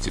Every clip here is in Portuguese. Se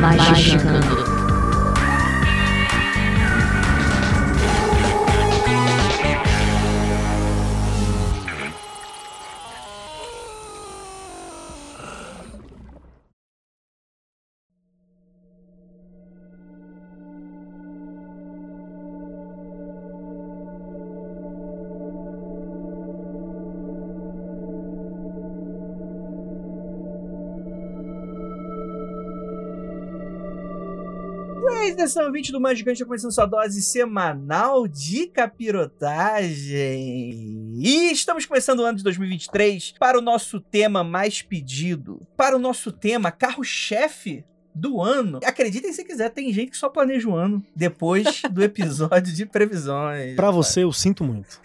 Magicando. Atenção, 20 do Magicante, está começando sua dose semanal de capirotagem. E estamos começando o ano de 2023 para o nosso tema mais pedido, para o nosso tema carro-chefe do ano. Acreditem se quiser, tem gente que só planeja o ano depois do episódio de previsões. Para você, eu sinto muito.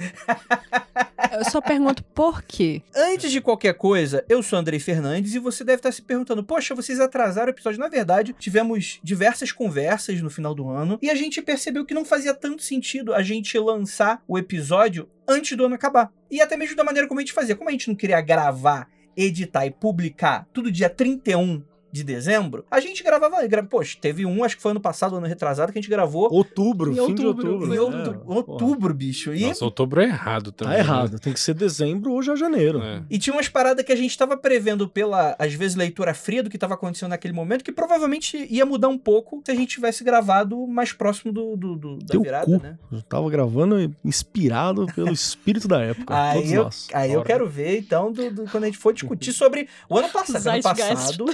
Eu só pergunto por quê. Antes de qualquer coisa, eu sou Andrei Fernandes e você deve estar se perguntando: poxa, vocês atrasaram o episódio. Na verdade, tivemos diversas conversas no final do ano e a gente percebeu que não fazia tanto sentido a gente lançar o episódio antes do ano acabar. E até mesmo da maneira como a gente fazia. Como a gente não queria gravar, editar e publicar tudo dia 31 de dezembro, a gente gravava. Gra... Poxa, teve um, acho que foi ano passado, ano retrasado, que a gente gravou. Outubro, Em fim de outubro. em né? outubro, É. outubro, bicho. E, Nossa, outubro é errado também. Tá errado. Tem que ser dezembro ou já janeiro. né? e tinha umas paradas que a gente tava prevendo pela, às vezes, leitura fria do que tava acontecendo naquele momento, que provavelmente ia mudar um pouco se a gente tivesse gravado mais próximo do, do- do- da Teu virada, cu. né? Eu tava gravando inspirado pelo espírito da época. Ah, todos Aí eu, nós. aí eu Ora. quero ver, então, do- do- quando a gente for discutir sobre o ano passado. Ano Zeitgeist. passado,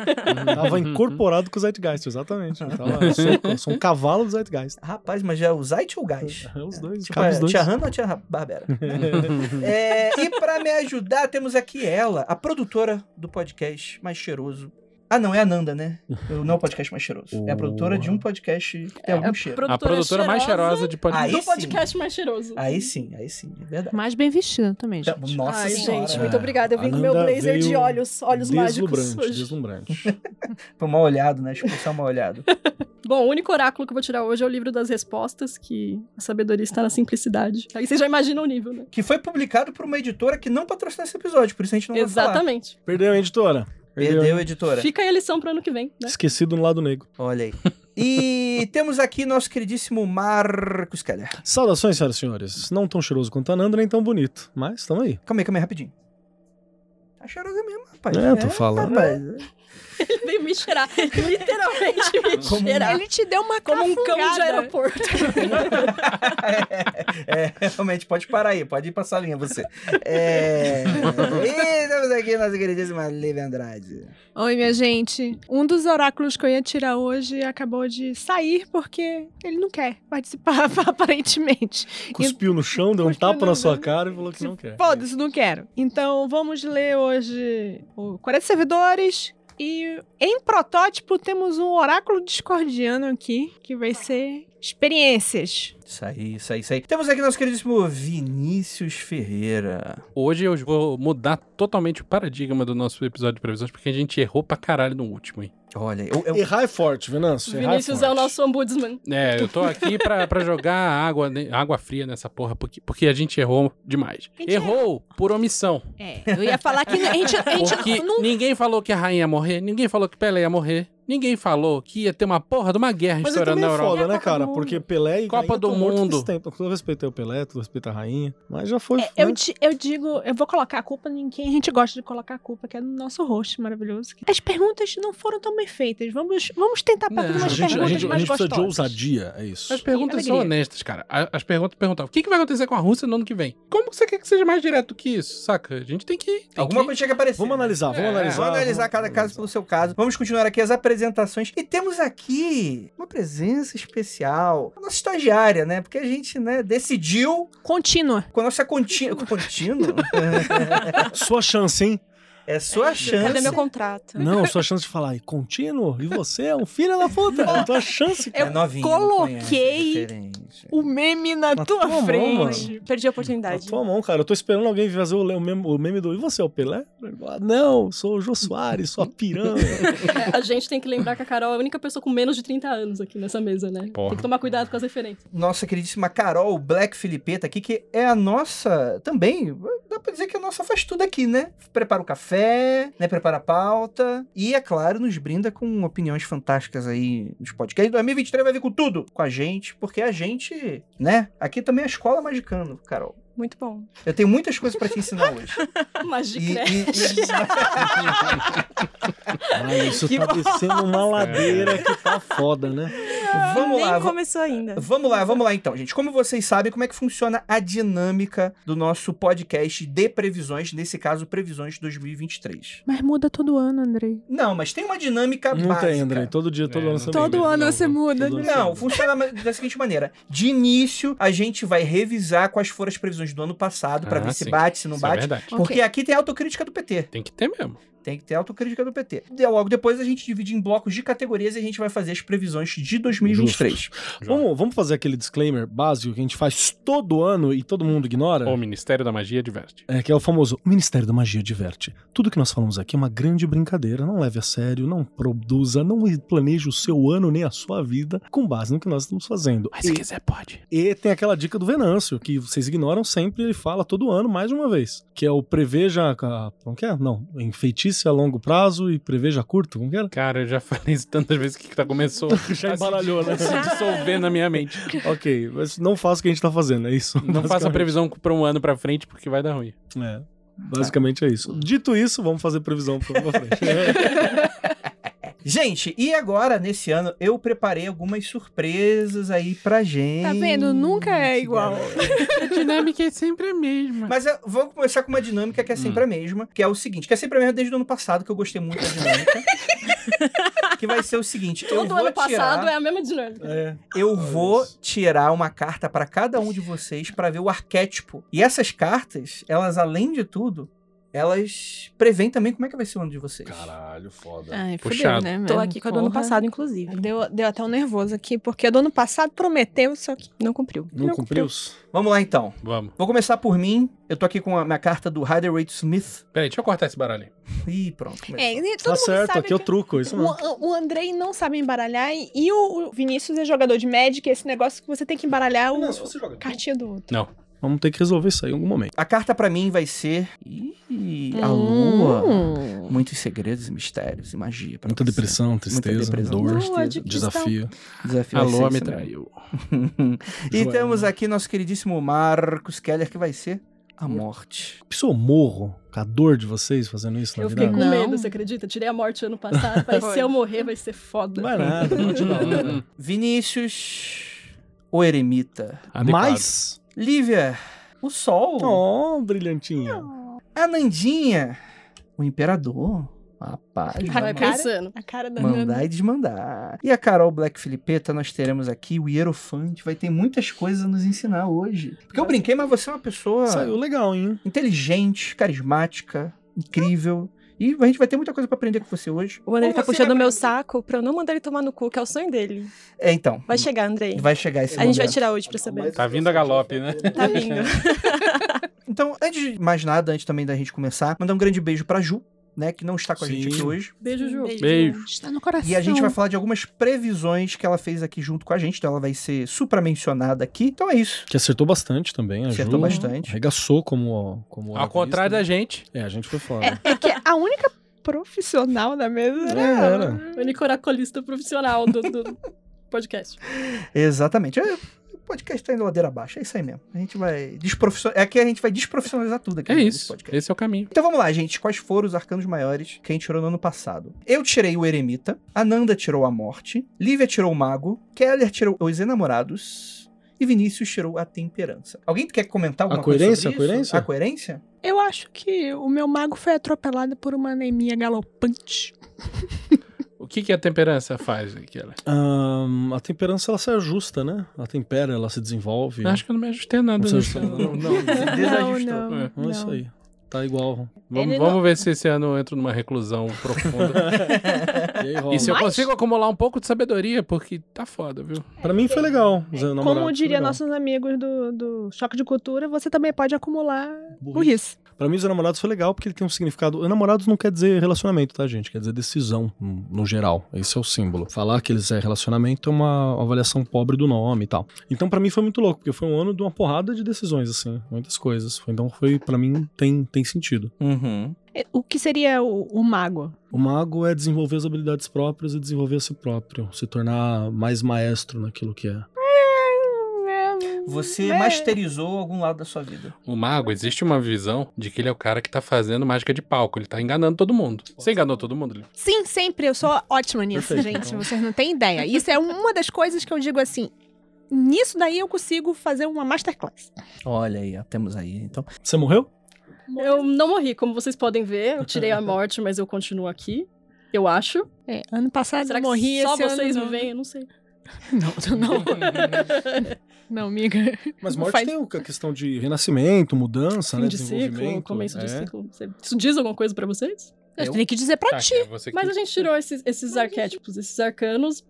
Tava incorporado com o Zeitgeist, exatamente. Eu, tava- eu sou, eu sou um cavalo do Zeitgeist. Rapaz, mas já é o Zait ou o Gás? É, Os dois, Tipo, cabe os é, dois. tia Hanna ou tia Ra- Barbera? É, e pra me ajudar, temos aqui ela, a produtora do podcast mais cheiroso. Ah, não, é a Nanda, né? Eu- Não é o podcast mais cheiroso. É a produtora de um podcast que É, tem algum cheiro. A produtora mais cheirosa de podcast. Aí do sim. podcast mais cheiroso. Aí sim, aí sim, é verdade. Mais bem vestida também, Então, gente. Nossa Ai, senhora. gente, É. muito obrigada. Eu vim A com meu Nanda blazer de veio olhos, olhos mágicos. Deslumbrante, hoje. deslumbrante. Foi mal olhado, né? Expulsar mal olhado. Bom, o único oráculo que eu vou tirar hoje é o livro das respostas, que a sabedoria está na simplicidade. Aí vocês já imaginam o nível, né? Que foi publicado por uma editora que não patrocinou esse episódio, por isso a gente não vai falar. Exatamente. Perdeu, hein, editora? Perdeu, editora. Fica aí a lição pro ano que vem, né? Esquecido no lado negro. Olha aí. E temos aqui nosso queridíssimo Marcos Keller. Saudações, senhoras e senhores. Não tão cheiroso quanto a Nanda, nem tão bonito. Mas tamo aí. Calma aí, calma aí, rapidinho. Tá cheiroso mesmo, rapaz. É, eu tô falando. Rapaz. Ele veio me cheirar. Literalmente me Como um- cheirar. Ele te deu uma Como um cão de cafungada. aeroporto. é, é, realmente, pode parar aí, pode ir pra salinha você. É, e temos aqui nossa queridíssima Lívia Andrade. Oi, minha gente. Um dos oráculos que eu ia tirar hoje acabou de sair porque ele não quer participar, aparentemente. Cuspiu no chão, deu um Cuspiu tapa no- na sua cara e falou que não quer. Foda-se, não quero. Então vamos ler hoje o 40 servidores. E em protótipo temos um oráculo discordiano aqui, que vai ser experiências. Isso aí, isso aí, isso aí. Temos aqui nosso queridíssimo Vinícius Ferreira. Hoje eu vou mudar totalmente o paradigma do nosso episódio de previsões, porque a gente errou pra caralho no último, hein? Olha, eu, eu- Errar é forte, Venâncio. errar Vinícius é o forte. nosso ombudsman. É, eu tô aqui pra, pra jogar água, ne- água fria nessa porra, porque, porque a gente errou demais. A gente Errou por omissão. É, eu ia falar que a gente, a gente Porque não. ninguém falou que a rainha ia morrer, ninguém falou que Pelé ia morrer, ninguém falou que ia ter uma porra de uma guerra Mas é estourando também na é Europa. foda, É né, a Copa cara? do Mundo. Porque Pelé e Copa Rainha do tão mortos Mundo. faz Tempo. Eu respeitei o Pelé, tu respeita a Rainha. Mas já foi. É, eu, né? di- eu digo, eu vou colocar a culpa em quem a gente gosta de colocar a culpa, que é no nosso host maravilhoso. As perguntas não foram tão bem feitas. Vamos, vamos tentar Não, fazer A umas Mas gente, a perguntas gente, a mais gente precisa de gostosas. ousadia, é isso. As perguntas E são alegria. honestas, cara. A- As perguntas perguntavam: o que, que vai acontecer com a Rússia no ano que vem? Como que você quer que seja mais direto que isso, saca? A gente tem que. tem alguma que- coisa tinha que aparecer. Vamos né? analisar, vamos É, analisar. Vamos analisar vamos cada caso pelo seu caso. Vamos continuar aqui as apresentações. E temos aqui uma presença especial. A nossa estagiária, né? Porque a gente, né, decidiu Contínua. com a nossa contínua. Contínua? Sua chance, hein? É sua chance. Cadê meu contrato? Não, sua chance de falar, e contínuo, e você é um filho da puta. É a tua chance, É cara. novinha, não coloquei conhece, é diferente. O meme na Mas tua como, frente. Tá mano? Perdi a oportunidade. Na tua mão, cara. Eu tô esperando alguém fazer o le- o meme, o meme do. E você é o Pelé? Ah, não, sou o Jô Soares, sou a piranha. É, a gente tem que lembrar que a Carol é a única pessoa com menos de 30 anos aqui nessa mesa, né? Porra. Tem que tomar cuidado com as referências. Nossa queridíssima Carol Black Filipeta aqui, que é a nossa também. Dá pra dizer que a nossa faz tudo aqui, né? Prepara o café, né? Prepara a pauta. E, é claro, nos brinda com opiniões fantásticas aí nos podcasts. 2023 vai vir com tudo com a gente, porque a gente, né? Aqui também é a escola magicano, Carol. Muito bom. Eu tenho muitas coisas pra te ensinar hoje. Mas de E- creche. e- e- Ah, isso Que tá bom. descendo uma ladeira que tá foda, né? vamos lá, Nem vamos começou ainda. Vamos lá, vamos lá então, gente. Como vocês sabem, como é que funciona a dinâmica do nosso podcast de previsões, nesse caso, previsões 2023? Mas muda todo ano, Andrei. Não, mas tem uma dinâmica Não É básica. tem, então. André. Todo dia, todo É, ano não você tem Todo mesmo, ano não, você não. muda. Todo ano. Não, funciona ma- da seguinte maneira. De início, a gente vai revisar quais foram as previsões do ano passado, pra Ah, ver se sim. bate, se não Isso é bate. verdade. porque Ok. aqui tem a autocrítica do PT. Tem que ter mesmo. Tem que ter a autocrítica do PT. E Logo depois a gente divide em blocos de categorias e a gente vai fazer as previsões de 2023. Vamos, vamos fazer aquele disclaimer básico que a gente faz todo ano e todo mundo ignora? O Ministério da Magia diverte. É, que é o famoso o Ministério da Magia diverte. Tudo que nós falamos aqui é uma grande brincadeira. Não leve a sério, não produza, não planeje o seu ano nem a sua vida com base no que nós estamos fazendo. Mas se quiser, pode. E tem aquela dica do Venâncio, que vocês ignoram sempre, ele fala todo ano, mais de uma vez. Que é o preveja. a- Como que é? Não. Enfeitice a longo prazo e preveja a curto, como que era? Cara, eu já falei isso tantas vezes que tá- começou. Já a se- embaralhou, né? a Se dissolver na minha mente. ok, mas não faça o que a gente tá fazendo, é isso. Não faça basicamente. previsão pra um ano pra frente, porque vai dar ruim. É. Basicamente é isso. Dito isso, vamos fazer previsão pra pra frente. Gente, e agora, nesse ano, eu preparei algumas surpresas aí pra gente. Tá vendo? Nunca é igual. A dinâmica é sempre a mesma. Mas eu vou começar com uma dinâmica que é sempre a mesma, que é o seguinte, que é sempre a mesma desde o ano passado, que eu gostei muito da dinâmica. que vai ser o seguinte, eu Todo vou ano tirar, passado é a mesma dinâmica. É. eu vou isso. tirar uma carta pra cada um de vocês pra ver o arquétipo. E essas cartas, elas além de tudo, elas preveem também como é que vai ser o ano de vocês. Caralho, foda. Ai, Puxado. fudeu, né? Tô mano? aqui com a do ano Porra. passado, inclusive. Deu, deu até um nervoso aqui, porque a do ano passado prometeu, só que Não cumpriu. Não, Não cumpriu? Vamos lá então. Vamos. Vou começar por mim. Eu tô aqui com a minha carta do Rider Waite Smith. Peraí, deixa eu cortar esse baralho. aí. Ih, pronto. começou. É, e todo Tá mundo certo, sabe aqui é o que truco, isso mesmo. o, o Andrei não sabe embaralhar e, e o o Vinícius é jogador de Magic, esse negócio que você tem que embaralhar o joga. cartinha do outro. Vamos ter que resolver isso aí em algum momento. A carta pra mim vai ser. Ih, a lua. Hum. Muitos segredos e mistérios e magia. pra Muita você. depressão, tristeza, depressão, dor, tristeza. de desafio. Desafio A vai ser lua me isso mesmo. traiu. e Joana. temos aqui nosso queridíssimo Marcos Keller, que vai ser a morte. Pessoa morro com a dor de vocês fazendo isso na Eu vida? fiquei com Não. medo, você acredita? Tirei a morte ano passado. Falei, Foi. se eu morrer, vai ser Não foda. vai nada, não te dá nada. Vinícius, o eremita. Adequado. Mas. Lívia, o sol. Oh, brilhantinha. A Nandinha, o imperador. Rapaz, Vai mano. cara. pensando. A cara da Nana. Mandar e desmandar. E a Carol Black Filipeta, nós teremos aqui o Hierofante. Vai ter muitas coisas a nos ensinar hoje. Porque eu brinquei, mas você é uma pessoa Saiu legal, hein? inteligente, carismática, incrível. E a gente vai ter muita coisa pra aprender com você hoje. O Andrei Ou tá você puxando o vai meu aprender- saco pra eu não mandar ele tomar no cu, que é o sonho dele. É, então. Vai chegar, Andrei. Vai chegar esse A gente vai momento. tirar hoje pra saber. Tá vindo a galope, né? Tá vindo. Então, antes de mais nada, antes também da gente começar, mandar um grande beijo pra Ju, né, que não está com a gente Sim. aqui hoje. Beijo, Ju. Beijo. Está no coração. E a gente vai falar de algumas previsões que ela fez aqui junto com a gente, então ela vai ser supramencionada aqui. Então é isso. Que acertou bastante também, a Acertou É, Ju bastante. Arregaçou como. como Ao contrário da gente. gente. É, a gente foi fora. É que a única profissional da mesa né? É, era. Único oraculista profissional do, do podcast. Exatamente. É, O podcast tá indo ladeira abaixo, é isso aí mesmo. A gente vai desprofissionalizar. É que a gente vai desprofissionalizar tudo aqui É no- nesse isso. podcast. Esse é o caminho. Então vamos lá, gente. Quais foram os arcanos maiores que a gente tirou no ano passado? Eu tirei o Eremita, Ananda tirou a Morte, Lívia tirou o Mago, Keller tirou os Enamorados e Vinícius tirou a Temperança. Alguém quer comentar alguma A coisa sobre coerência, a isso? coerência? A coerência? Eu acho que o meu mago foi atropelado por uma anemia galopante. O que, que a temperança faz aqui, ela? Ahn, a temperança ela se ajusta, né? Ela tempera, ela se desenvolve. Acho que eu não me ajustei a nada. Não se né? ajustou, não. Não, não. Desajustou. Não, não. Não, é isso aí. tá igual. Vamos, Ele vamos não- ver se esse ano eu entro numa reclusão profunda. E aí rola. e se eu Mas- consigo acumular um pouco de sabedoria, porque tá foda, viu? Pra mim foi legal. Zé, namorado, Como foi diria legal. nossos amigos do, do Choque de Cultura, você também pode acumular burrice. Pra mim, os namorados foi legal porque ele tem um significado. Namorados não quer dizer relacionamento, tá, gente? Quer dizer decisão, no no geral. Esse é o símbolo. Falar que eles é relacionamento é uma avaliação pobre do nome e tal. Então, pra mim, foi muito louco, porque foi um ano de uma porrada de decisões, assim. Muitas coisas. Foi- Então, foi, pra mim, tem, tem sentido. Uhum. E- É, O que seria o, o mago? O mago é desenvolver as habilidades próprias e desenvolver a si próprio. Se tornar mais maestro naquilo que é. Você É. masterizou algum lado da sua vida. O mago, existe uma visão de que ele é o cara que tá fazendo mágica de palco. Ele tá enganando todo mundo. Você enganou todo mundo, Lili? Sim, sempre. Eu sou ótima nisso, Perfeito, gente. então. Vocês não têm ideia. Isso é uma das coisas que eu digo assim. Nisso daí eu consigo fazer uma masterclass. Olha aí, ó, temos aí. Então, Você morreu? Eu não morri, como vocês podem ver. Eu tirei a morte, mas eu continuo aqui. Eu acho. É, ano passado Será eu que morri só esse ano né? vocês não. me veem? Eu não sei. Não, não. Não, amiga. Mas Não morte faz- tem o- a questão de renascimento, mudança, Fim né? de ciclo, desenvolvimento. começo é. de ciclo. Você- Isso diz alguma coisa pra vocês? Eu tenho que dizer pra Tá. ti. é você que Mas a tem- gente tirou esses, esses arquétipos, esses arcanos,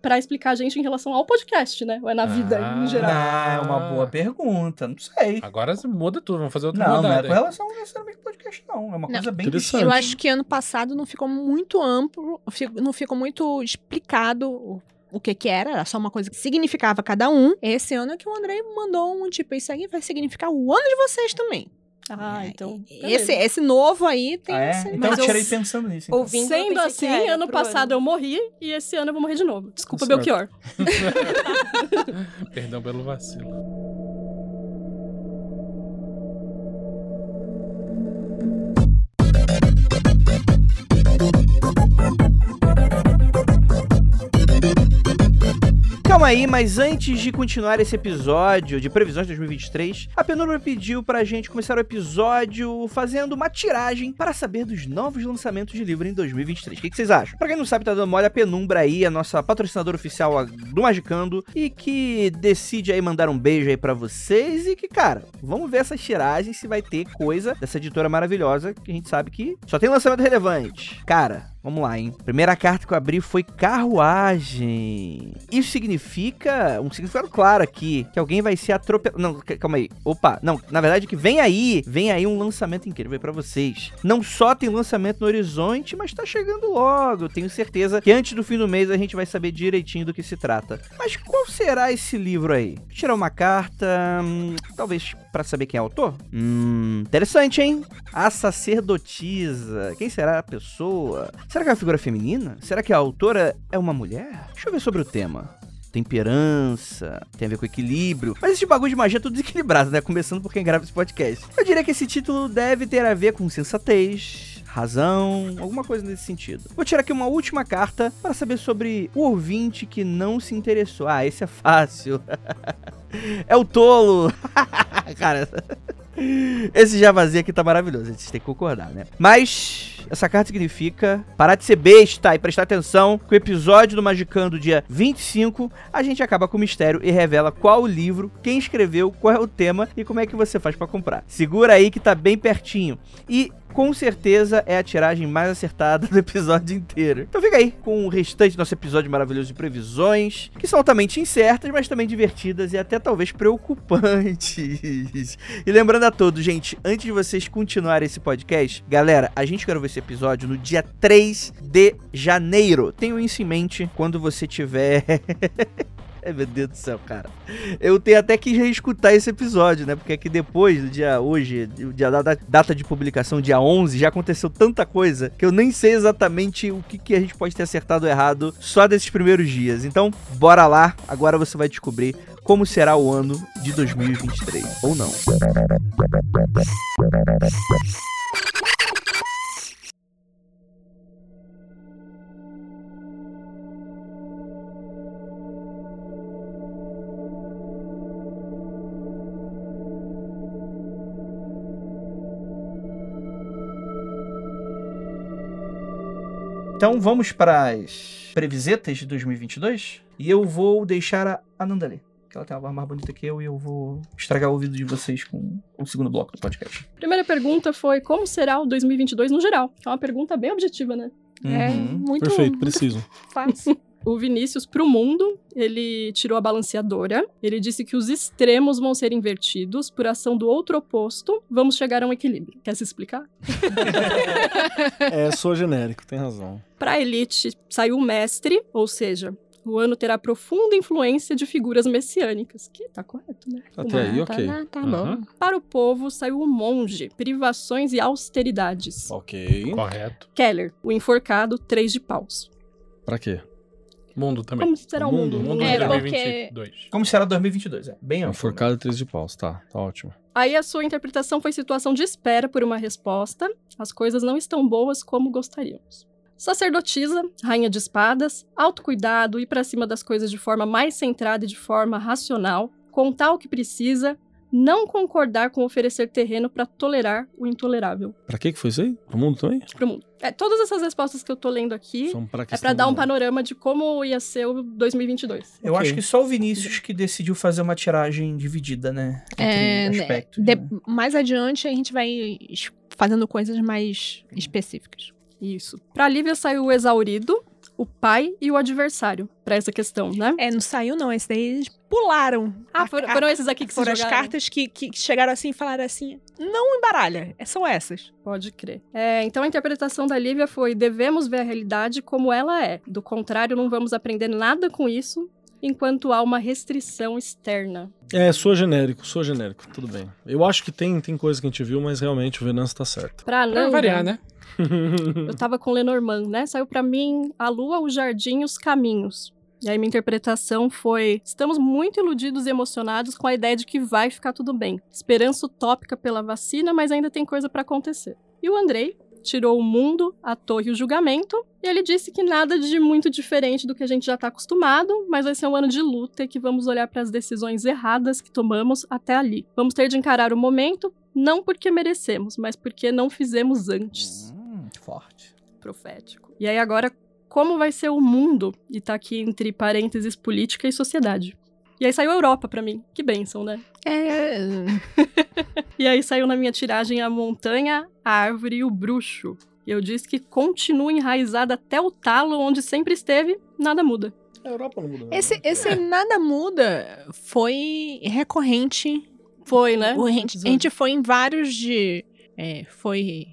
pra explicar a gente em relação ao podcast, né? Ou é na vida Ah. em geral? ah, é uma boa pergunta. Não sei. Agora você muda tudo, vamos fazer outra Não, não é rodada. com relação necessariamente ao podcast, não. É uma Não. coisa bem Interessante. Eu Antes. acho que ano passado não ficou muito amplo, fi- não ficou muito explicado o, o que que era, era só uma coisa que significava cada um. Esse ano é que o Andrei mandou um tipo, isso aí vai significar o ano de vocês também. Ah, É, então. Esse, beleza. esse novo aí tem Ah, é? esse- Então Mas eu eu- tirei pensando nisso. então. Ouvindo, eu Sendo pensei assim, que era ano pro passado eu morri e esse ano eu vou morrer de novo. Desculpa, Tá certo. Belchior. Perdão pelo vacilo. Calma aí, mas antes de continuar esse episódio de previsões de 2023, a Penumbra pediu pra gente começar o episódio fazendo uma tiragem para saber dos novos lançamentos de livro em 2023. O que, que vocês acham? Pra quem não sabe, tá dando mole a Penumbra aí, a nossa patrocinadora oficial a- do Magicando, e que decide aí mandar um beijo aí pra vocês e que, cara, vamos ver essas tiragens se vai ter coisa dessa editora maravilhosa que a gente sabe que só tem lançamento relevante. Cara, Vamos lá, hein? Primeira carta que eu abri foi carruagem. Isso significa um significado claro aqui, que alguém vai ser atropelado. Não, c- calma aí. Opa, não, na verdade que vem aí, vem aí um lançamento incrível pra vocês. Não só tem lançamento no horizonte, mas tá chegando logo. Eu tenho certeza que antes do fim do mês a gente vai saber direitinho do que se trata. Mas qual será esse livro aí? Vou tirar uma carta, hum, talvez pra saber quem é o autor? Hum, interessante, hein? A sacerdotisa. Quem será a pessoa? Será que é uma figura feminina? Será que a autora é uma mulher? Deixa eu ver sobre o tema. Temperança, tem a ver com equilíbrio. Mas esse bagulho de magia é tudo desequilibrado, né? Começando por quem grava esse podcast. Eu diria que esse título deve ter a ver com sensatez, razão, alguma coisa nesse sentido. Vou tirar aqui uma última carta para saber sobre o ouvinte que não se interessou. Ah, esse é fácil. é o tolo. Cara, esse javazinho aqui tá maravilhoso, vocês têm que concordar, né? Mas essa carta significa parar de ser besta e prestar atenção que o episódio do Magicando dia 25, a gente acaba com o mistério e revela qual o livro, quem escreveu, qual é o tema e como é que você faz pra comprar. Segura aí que tá bem pertinho. E com certeza é a tiragem mais acertada do episódio inteiro. Então fica aí com o restante do nosso episódio maravilhoso de previsões, que são altamente incertas, mas também divertidas e até talvez preocupantes. E lembrando a todos, gente, antes de vocês continuarem esse podcast, galera, a gente gravou esse episódio no dia 3 de janeiro. Tenham isso em mente quando você tiver. Ai, Meu Deus do céu, cara. Eu tenho até que reescutar esse episódio, né? Porque aqui depois, do dia hoje, o dia da da- data de publicação, dia 11, já aconteceu tanta coisa que eu nem sei exatamente o que, que a gente pode ter acertado ou errado só desses primeiros dias. Então, bora lá. Agora você vai descobrir como será o ano de 2023. Ou não. Então vamos para as previsetas de 2022 e eu vou deixar a Ananda ler. Que ela tem uma barba mais bonita que eu e eu vou estragar o ouvido de vocês com o segundo bloco do podcast. Primeira pergunta foi como será o 2022 no geral? É uma pergunta bem objetiva, né? É Uhum. muito Perfeito, preciso. fácil. O Vinícius pro mundo, ele tirou a balanceadora. Ele disse que os extremos vão ser invertidos por ação do outro oposto. Vamos chegar a um equilíbrio. Quer se explicar? É, sou genérico, tem razão. Pra elite saiu o mestre, ou seja, o ano terá profunda influência de figuras messiânicas. Que tá correto, né? Até aí, ok. Tá, tá Aham. Uhum. bom. Para o povo saiu o monge, privações e austeridades. Ok. Correto. Keller, o enforcado, três de paus. Pra quê? Mundo também. Como será O o mundo? mundo- Mundo É, de porque- 2022. Como será 2022? É, bem amplo. Enforcado Um e três de paus. Tá, tá ótimo. Aí a sua interpretação foi situação de espera por uma resposta. As coisas não estão boas como gostaríamos. Sacerdotisa, rainha de espadas, autocuidado, ir pra cima das coisas de forma mais centrada e de forma racional, contar o que precisa, não concordar com oferecer terreno pra tolerar o intolerável Pra que que foi isso aí? Pro mundo também? pro mundo. É, todas essas respostas que eu tô lendo aqui São pra é questão pra dar do um mundo. panorama de como ia ser o 2022. Eu Ok. acho que só o Vinícius que decidiu fazer uma tiragem dividida, né? Entre É, né, aspectos. de- né? Mais adiante a gente vai es- fazendo coisas mais específicas. Isso. Pra Lívia saiu o exaurido, o pai e o adversário, pra essa questão, né? É, não saiu não, esse daí eles pularam. Ah, A- foram, a- foram esses aqui que foram se as jogaram? cartas que, que chegaram assim e falaram assim, não embaralha, é- são essas. Pode crer. É, então a interpretação da Lívia foi: devemos ver a realidade como ela é. Do contrário, não vamos aprender nada com isso enquanto há uma restrição externa. É, sou genérico, sou genérico, tudo bem. Eu acho que tem, tem coisa que a gente viu, mas realmente o Venâncio tá certo. Pra Pra Ananda, variar, né? eu tava com Lenormand, né? Saiu pra mim a lua, o jardim, os caminhos. E aí minha interpretação foi: estamos muito iludidos e emocionados com a ideia de que vai ficar tudo bem. Esperança utópica pela vacina, mas ainda tem coisa pra acontecer. E o Andrei tirou o mundo, a torre e o julgamento, e ele disse que nada de muito diferente do que a gente já tá acostumado, mas vai ser um ano de luta e que vamos olhar para as decisões erradas que tomamos até ali. Vamos ter de encarar o momento, não porque merecemos, mas porque não fizemos antes Hum, forte. profético. E aí agora, como vai ser o mundo? E tá aqui entre parênteses política e sociedade. E aí saiu Europa pra mim. Que bênção, né? É, E aí saiu na minha tiragem a montanha, a árvore e o bruxo. E eu disse que continua enraizada até o talo onde sempre esteve, nada muda. A Europa não muda. né? esse, esse nada muda foi recorrente Foi, né? O- a, gente, a gente foi em vários de. é, foi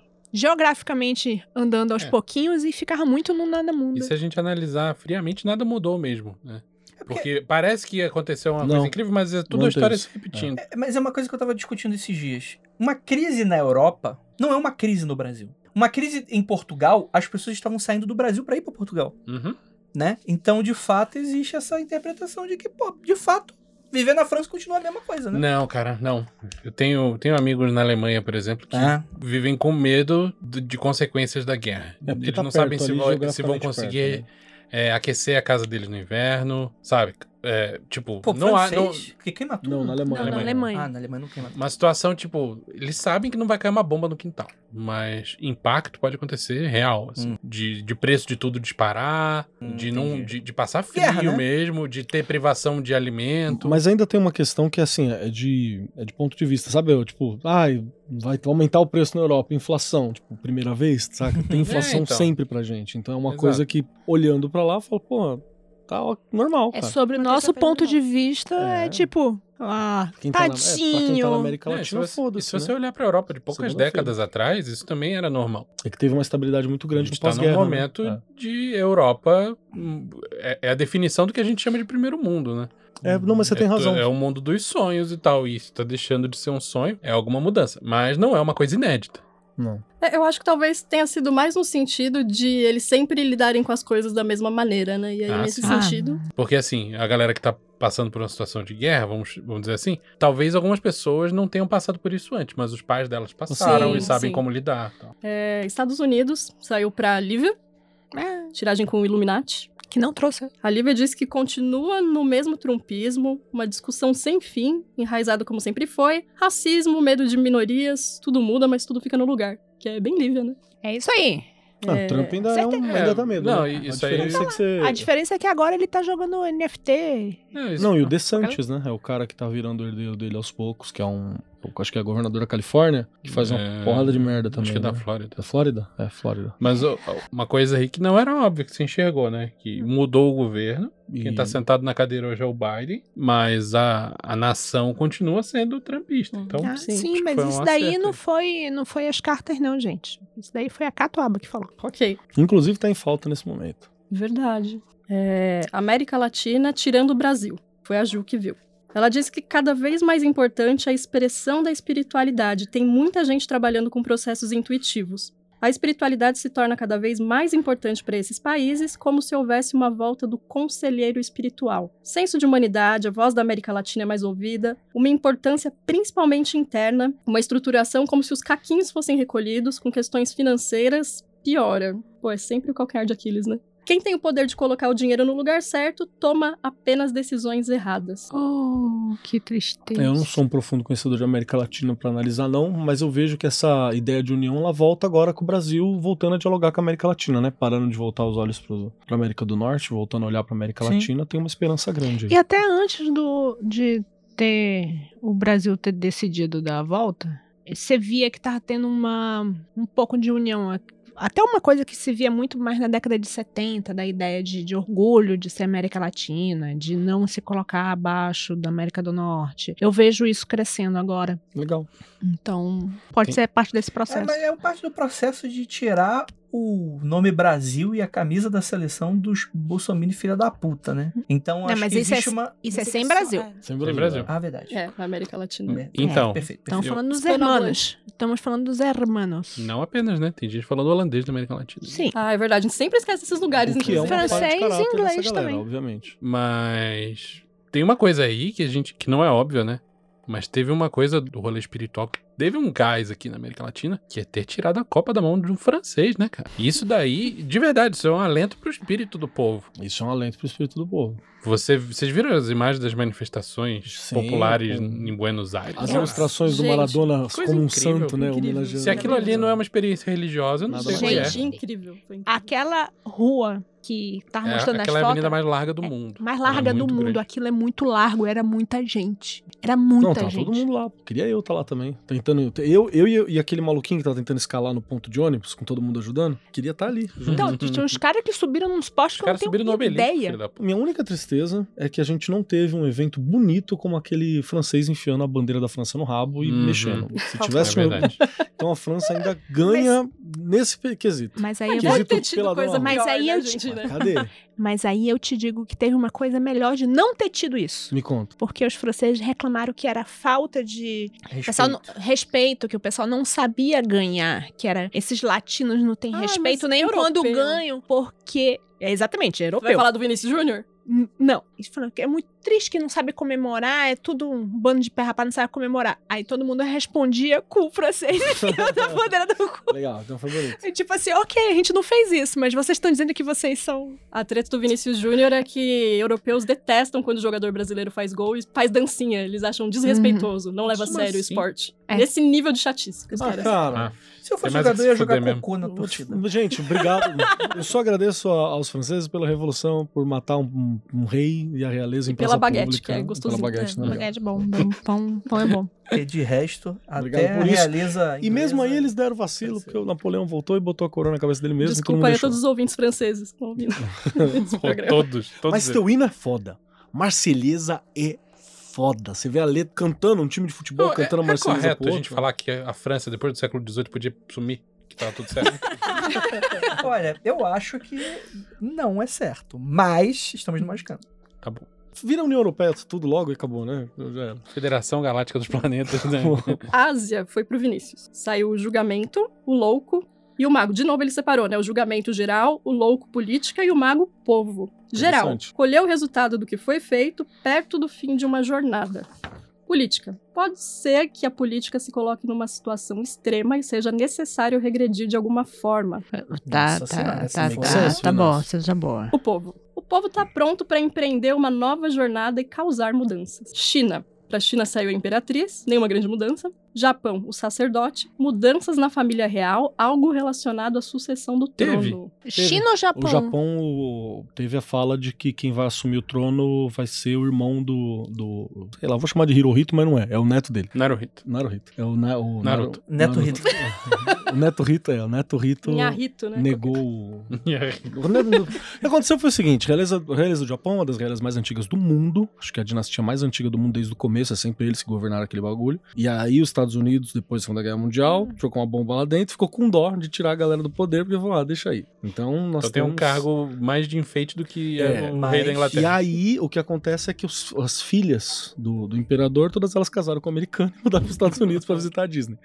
geograficamente andando aos É. pouquinhos e ficava muito no nada mundo. E se a gente analisar friamente, nada mudou mesmo, né? É porque- Porque parece que aconteceu uma Não. coisa incrível, mas é tudo a Não história teve. se repetindo. É, Mas é uma coisa que eu tava discutindo esses dias. Uma crise na Europa não é uma crise no Brasil. Uma crise em Portugal, as pessoas estavam saindo do Brasil pra ir pra Portugal, Uhum. né? Então, de fato, existe essa interpretação de que, pô, de fato, viver na França continua a mesma coisa, né? Não, cara, não. Eu tenho, tenho amigos na Alemanha, por exemplo, que Ah, vivem com medo de, de consequências da guerra. É Eles tá tá não sabem se vão, se vão conseguir né? né? é, aquecer a casa deles no inverno, sabe? É, tipo, pô, não há. francês, Não, porque queima tudo. Não, na Não, Alemanha. na Alemanha. Alemanha. Ah, na Alemanha não queima tudo. uma situação, tipo, eles sabem que não vai cair uma bomba no quintal. Mas impacto pode acontecer real. assim. de, de preço de tudo disparar, Hum, de não. De, entendi. de passar frio Guerra, né? mesmo, de ter privação de alimento. Mas ainda tem uma questão que, assim, é de, é de ponto de vista, sabe? Eu, tipo, ai, vai aumentar o preço na Europa, inflação. Tipo, primeira vez, saca? Tem inflação É, então. sempre pra gente. Então é uma Exato. coisa que, olhando pra lá, eu falo, pô, tá ó- normal, É cara. sobre o Uma nosso terça-feira ponto de normal. vista, é, É. tipo, ah, Quem tá na, é, pra quem tá na tadinho. América É, se Latina, você, e foda-se. se você né? olhar pra Europa de poucas Segunda-feira. décadas atrás, isso também era normal. É que teve uma estabilidade muito A grande gente está no num pós-guerra. né? momento É. de Europa. hum, É, é a definição do que a gente chama de primeiro mundo, né? É, não, mas você tem é, tu- razão. É o mundo dos sonhos e tal. E isso tá deixando de ser um sonho, é alguma mudança. Mas não é uma coisa inédita. Não. É, eu acho que talvez tenha sido mais no sentido de eles sempre lidarem com as coisas da mesma maneira, né? E aí, Ah, nesse sim. sentido. Porque assim, a galera que tá passando por uma situação de guerra, vamos, vamos dizer assim, talvez algumas pessoas não tenham passado por isso antes, mas os pais delas passaram Sim, e sabem sim. como lidar. tal. é, Estados Unidos saiu pra Lívia, É, tiragem com o Illuminati. que não trouxe. A Lívia diz que continua no mesmo trumpismo, uma discussão sem fim, enraizada como sempre foi, racismo, medo de minorias, tudo muda, mas tudo fica no lugar. Que é bem Lívia, né? É isso aí. Ah, Trump ainda, é certeza. um, ainda dá medo. Não, né? e- isso a aí- diferença é que você... A diferença é que agora ele tá jogando NFT. É, isso- Não, e o DeSantis, né? É o cara que tá virando o herdeiro dele aos poucos, que é um. eu Acho que é governador da Califórnia, que faz uma É, porrada de merda também. Acho que é da né? Flórida. da Flórida? É, Flórida. Mas ó, uma coisa aí que não era óbvia, que se enxergou, né? Que Uhum. mudou o governo. Quem tá sentado na cadeira hoje é o Biden, mas a, a nação continua sendo trumpista. Então, Ah, sim, acho que mas foi um isso daí acerto não aí. foi, não foi as cartas, não, gente. Isso daí foi a Catuaba que falou. É, Ok. Inclusive tá em falta nesse momento. Verdade. É, América Latina tirando o Brasil. Foi a Ju que viu. Ela diz que cada vez mais importante é a expressão da espiritualidade. Tem muita gente trabalhando com processos intuitivos. A espiritualidade se torna cada vez mais importante para esses países, como se houvesse uma volta do conselheiro espiritual. Senso de humanidade, a voz da América Latina é mais ouvida, uma importância principalmente interna, uma estruturação como se os caquinhos fossem recolhidos, com questões financeiras, piora. Pô, é sempre o calcanhar de Aquiles, né? Quem tem o poder de colocar o dinheiro no lugar certo toma apenas decisões erradas. Oh, É que tristeza. Eu não sou um profundo conhecedor de América Latina pra analisar, não, mas eu vejo que essa ideia de união ela volta agora com o Brasil voltando a dialogar com a América Latina, né? Parando de voltar os olhos pro, pra América do Norte, voltando a olhar pra América Sim. Latina, tem uma esperança grande. aí. E até antes do, de ter o Brasil ter decidido dar a volta, você via que tava tendo uma, um pouco de união. Até uma coisa que se via muito mais na década de 70, da ideia de, de orgulho de ser América Latina, de não se colocar abaixo da América do Norte. Eu vejo isso crescendo agora. Legal. Então, pode Tem- ser parte desse É, processo. mas é parte do processo de tirar o nome Brasil e a camisa da seleção dos Bolsonaro filha da puta, né? Então Não, acho mas que isso é- existe uma. Isso é sem Brasil. Sem Brasil. Ah, verdade. É, na América Né? Latina. Merda. Então, é Perfeito. perfeito. Estamos Eu- falando dos Espanhol, hermanos. Estamos falando dos hermanos. Não apenas, né? Tem gente falando holandês da América Latina. Sim. Ah, é verdade, a gente sempre esquece esses lugares. O que é uma falha inclusive. de Francês e caráter dessa inglês galera, também. Obviamente. Mas tem uma coisa aí que a gente que não é óbvia, né? Mas teve uma coisa do rolê espiritual que teve um gás aqui na América Latina, que é ter tirado a Copa da mão de um francês, né, cara? Isso daí, de verdade, isso é um alento pro espírito do povo. Isso é um alento pro espírito do povo. Você, vocês viram as imagens das manifestações Sim, populares pô. em Buenos Aires? As Nossa. ilustrações do Gente, Maradona coisa como um incrível, santo, né? incrível. homenageando- Se aquilo ali não é uma experiência religiosa, eu não Nada sei o que é. mais. Gente, incrível. Foi incrível. Aquela rua que tava É, mostrando as aquela é a fotos. avenida mais larga do mundo. mais Ela é larga do muito mundo. grande. Aquilo é muito largo, era muita gente. Era Não, muita tá gente. todo mundo lá. Queria eu estar lá também. Tentando. Eu, eu, e- e aquele maluquinho que tá tentando escalar no ponto de ônibus, com todo mundo ajudando, queria estar ali. junto. Então, tinha uns caras que subiram nos postes Os que eu não caras subiram no tenho obelisco, ideia. filho da puta. Minha única tristeza é que a gente não teve um evento bonito como aquele francês enfiando a bandeira da França no rabo e Uhum. mexendo. Se É tivesse um. verdade. Então a França ainda ganha nesse pe- quesito. Mas aí, eu Que vou- quesito ter tido peladão coisa na rua. mais- pior, Mas aí né, eu te- gente, né? Mas Cadê? mas aí eu te digo que teve uma coisa melhor de não ter tido isso. Me conta. Porque os franceses reclamaram que era falta de o pessoal não- respeito, que o pessoal não sabia ganhar, que era esses latinos não têm Ah, respeito mas nem quando europeu. ganham, porque é exatamente Vai europeu. falar do Vinícius Júnior? N- Não. Eles falaram que é muito triste que não sabe comemorar, é tudo um bando de perrapá, não sabe comemorar. Aí todo mundo respondia com o francês enfiando a bandeira do cu. Legal, então foi bonito. E tipo assim, ok, a gente não fez isso, mas vocês estão dizendo que vocês são. A treta do Vinícius Júnior é que europeus detestam quando o jogador brasileiro faz gol e faz dancinha. Eles acham desrespeitoso, não leva a Como sério o assim? esporte. É. Nesse nível de chatice que os Ah, caras. cara. Ah, Se eu fosse Tem mais é que jogador, eu ia se jogar fuder cocô na torcida. Gente, obrigado. Eu só agradeço a- aos franceses pela revolução, por matar um, um- um rei e a realeza em E pela praça baguete, pública. que é gostosinho. Pela baguete, É, né? Baguete bom, bom, pão, pão é bom. Porque de resto, Obrigado até por isso. realiza. E mesmo aí inglesa- eles deram vacilo, porque o Napoleão voltou e botou a coroa na cabeça dele mesmo. Desculpa aí a todos os ouvintes franceses. que estão ouvindo esse programa. Todos, todos. Mas eles. teu hino é foda. Marselhesa é foda. Você vê a letra cantando, um time de futebol Não, é- cantando é, Marselhesa correto pro a gente outro. falar que a França, depois do século XVIII, podia sumir, que tava tudo certo. Olha, eu acho que não é certo. Mas estamos no Magicano. tá bom. Vira União Europeia tudo logo e acabou, né? Já era. Federação Galáctica dos Planetas, né? Ásia foi pro Vinícius. Saiu o julgamento, o louco e o mago. De novo ele separou, né? O julgamento geral, o louco política e o mago povo. Geral, Interessante. colheu o resultado do que foi feito perto do fim de uma jornada. Política. Pode ser que a política se coloque numa situação extrema e seja necessário regredir de alguma forma. Tá, Nossa tá, senhora, tá, essa tá, informação. tá bom, seja boa. O povo. O povo tá pronto para empreender uma nova jornada e causar mudanças. China. Pra China saiu a imperatriz, nenhuma grande mudança. Japão, o sacerdote, mudanças na família real, algo relacionado à sucessão do Teve. trono. China ou Tá Japão? O Japão o- teve a fala de que quem vai assumir o trono vai ser o irmão do. do sei lá, vou chamar de Hirohito, mas não é. É o neto dele. Naruhito. Naruhito. É o, na, o Naruto. Neto Naru- o Neto Rito é. O Neto Rito Minharito, né? negou. o- Então O Neto- o que aconteceu foi o seguinte: a realeza, a realeza do Japão é uma das realezas mais antigas do mundo. Acho que é a dinastia mais antiga do mundo desde o começo. É sempre eles que governaram aquele bagulho. E aí, os Estados Unidos, depois da Segunda Guerra Mundial, jogou uma bomba lá dentro, ficou com dó de tirar a galera do poder, porque falou: ah, deixa aí. Então, nós Então tem um temos- cargo mais de enfeite do que é, É, o mas- rei da E Inglaterra. aí, o que acontece é que os- as filhas do, do imperador, todas elas casaram com o americano e mudaram para os Estados Unidos para visitar a Disney.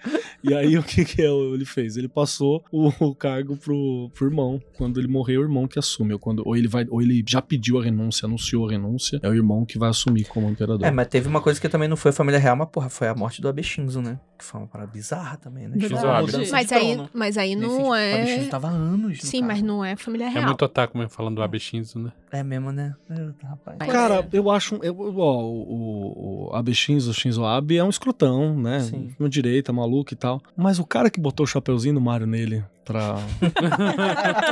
E aí, o que, que é o- ele fez? Ele passou o, o cargo pro, pro irmão. Quando ele morrer, é o irmão que assume. Ou, quando, ou, ele vai, ou ele já pediu a renúncia, anunciou a renúncia, é o irmão que vai assumir como imperador. É, mas teve uma coisa que também não foi a família real, mas porra, foi a morte do Abe Shinzo, né? Que foi uma parada bizarra também, né? Verdade. Foi uma Shinzo mudança Mas de aí, trono. mas aí Nesse- não O Abe Shinzo é. tava há anos. tá no Sim, cargo. mas não é família É real. muito ataque mesmo falando do Abe Shinzo, né? É mesmo, né? É, Rapaz. Mas- Cara, eu acho. um, Eu, ó, o, o Abe Shinzo, Shinzo Abe é um escrotão, né? Sim. Uma direita, maluco e tal. Mas o cara que botou o chapeuzinho do Mario nele pra.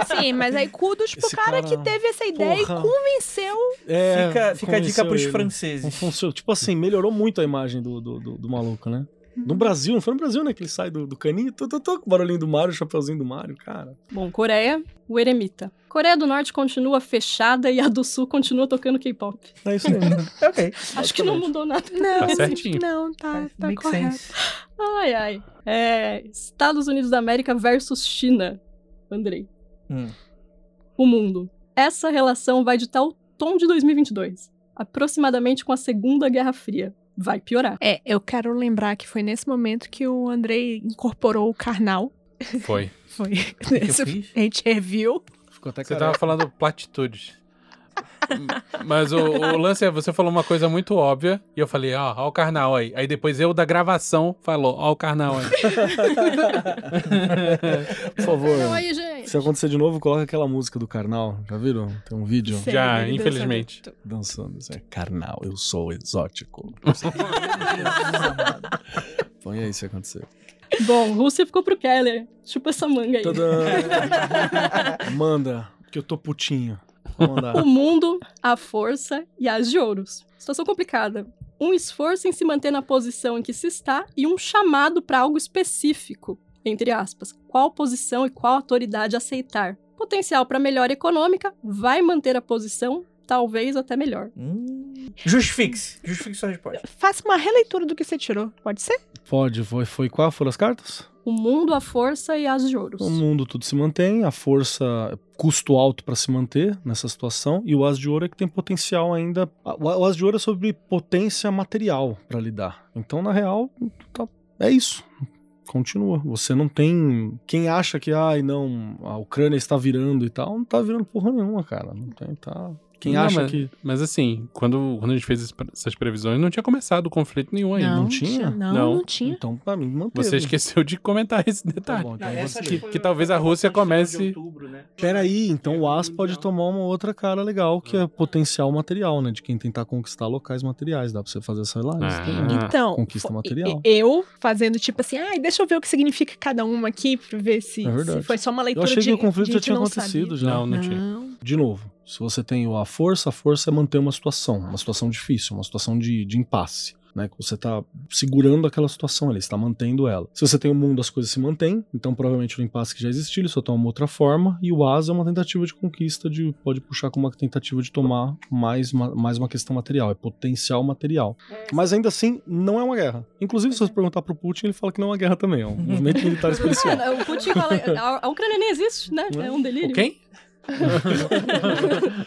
Sim, mas aí kudos pro Esse cara, cara- que teve essa é ideia Porra. e convenceu. É, fica fica a dica convenceu pros ele. Não franceses. funcionou. Tipo assim, melhorou muito a imagem do, do, do- do maluco, né? No Brasil, não foi no Brasil, né? Que ele sai do, do caninho, tô, tô, tô, com o barulhinho do Mario, o chapeuzinho do Mario, cara. Bom, Coreia, o eremita. Coreia do Norte continua fechada e a do Sul continua tocando K-pop. É isso aí. ok. Acho que não mudou nada. Não, Tá certinho. não, tá, tá Make correto. sense. Ai, ai. É, Estados Unidos da América versus China. Andrei. Hum. O mundo. Essa relação vai ditar o tom de 2022. Aproximadamente com a Segunda Guerra Fria. Vai piorar. É, eu quero lembrar que foi nesse momento que o Andrei incorporou o carnal. Foi. Foi. que eu nesse- fiz? a gente reviu. Ficou até Você careca. tava falando platitudes. Mas o, o lance é, você falou uma coisa muito óbvia, e eu falei, "Ah, ó, ó o carnal aí. Aí depois eu da gravação falou, ó o carnal aí. Por favor. Então aí, gente. Se acontecer de novo, coloca aquela música do Carnal. Já viram? Tem um vídeo Sério, Já, ele dançando. infelizmente. dançando. Assim, Carnal, eu sou exótico. Põe aí se acontecer. Bom, Rússia ficou pro Keller. Chupa essa manga aí. Tadã. Manda, que eu tô putinho. Vou mandar. O mundo, a força e as de ouros. Situação complicada. Um esforço em se manter na posição em que se está e um chamado para algo específico, entre aspas. Qual posição e qual autoridade aceitar? Potencial para melhora econômica, vai manter a posição, talvez até melhor. Hum. Justifique-se. Justifique sua resposta. Faça uma releitura do que você tirou. Pode ser? Pode, foi, foi qual foram as cartas? O mundo, a força e as de ouros. O mundo tudo se mantém, a força custo alto para se manter nessa situação e o as de ouro é que tem potencial ainda. O o as de ouro é sobre potência material para lidar. Então, na real, tá- é isso. Continua. Você não tem. Quem acha que, ai, não, a Ucrânia está virando e tal, não tá virando porra nenhuma, cara. Não tem, tá. Quem Não, acha mas- que. Mas assim, quando, quando a gente fez esse- essas previsões, não tinha começado o conflito nenhum ainda. não tinha? Não, Não. não, tinha. Então, pra mim, manteve. Você esqueceu de comentar esse Tá detalhe. bom, então essa você- aqui. que talvez a Rússia comece- Peraí, então o As pode tomar uma outra cara legal, que Ah. é potencial material, né? De quem tentar conquistar locais materiais. Dá pra você fazer essa análise Ah. também. Então, Conquista fo- material. e- e- eu fazendo tipo assim, ai, deixa eu ver o que significa cada uma aqui pra ver se, É verdade. se foi só uma Eu leitura achei de que o conflito de já gente tinha não sabia. acontecido já. Não, não tinha. Não. De novo, se você tem o a força, a força é manter uma situação, uma situação difícil, uma situação de, de impasse. Né, que você tá segurando aquela situação ali, você tá mantendo ela. Se você tem o mundo, as coisas se mantêm, então provavelmente o impasse que já existia, ele só toma uma outra forma, e o as é uma tentativa de conquista, de pode puxar como uma tentativa de tomar mais uma, mais uma questão material, é potencial material. Mas ainda assim, não é uma guerra. Inclusive, se você perguntar pro Putin, ele fala que não é uma guerra também, é um movimento militar especial. Cara, o Putin fala. a- A Ucrânia nem existe, né? É um delírio. O quem?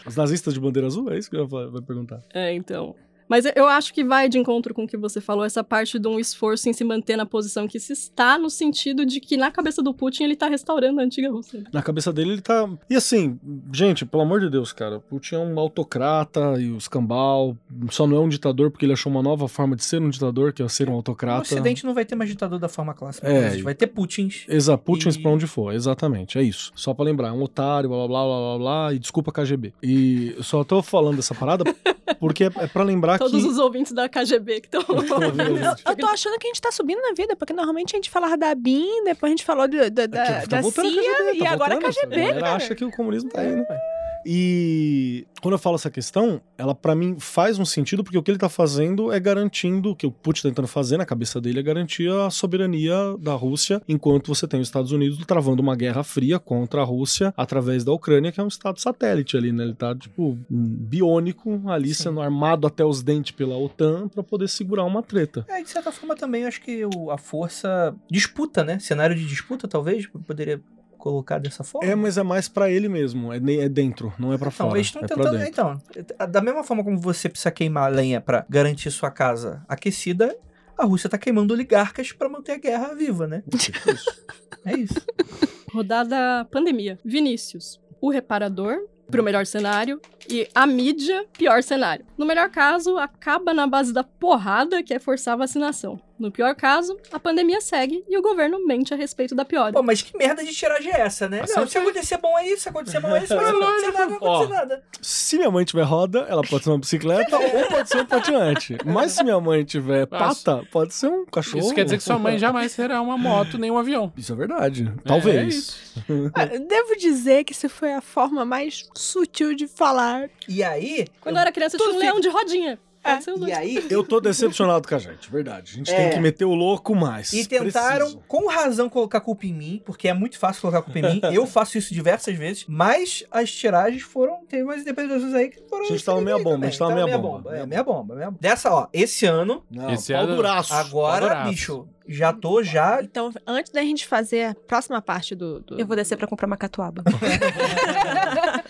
Os nazistas de bandeira azul, é isso que eu ia falar- vai perguntar. É, então. Mas eu acho que vai de encontro com o que você falou, essa parte de um esforço em se manter na posição que se está, no sentido de que na cabeça do Putin ele tá restaurando a antiga Rússia. Na cabeça dele, ele tá. E assim, gente, pelo amor de Deus, cara. Putin é um autocrata e o escambau. Só não é um ditador porque ele achou uma nova forma de ser um ditador, que é ser um O autocrata. Ocidente não vai ter mais ditador da forma clássica. né? É, mas e- vai ter Putins. Exa, Putins E- pra onde for, exatamente, é isso. Só pra lembrar, é um otário, blá blá blá blá blá, blá e desculpa KGB. E eu só tô falando dessa parada Porque é, é pra lembrar Todos que. os ouvintes da KGB que estão. Eu tô achando que a gente tá subindo na vida, porque normalmente a gente falava da BIM, depois a gente falou do- do- da, Aqui, tá É, da voltando a CIA KGB, e tá agora a voltando, KGB, A galera cara. acha que o comunismo tá aí, né? velho? E quando eu falo essa questão, ela pra mim faz um sentido, porque o que ele tá fazendo é garantindo, o que o Putin tá tentando fazer na cabeça dele é garantir a soberania da Rússia, enquanto você tem os Estados Unidos travando uma guerra fria contra a Rússia através da Ucrânia, que é um estado satélite ali, né? Ele tá, tipo, um biônico ali sendo armado até os dentes pela OTAN pra poder segurar uma treta. É, de certa forma também eu acho que o- a força disputa, né? Cenário de disputa, talvez, eu poderia colocar dessa forma. É, mas é mais pra ele mesmo, é, ne- é dentro, não é pra Então, fora. eles estão é pra tentando. dentro. Então, da mesma forma como você precisa queimar lenha pra garantir sua casa aquecida, a Rússia tá queimando oligarcas pra manter a guerra viva, né? É isso. Rodada pandemia. Vinícius, o reparador pro melhor cenário e a mídia, pior cenário. No melhor caso, acaba na base da porrada, que é forçar a vacinação. No pior caso, a pandemia segue e o governo mente a respeito da pior. Pô, mas que merda de tiragem é essa, né? Mas Não, você se acontecer bom é isso, se acontecer bom é isso, mas se É acontecer nada, não Ó. acontecer nada. Se minha mãe tiver roda, ela pode ser uma bicicleta ou pode ser um patinante. Mas se minha mãe tiver Nossa. pata, pode ser um cachorro. Isso quer dizer que sua mãe jamais será uma moto nem um avião. Isso é verdade. É, é Talvez. isso. Ah, Devo dizer que isso foi a forma mais sutil de falar. E aí. Quando eu era criança, eu tinha um leão de rodinha. Pode ser os E dois. aí, Eu tô decepcionado com a gente, verdade. A gente É. tem que meter o louco mais. E tentaram, Preciso. com razão, colocar a culpa em mim, porque é muito fácil colocar a culpa em mim. Eu faço isso diversas vezes, mas as tiragens foram. Teve umas interpretações aí que foram. A gente tava meia também, bomba, a gente tava meia bomba. É, meia bomba, meia bomba. Dessa, ó, esse ano, Não, Esse é pau era- duraço. agora, adorável. bicho, já tô já. Então, antes da gente fazer a próxima parte do. do- Eu vou descer pra comprar uma catuaba.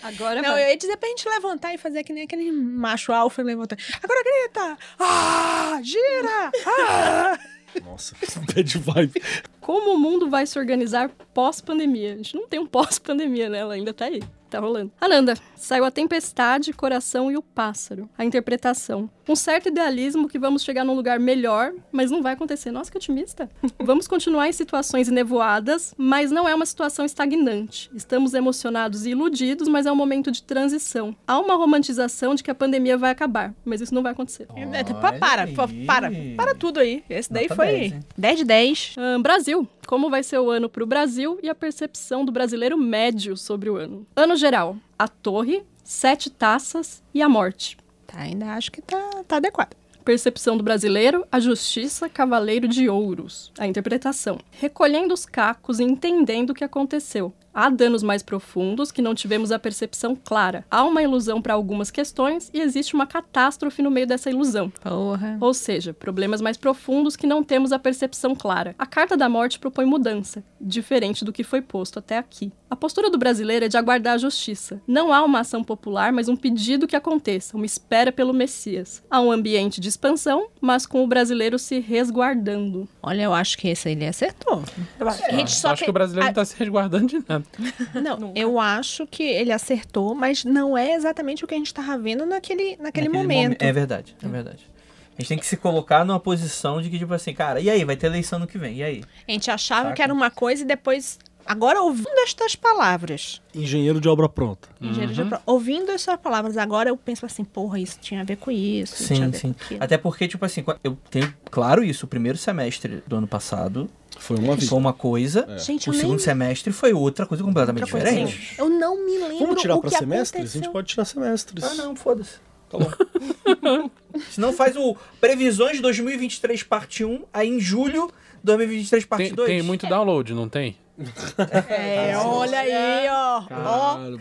Agora Não, vai. eu ia dizer pra gente levantar e fazer que nem aquele macho alfa levantando. Agora grita! Ah! Gira! Ah! Nossa, que bad vibe. Como o mundo vai se organizar pós-pandemia? A gente não tem um pós-pandemia, né? Ela ainda tá aí. Tá rolando. Ananda, saiu a tempestade, coração e o pássaro. A interpretação. Um certo idealismo que vamos chegar num lugar melhor, mas não vai acontecer. Nossa, que otimista. vamos continuar em situações nevoadas, mas não é uma situação estagnante. Estamos emocionados e iludidos, mas é um momento de transição. Há uma romantização de que a pandemia vai acabar, mas isso não vai acontecer. É, tá, Pa- para, aí. pa- para, para Tá tudo aí. Esse daí Nota foi 10, hein? 10 de 10. Ahn, Brasil. Como vai ser o ano para o Brasil e a percepção do brasileiro médio sobre o ano? Ano geral: a torre, sete taças e a morte. Tá, ainda acho que tá, tá adequado. Percepção do brasileiro, a justiça, cavaleiro de ouros. A interpretação: recolhendo os cacos e entendendo o que aconteceu. Há danos mais profundos que não tivemos a percepção clara. Há uma ilusão para algumas questões e existe uma catástrofe no meio dessa ilusão. Porra. Ou seja, problemas mais profundos que não temos a percepção clara. A carta da morte propõe mudança, diferente do que foi posto até aqui. A postura do brasileiro é de aguardar a justiça. Não há uma ação popular, mas um pedido que aconteça, uma espera pelo Messias. Há um ambiente de expansão, mas com o brasileiro se resguardando. Olha, eu acho que esse ele acertou. A gente só acho que o brasileiro não tá se resguardando de nada. Não, eu acho que ele acertou, mas não é exatamente o que a gente tava vendo naquele, naquele, Naquele momento. momen- É verdade, é verdade. A gente tem que se colocar numa posição de que, tipo assim, cara, e aí, vai ter eleição no que vem, e aí? A gente achava Saca. que era uma coisa e depois. Agora, ouvindo estas palavras, Engenheiro de obra pronta. engenheiro de pro- ouvindo essas palavras, agora eu penso assim, porra, isso tinha a ver com isso. Sim, tinha a ver sim. Com aquilo. Até porque, tipo assim, eu tenho claro isso, o primeiro semestre do ano passado Foi uma vida. foi é uma coisa, É. Gente, o eu segundo nem... semestre foi outra coisa completamente outra coisa, diferente. assim, Eu não me lembro Vamos tirar o pra que semestres? A gente aconteceu. pode tirar semestres. Ah, não, foda-se. Tá bom. Senão faz o Previsões de 2023 parte 1, aí em julho 2023 parte Tem, 2. tem muito download, não tem? É, olha aí, ó. Caralho,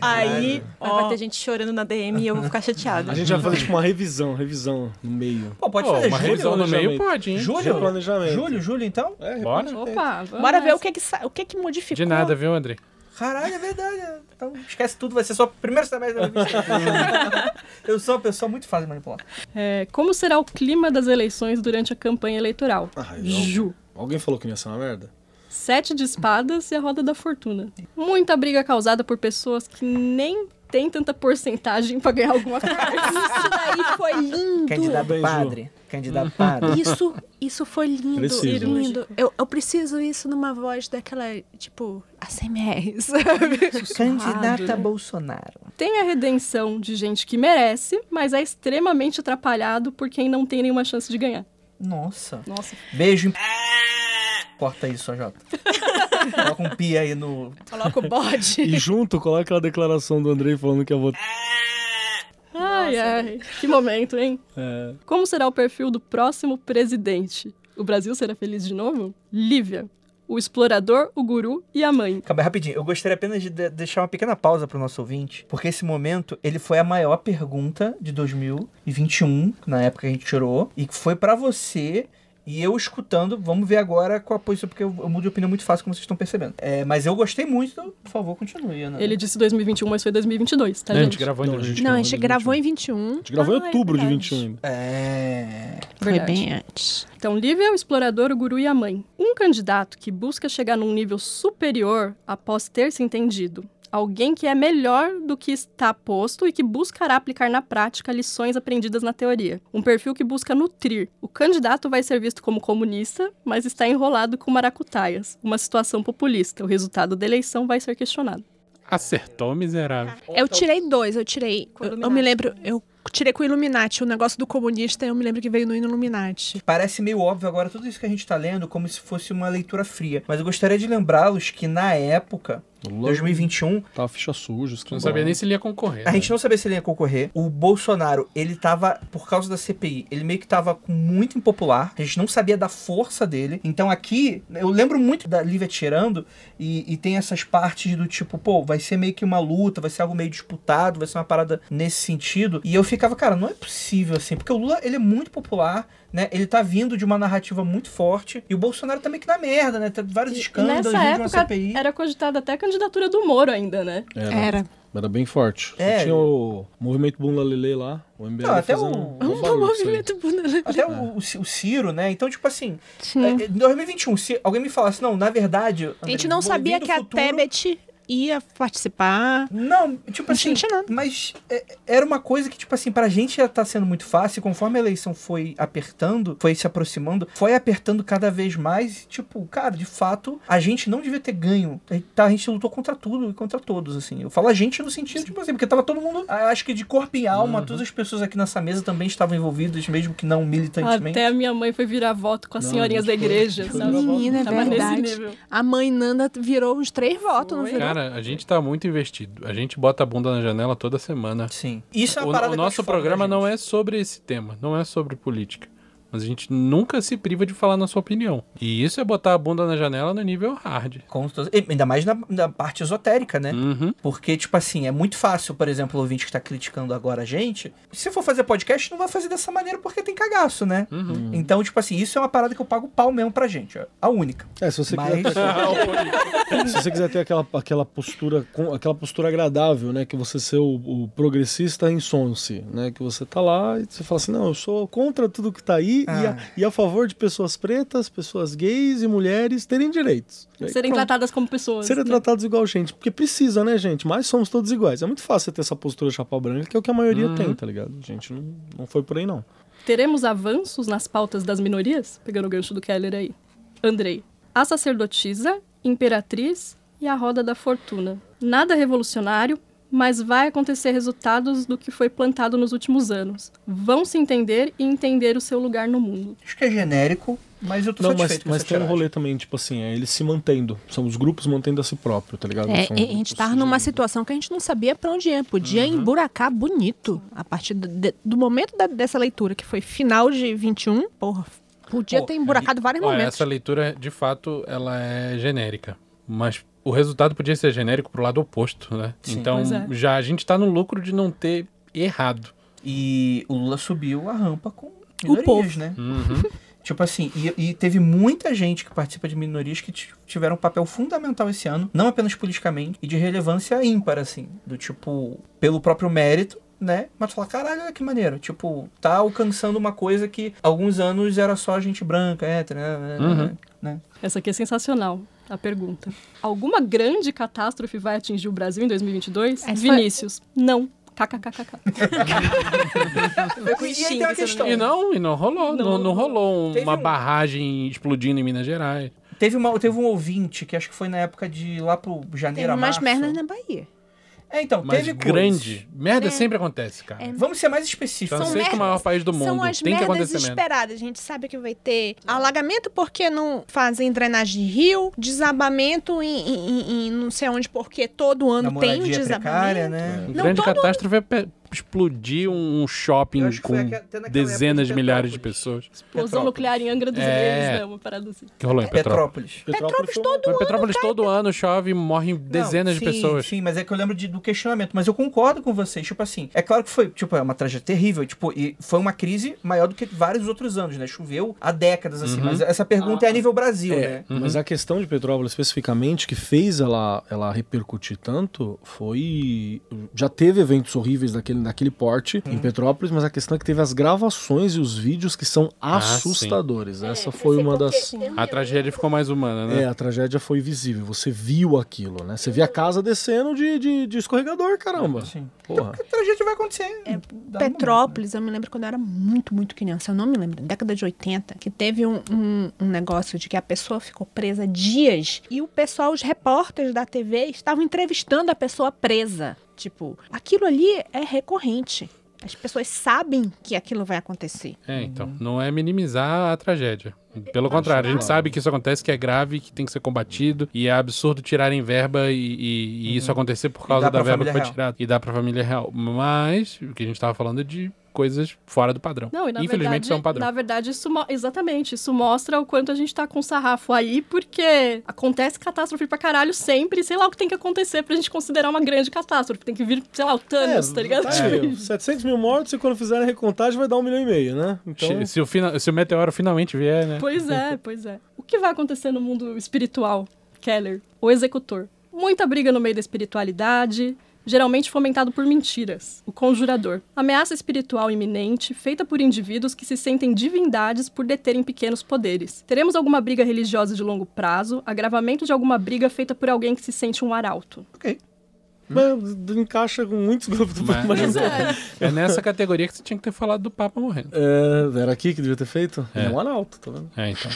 ó, aí, Mas vai ó. ter gente chorando na DM e eu vou ficar chateada. A gente vai fazer tipo uma revisão, revisão no meio. Pô, pode Pô, fazer uma julho. revisão no meio planejamento. pode, hein? Julho? Planejamento. Julho, julho, então? É, Bora. Opa, vamos Bora ver nessa. o que que, sa- o que que modificou. De nada, viu, André? Caralho, é verdade. Então esquece tudo, vai ser só o primeiro semestre da revista. eu sou uma pessoa muito fácil de manipular. É, como será o clima das eleições durante a campanha eleitoral? Ah, eu- Ju. Alguém falou que não ia ser uma merda? Sete de espadas e a roda da fortuna. Muita briga causada por pessoas que nem têm tanta porcentagem pra ganhar alguma coisa. Isso daí foi lindo. Candidato Bem, Ju. padre. Candidato padre. Isso, isso foi lindo, Preciso. lindo. Eu, eu preciso isso numa voz daquela, tipo, ACMR, sabe? Candidata Bolsonaro. Tem a redenção de gente que merece, mas é extremamente atrapalhado por quem não tem nenhuma chance de ganhar. Nossa. Nossa, Beijo em... Corta isso, Jota. Coloca um pi aí no... Coloca o bode. E junto, coloca aquela declaração do Andrei falando que eu vou. Ai, ai, que momento, hein? Como será o perfil do próximo presidente? O Brasil será feliz de novo? Lívia, o explorador, o guru e a mãe. Calma aí, rapidinho. Eu gostaria apenas de de- deixar uma pequena pausa pro nosso ouvinte, porque esse momento, ele foi a maior pergunta de 2021, na época que a gente tirou, e que foi pra você... E eu escutando, vamos ver agora qual a posição, porque eu, eu mudo de opinião muito fácil, como vocês estão percebendo. É, mas eu gostei muito, então, por favor, continue, Ana. Ele disse 2021, mas foi 2022, tá, Não, a gente? gente gravou em Não, a gente 2021. Não, a gente gravou em 21. A gente gravou em Ah, é outubro de verdade. 21 ainda. É... Verdade. antes. Então, Lívia, o explorador, o guru e a mãe. Um candidato que busca chegar num nível superior após ter se entendido. Alguém que é melhor do que está posto e que buscará aplicar na prática lições aprendidas na teoria. Um perfil que busca nutrir. O candidato vai ser visto como comunista, mas está enrolado com maracutaias. Uma situação populista. O resultado da eleição vai ser questionado. Acertou, miserável. Tá. Eu tirei dois, eu tirei. Com Eu, eu Illuminati. me lembro, eu tirei com o Illuminati, o negócio do comunista, eu me lembro que veio no Illuminati. Parece meio óbvio agora tudo isso que a gente tá lendo como se fosse uma leitura fria. Mas eu gostaria de lembrá-los que na época, Logo, 2021, Tava ficha suja. os Não caras- sabia nem se ele ia concorrer. né? a gente não sabia se ele ia concorrer. O Bolsonaro, ele tava, por causa da CPI, ele meio que tava com muito impopular. A gente não sabia da força dele. Então aqui, eu lembro muito da Lívia tirando e, e tem essas partes do tipo, pô, vai ser meio que uma luta, vai ser algo meio disputado, vai ser uma parada nesse sentido. E eu ficava, cara, não é possível assim. Porque o Lula, ele é muito popular. né? Ele tá vindo de uma narrativa muito forte. E o Bolsonaro tá meio que na merda, né? Tá vários escândalos Nessa vindo de uma época, CPI. era cogitada até a candidatura do Moro ainda, né? Era, É. Era. era bem forte. Só É. tinha o movimento Bunda Lele lá, o MBL Não, até fazendo o- um Um bagunça aí. movimento bunda. Até o, o Ci- o Ciro, né? Então, tipo assim, Sim. é, em 2021, se alguém me falasse, não, na verdade. A André, gente não vou sabia vir do que a futuro- Tebet ia participar. Não, tipo A gente assim. não tinha nada. Mas é, era uma coisa que, tipo assim, pra gente já tá sendo muito fácil. Conforme a eleição foi apertando, foi se aproximando, foi apertando cada vez mais. e, Tipo, cara, de fato, a gente não devia ter ganho. A gente- tá, a gente lutou contra tudo e contra todos, assim. Eu falo a gente no sentido, tipo assim, porque tava todo mundo, ah, acho que de corpo e alma, todas as pessoas aqui nessa mesa também estavam envolvidas, mesmo que não militantemente. Até a minha mãe foi virar voto com as Não, senhorinhas da gente, foi- igreja, foi sabe? virar voto. Menina, é Tava nesse verdade. nível. A mãe Nanda virou uns três votos, não virou? Cara, a gente tá muito investido. A gente bota a bunda na janela toda semana. Sim. Isso é O, uma o parada que eu nosso te falo, programa né, não gente? é sobre esse tema, não é sobre política. Mas a gente nunca se priva de falar na sua opinião. E isso é botar a bunda na janela no nível hard. Com to- e Ainda mais na, na parte esotérica, né? Uhum. Porque, tipo assim, é muito fácil, por exemplo, o ouvinte que tá criticando agora a gente. Se for fazer podcast, não vai fazer dessa maneira porque tem cagaço, né? Uhum. Então, tipo assim, isso é uma parada que eu pago pau mesmo pra gente. ó. A única. É, se você, Mas- quiser ter, se você quiser ter aquela, aquela postura com- aquela postura agradável, né? Que você ser o, o progressista em sonse, né? Que você tá lá e você fala assim, não, eu sou contra tudo que tá aí e, a, Ah. e a favor de pessoas pretas, pessoas gays e mulheres terem direitos. E aí, Serem É, pronto. tratadas como pessoas. Serem né? tratados igual gente, porque precisa, né, gente? Mas somos todos iguais. É muito fácil você ter essa postura chapéu branca, que é o que a maioria Uhum. tem, tá ligado? A gente não, não foi por aí, não. Teremos avanços nas pautas das minorias? Pegando o gancho do Keller aí. Andrei. A sacerdotisa, imperatriz e a roda da fortuna. Nada revolucionário, mas vai acontecer resultados do que foi plantado nos últimos anos. Vão se entender e entender o seu lugar no mundo. Acho que é genérico, mas eu tô Não, mas, satisfeito com mas essa tem um tiragem. rolê também, tipo assim, é eles se mantendo. São os grupos mantendo a si próprio, tá ligado? É, São e a gente grupos tava numa de- situação que a gente não sabia pra onde ia. Podia Uhum. emburacar bonito. A partir do, de- do momento da- dessa leitura, que foi final de 21, porra, podia Pô, ter emburacado vários Olha, momentos. essa leitura, de fato, ela é genérica. Mas o resultado podia ser genérico pro lado oposto, né? Sim. então, Pois é. já a gente tá no lucro de não ter errado. E o Lula subiu a rampa com O povo. minorias, né? Uhum. Tipo assim, e, e teve muita gente que participa de minorias que ti- tiveram um papel fundamental esse ano, não apenas politicamente, e de relevância ímpar, assim. Do tipo, pelo próprio mérito, né? Mas tu fala, caralho, olha que maneiro. Tipo, tá alcançando uma coisa que há alguns anos era só gente branca, hétero, né? Uhum. né? Essa aqui é sensacional. A pergunta. Alguma grande catástrofe vai atingir o Brasil em 2022? Essa foi- Vinícius. Não. KKKKK. foi com E- e aí tem instinto, uma se eu questão. me E engano. não, e não rolou. Não, Não. não rolou Teve uma um- barragem explodindo em Minas Gerais. Teve, uma, teve um ouvinte que acho que foi na época de lá pro janeiro Teve né? a umas março. merdas na Bahia. É, então, Mas teve coisas. grande. Merda É. sempre acontece, cara. É. Vamos ser mais específicos. Então, São vocês que é o maior merdas- país do São mundo. as Tem que merdas acontecer merda. esperadas. A gente sabe que vai ter alagamento porque não fazem drenagem de rio, desabamento em, em- em- em não sei onde, porque todo ano tem um Namoradia desabamento. precária, né? A Não, Um grande todo- catástrofe é pe- explodir um um shopping Eu acho que com foi aque- até naquela época dezenas de de milhares de Petrópolis. pessoas. Explosão Petrópolis. nuclear em Angra dos É. Reis, né? Uma parada assim. Que rolou em É. Petrópolis. É Petrópolis. Petrópolis todo Mas Petrópolis todo ano chove e morrem dezenas Não, de sim, pessoas. Sim, mas é que eu lembro de- do questionamento. Mas eu concordo com vocês. Tipo assim, é claro que foi tipo, é uma tragédia terrível. Tipo, e foi uma crise maior do que vários outros anos, né? Choveu há décadas, assim. Mas essa pergunta é a nível Brasil, né? Uhum. Mas a questão de Petrópolis especificamente que fez ela, ela repercutir tanto foi. Já teve eventos horríveis daquele, daquele porte Uhum. em Petrópolis, mas a questão é que teve as gravações e os vídeos que são Ah, sim. É, assustadores. Essa foi uma das. A tragédia ficou mais humana, né? É, a tragédia foi visível. Você viu aquilo, né? Você via a casa descendo de, de, de escorregador, caramba. Assim. Porra. A tragédia vai acontecer. É, Tá Petrópolis, eu me lembro quando eu era muito, muito criança, eu não me lembro, década de 80, que teve um, um- um negócio de que a pessoa ficou presa dias e o pessoal, os repórteres da TV, estavam entrevistando a pessoa presa. Tipo, aquilo ali é recorrente. As pessoas sabem que aquilo vai acontecer. É, então. Não é minimizar a tragédia. Pelo contrário, a gente sabe que isso acontece, que é grave, que tem que ser combatido. E é absurdo tirarem verba e, e- e isso acontecer por causa dá da pra verba que família foi real. tirada. E dá pra família real. Mas, o que a gente tava falando é de coisas fora do padrão. Não, e na Infelizmente, verdade, isso é um padrão. Na verdade, isso mo- exatamente, isso mostra o quanto a gente tá com sarrafo aí, porque acontece catástrofe pra caralho sempre, e sei lá o que tem que acontecer pra gente considerar uma grande catástrofe. Tem que vir, sei lá, o É, Thanos, tá ligado? aí, 700 É, mil mortos e quando fizerem a recontagem vai dar um milhão e meio, né? Então, Se- se, o fina- se o meteoro finalmente vier, né? Pois é, pois é. O que vai acontecer no mundo espiritual, Keller? O executor. Muita briga no meio da espiritualidade, geralmente fomentado por mentiras. O conjurador. Ameaça espiritual iminente, feita por indivíduos que se sentem divindades por deterem pequenos poderes. Teremos alguma briga religiosa de longo prazo, agravamento de alguma briga feita por alguém que se sente um arauto. mas encaixa com muitos grupos do Mas- mas- É nessa categoria que você tinha que ter falado do Papa morrendo. É, era aqui que devia ter feito? É. É um arauto, tá vendo? É, então.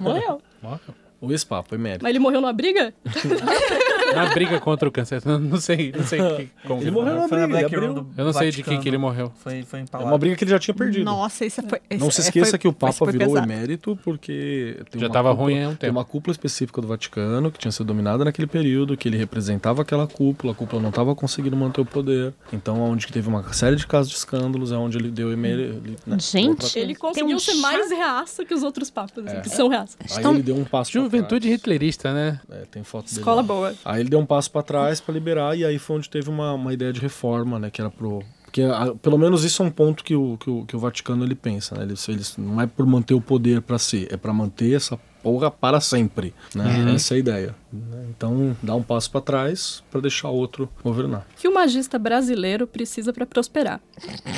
Morreu. Morreu. O é ex-papo, emérito. Mas ele morreu numa briga? Uhum. Na briga contra o câncer. Não, não sei, não sei que- como. Ele morreu numa Foi na briga, ele Black abriu. Room do Eu não sei de que Vaticano. que ele morreu. Foi, foi É empalado. uma briga que ele já tinha perdido. Nossa, isso foi. Não se esse- esqueça foi- que o esse Papa foi virou pesado. emérito porque tem Já uma tava cúpula- ruim há um Tem tempo. uma cúpula específica do Vaticano que tinha sido dominada naquele período, que ele representava aquela cúpula, a cúpula não estava conseguindo manter o poder. Então, onde que teve uma série de casos de escândalos, é onde ele deu emérito. ele, né, Gente, Ele conseguiu um ser chá- mais reaça que os outros papas, assim, que são reaça. Aí Estão- ele deu um passo pra Juventude trás. hitlerista, né? É, tem foto dele Escola lá. boa. Aí ele deu um passo pra trás pra liberar, e aí foi onde teve uma, uma ideia de reforma, né? Que era pro. Porque, ah, pelo menos, isso é um ponto que o, que o, que o Vaticano ele pensa, né? Eles, eles- não é por manter o poder pra si, é pra manter essa porra para sempre, né? Uhum. Essa é a ideia. né? Então, dá um passo pra trás pra deixar outro governar. que o magista brasileiro precisa para prosperar?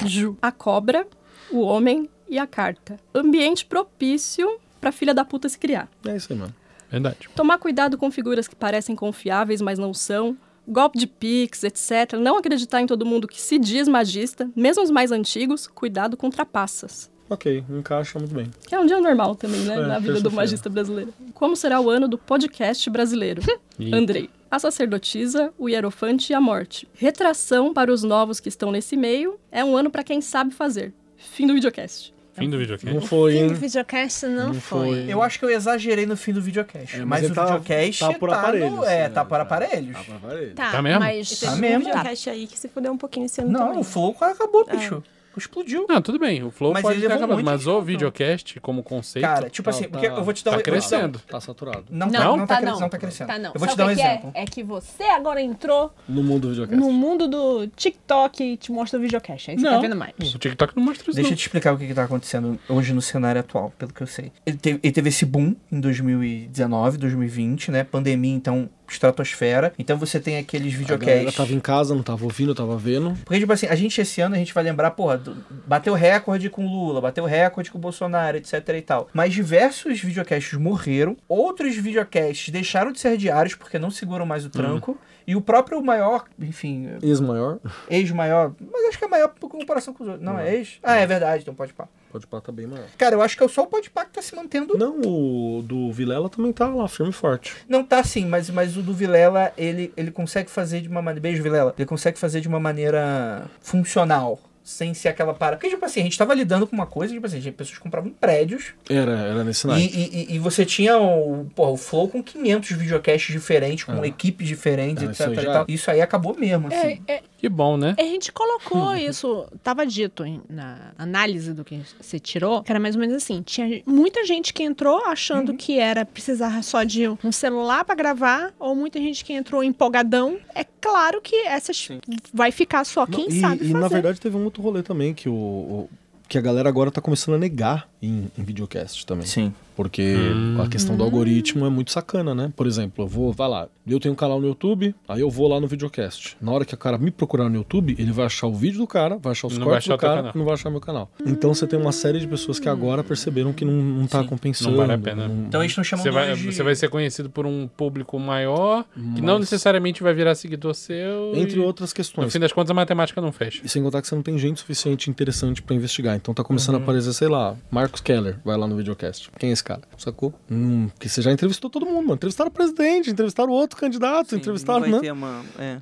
Ju. A cobra, o homem e a carta. Ambiente propício para filha da puta se criar. É isso aí, mano. Verdade. Tomar cuidado com figuras que parecem confiáveis, mas não são. Golpe de pix, etc. Não acreditar em todo mundo que se diz magista, mesmo os mais antigos, cuidado com trapaças. Ok, encaixa muito bem. Que é um dia normal também, né? É, na vida do terça-feira. magista brasileiro. Como será o ano do podcast brasileiro? Ih. Andrei. A sacerdotisa, o hierofante e a morte. Retração para os novos que estão nesse meio. É um ano para quem sabe fazer. Fim do videocast. Fim do videocast. Não foi, Sim, hein? no videocast não, Não foi. foi. Eu acho que eu exagerei no fim do videocast. É, mas mas ele o tá- videocast tá por no- aparelhos, é, né? tá por aparelhos. Tá pra parede. Tá, Tá mesmo? Mas... Tá Tá mesmo? mesmo? Tá. videocast aí que se fudeu um pouquinho esse ano Não, Então também. é o flow acabou, bicho. Explodiu. Não, tudo bem. O Flow Mas pode ele ter levou acabado. muito Mas o desconto. videocast, como conceito. Cara, tipo assim, porque eu vou te dar tá um eu vou te dar- crescendo. Tá saturado. Não, tá, Não? não tá, cre- não tá crescendo. Tá, não. Eu vou te Sabe dar um o que que é? exemplo. É? que você agora entrou No mundo do videocast. no mundo do TikTok e te mostra o videocast. Aí você tá vendo mais. O TikTok não mostra isso. Deixa eu não. te explicar o que, que tá acontecendo hoje no cenário atual, pelo que eu sei. Ele teve, ele teve esse boom em 2019, 2020, né? Pandemia, então, estratosfera. Então você tem aqueles A galera videocasts. tava em casa, não tava ouvindo, tava vendo. Porque, tipo assim, a gente esse ano, a gente vai lembrar, porra, do- bateu recorde com Lula, bateu recorde com Bolsonaro, etc e tal. Mas diversos Hum. videocasts morreram, outros videocasts deixaram de ser diários porque não seguram mais o tranco. E o próprio maior, enfim, Is maior. ex-maior, mas acho que é maior em comparação com os outros. Não, é ex? Ah, é verdade, então pode pá. Pode pá, tá bem maior. Cara, eu acho que é só o Podpah que tá se mantendo. Não, o do Vilela também tá lá, firme e forte. Não tá assim, mas, mas o do Vilela, ele, ele consegue fazer de uma maneira. Beijo, Vilela. Ele consegue fazer de uma maneira funcional. Sem ser aquela para. Porque, tipo assim, a gente tava lidando com uma coisa, tipo assim, as pessoas compravam prédios. Era, era E, nesse naipe. e- e- e você tinha o, porra, o Flow com 500 videocasts diferentes, com Ah. equipes diferentes, Ah, etc. isso aí e já- tal. Isso aí acabou mesmo, assim. É, é, Que bom, né? a gente colocou isso, tava dito em- na análise do que você tirou, que era mais ou menos assim: tinha muita gente que entrou achando Uhum. que era precisar só de um celular pra gravar, ou muita gente que entrou empolgadão. É claro que essas vai ficar só quem Não, e, sabe e, fazer. na verdade teve um outro rolê também que o, o- que a galera agora tá começando a negar em, em videocast também. Sim. Porque Hum. a questão do algoritmo é muito sacana, né? Por exemplo, eu vou, vai lá, eu tenho um canal no YouTube, aí eu vou lá no videocast. Na hora que o cara me procurar no YouTube, ele vai achar o vídeo do cara, vai achar os Não vai cortes achar do o teu cara, canal. e não vai achar meu canal. Então você tem uma série de pessoas que agora perceberam que não, não tá Sim. compensando. Não vale a pena. não- Então eles não chamam Você vai, nós de... você vai ser conhecido por um público maior, que não Mas- necessariamente vai virar seguidor seu. Entre e, outras No questões. fim das contas, a matemática não fecha. E sem contar que você não tem gente suficiente interessante pra investigar. Então tá começando Uhum. a aparecer, sei lá, Marcos Keller vai lá no videocast. Quem é esse cara? Sacou? Hum, que você já entrevistou todo mundo, mano. Entrevistaram o presidente, entrevistaram o outro candidato, entrevistaram, né?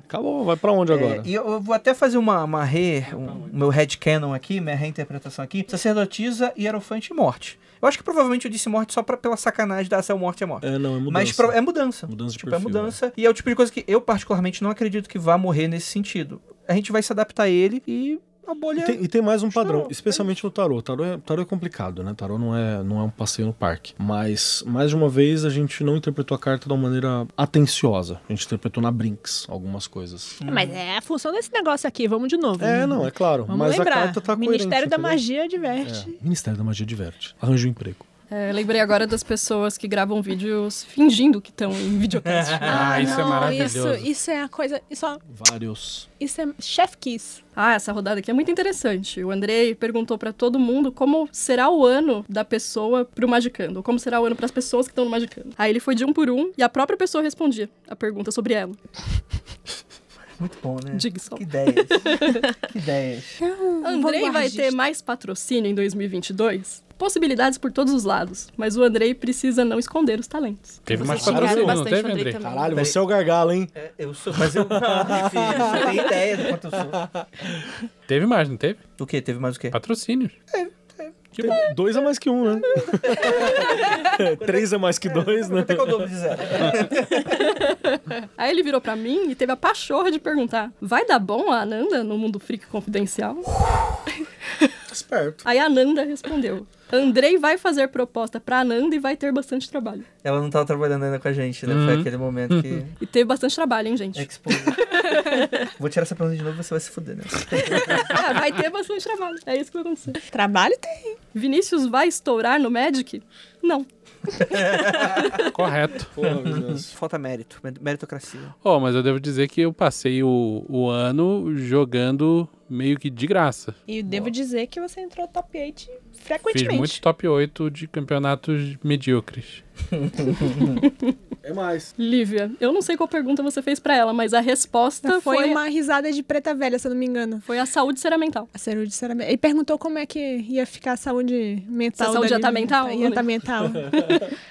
Acabou, vai pra onde agora? É, e eu eu vou até fazer uma, uma re, um, meu headcanon aqui, minha reinterpretação aqui. Sacerdotisa, Hierofante e Morte. Eu acho que provavelmente eu disse morte só pra, pela sacanagem da ação morte é morte. É, não, é mudança. Mas pro- é mudança. Mudança de tipo, perfil, né? é mudança. E é o tipo de coisa que eu, particularmente, não acredito que vá morrer nesse sentido. A gente vai se adaptar a ele e a bolha. E tem, e tem mais um padrão, Tarô, especialmente no tarô. Tarô é, tarô é complicado, né? Tarô não é, não é um passeio no parque. Mas, mais de uma vez, a gente não interpretou a carta de uma maneira atenciosa. A gente interpretou na Brinks algumas coisas. Mas é a função desse negócio aqui, vamos de novo. É, não, é claro. né? Vamos mas lembrar. a carta tá coerente. Ministério da entendeu? Magia diverte. É, Ministério da Magia diverte. Arranja um emprego. É, lembrei agora das pessoas que gravam vídeos fingindo que estão em videocast. Ah, isso é maravilhoso. Isso, isso é a coisa. Isso, ó, Vários. isso é chef kiss. Ah, essa rodada aqui é muito interessante. O Andrei perguntou pra todo mundo como será o ano da pessoa pro Magicando, ou como será o ano pras pessoas que estão no Magicando. Aí ele foi de um por um e a própria pessoa respondia a pergunta sobre ela. Muito bom, né? Diga só. Que ideias. que ideias. Andrei vai ter mais patrocínio em 2022? Possibilidades por todos os lados, mas o Andrei precisa não esconder os talentos. Teve mais Vocês xingaram patrocínio, não bastante o teve, Andrei? também. Caralho, você é o gargalo, hein? É, eu sou. Mas eu. Não, filho, você tem ideia do quanto eu sou. Teve mais, não teve? O quê? Teve mais o quê? Patrocínios. Tem dois a mais que um, né? Três a mais que dois, né? Até que eu dobro de zero. Aí ele virou pra mim e teve a pachorra de perguntar: vai dar bom a Ananda no mundo freak confidencial? Esperto. Aí a Ananda respondeu: Andrei vai fazer proposta pra Ananda e vai ter bastante trabalho. Ela não tava trabalhando ainda com a gente, né? Foi aquele momento que. E teve bastante trabalho, hein, gente? Exposed. né? Vou tirar essa pergunta de novo, você vai se fuder, né? É, vai ter bastante trabalho. É isso que vai acontecer. Trabalho tem. Vinícius vai estourar no Magic? Não. Correto. Falta mérito, mer- meritocracia. Oh, mas eu devo dizer que eu passei o, o ano jogando meio que de graça. E devo dizer que você entrou top 8 Fiz frequentemente. muito top 8 de campeonatos medíocres. É mais. Lívia, eu não sei qual pergunta você fez pra ela, mas a resposta Foi, foi, uma risada de preta velha, se eu não me engano. foi a saúde ceramental. A saúde era... Ele perguntou como é que ia ficar a saúde mental. Se a saúde já dali- tá mental, Ia tá mental.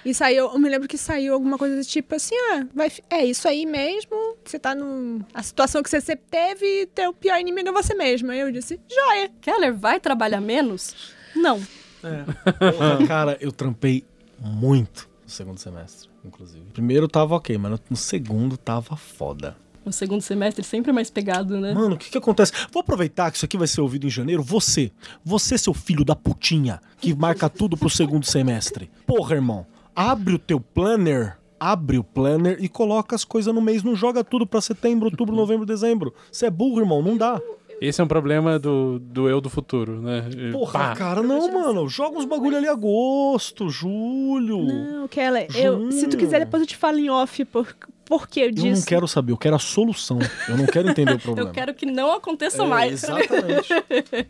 e saiu, eu me lembro que saiu alguma coisa do tipo assim, ah, vai, fi- é isso aí mesmo. Você tá num. A situação que você sempre teve, teu pior inimigo é você mesma. Eu disse, joia. Keller vai trabalhar menos? Não. Cara, eu trampei muito no segundo semestre, inclusive. Primeiro tava ok, mas no segundo tava foda. O segundo semestre sempre é mais pegado, né? Mano, o que que acontece? Vou aproveitar que isso aqui vai ser ouvido em janeiro. Você, você, seu filho da putinha, que marca tudo pro segundo semestre. Porra, irmão, abre o teu planner, abre o planner e coloca as coisas no mês. Não joga tudo pra setembro, outubro, novembro, dezembro. Você é burro, irmão, não dá. Esse é um problema do, do eu do futuro, né? E Porra, pá, cara, não, mano. Joga uns bagulho ali agosto, julho. Não, Keller, eu, se tu quiser, Junho. depois eu te falo em off por, por que eu disse. Eu não quero saber, eu quero a solução. Eu não quero entender o problema. Eu quero que não aconteça É, mais. Exatamente.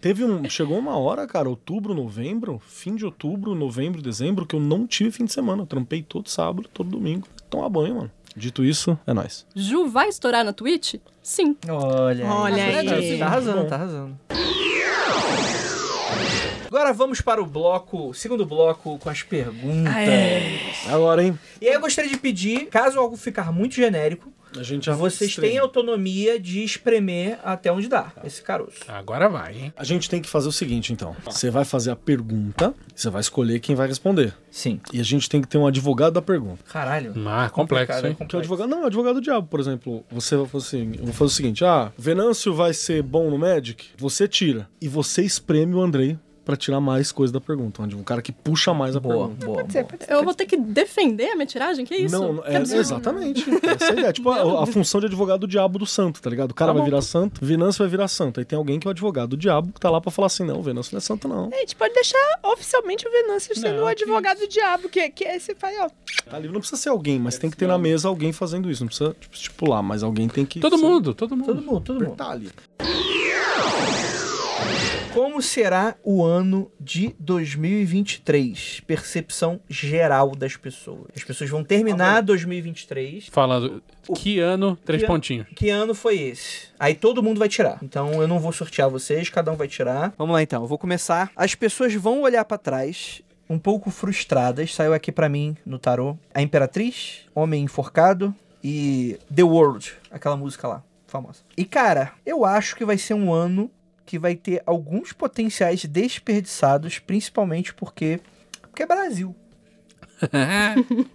Teve um. Chegou uma hora, cara, outubro, novembro, fim de outubro, novembro, dezembro, que eu não tive fim de semana. Eu trampei todo sábado, todo domingo. Tomar banho, mano. Dito isso, é nóis. Ju vai estourar na Twitch? Sim. Olha, aí. Olha aí. Tá arrasando, tá arrasando. Agora vamos para o bloco, segundo bloco com as perguntas. Agora, hein? E aí eu gostaria de pedir, caso algo ficar muito genérico, A gente vocês têm autonomia de espremer até onde dá esse caroço. Agora vai, hein? A gente tem que fazer o seguinte, então. Você vai fazer a pergunta, você vai escolher quem vai responder. Sim. E a gente tem que ter um advogado da pergunta. Caralho. Ah, complexo, Complicado, hein? Que é o complexo. advogado. Não, advogado do diabo, por exemplo. Você vai fazer assim: eu vou fazer o seguinte: ah, Venâncio vai ser bom no Magic? Você tira. E você espreme o Andrei pra tirar mais coisa da pergunta. Um cara que puxa mais a Boa, pergunta. boa. Você- boa. Eu vou ter que defender a minha tiragem? Que isso? Não, é, Que absurdo. exatamente. Essa é a ideia. Tipo, a, a função de advogado do diabo do santo, tá ligado? O cara vai virar santo, Venâncio vai virar santo. Aí tem alguém que é o advogado do diabo que tá lá pra falar assim: não, Venâncio não é santo, não. A gente pode deixar oficialmente o Venâncio sendo Não, o que advogado do diabo, que, que é esse pai, ó. Tá livre, não precisa ser alguém, mas tem que ter na mesa alguém fazendo isso. Não precisa tipo, estipular, mas alguém tem que. Todo ser- mundo, todo mundo. Todo mundo, todo mundo. Tá ali. Como será o ano de 2023? Percepção geral das pessoas. As pessoas vão terminar 2023. Falando. Que ano, três Que ano? pontinhos. Que ano foi esse? Aí todo mundo vai tirar. Então eu não vou sortear vocês, cada um vai tirar. Vamos lá então, eu vou começar. As pessoas vão olhar pra trás, um pouco frustradas. Saiu aqui pra mim no tarô a Imperatriz, Homem Enforcado e The World, aquela música lá, famosa. E cara, eu acho que vai ser um ano que vai ter alguns potenciais desperdiçados, principalmente porque porque é Brasil.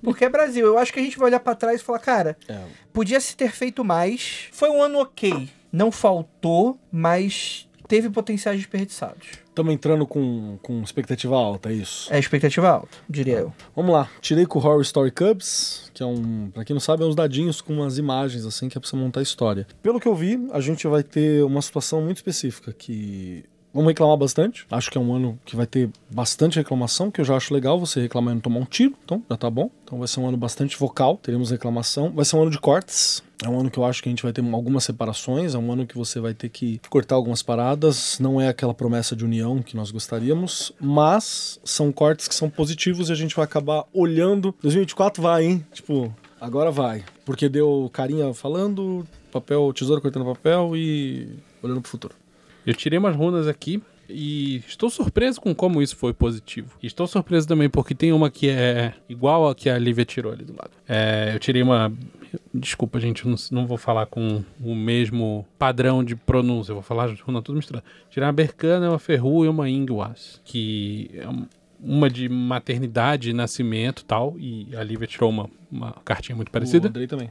Porque é Brasil. Eu acho que a gente vai olhar pra trás e falar, cara, É. podia se ter feito mais. Foi um ano ok. Não faltou, mas teve potenciais desperdiçados. Estamos entrando com, com expectativa alta, é isso. É expectativa alta, diria eu. Vamos lá. Tirei com o Horror Story Cubs, que é um. Pra quem não sabe, é uns dadinhos com umas imagens, assim, que é pra você montar a história. Pelo que eu vi, a gente vai ter uma situação muito específica que. Vamos reclamar bastante. Acho que é um ano que vai ter bastante reclamação, que eu já acho legal você reclamar e não tomar um tiro. Então, já tá bom. Então vai ser um ano bastante vocal, teremos reclamação. Vai ser um ano de cortes. É um ano que eu acho que a gente vai ter algumas separações, é um ano que você vai ter que cortar algumas paradas, não é aquela promessa de união que nós gostaríamos, mas são cortes que são positivos e a gente vai acabar olhando. 2024 vai, hein? Tipo, agora vai. Porque deu carinha falando, papel, tesouro cortando papel e olhando pro futuro. Eu tirei umas runas aqui e estou surpreso com como isso foi positivo. E estou surpreso também porque tem uma que é igual a que a Lívia tirou ali do lado. É, eu tirei uma. Desculpa, gente, eu não, não vou falar com o mesmo padrão de pronúncia. Eu vou falar as runas tudo misturado. Tirei uma bercana, uma ferru e uma ingwas. Que é um- uma de maternidade, nascimento e tal. E a Lívia tirou uma, uma cartinha muito O parecida. Andrei também.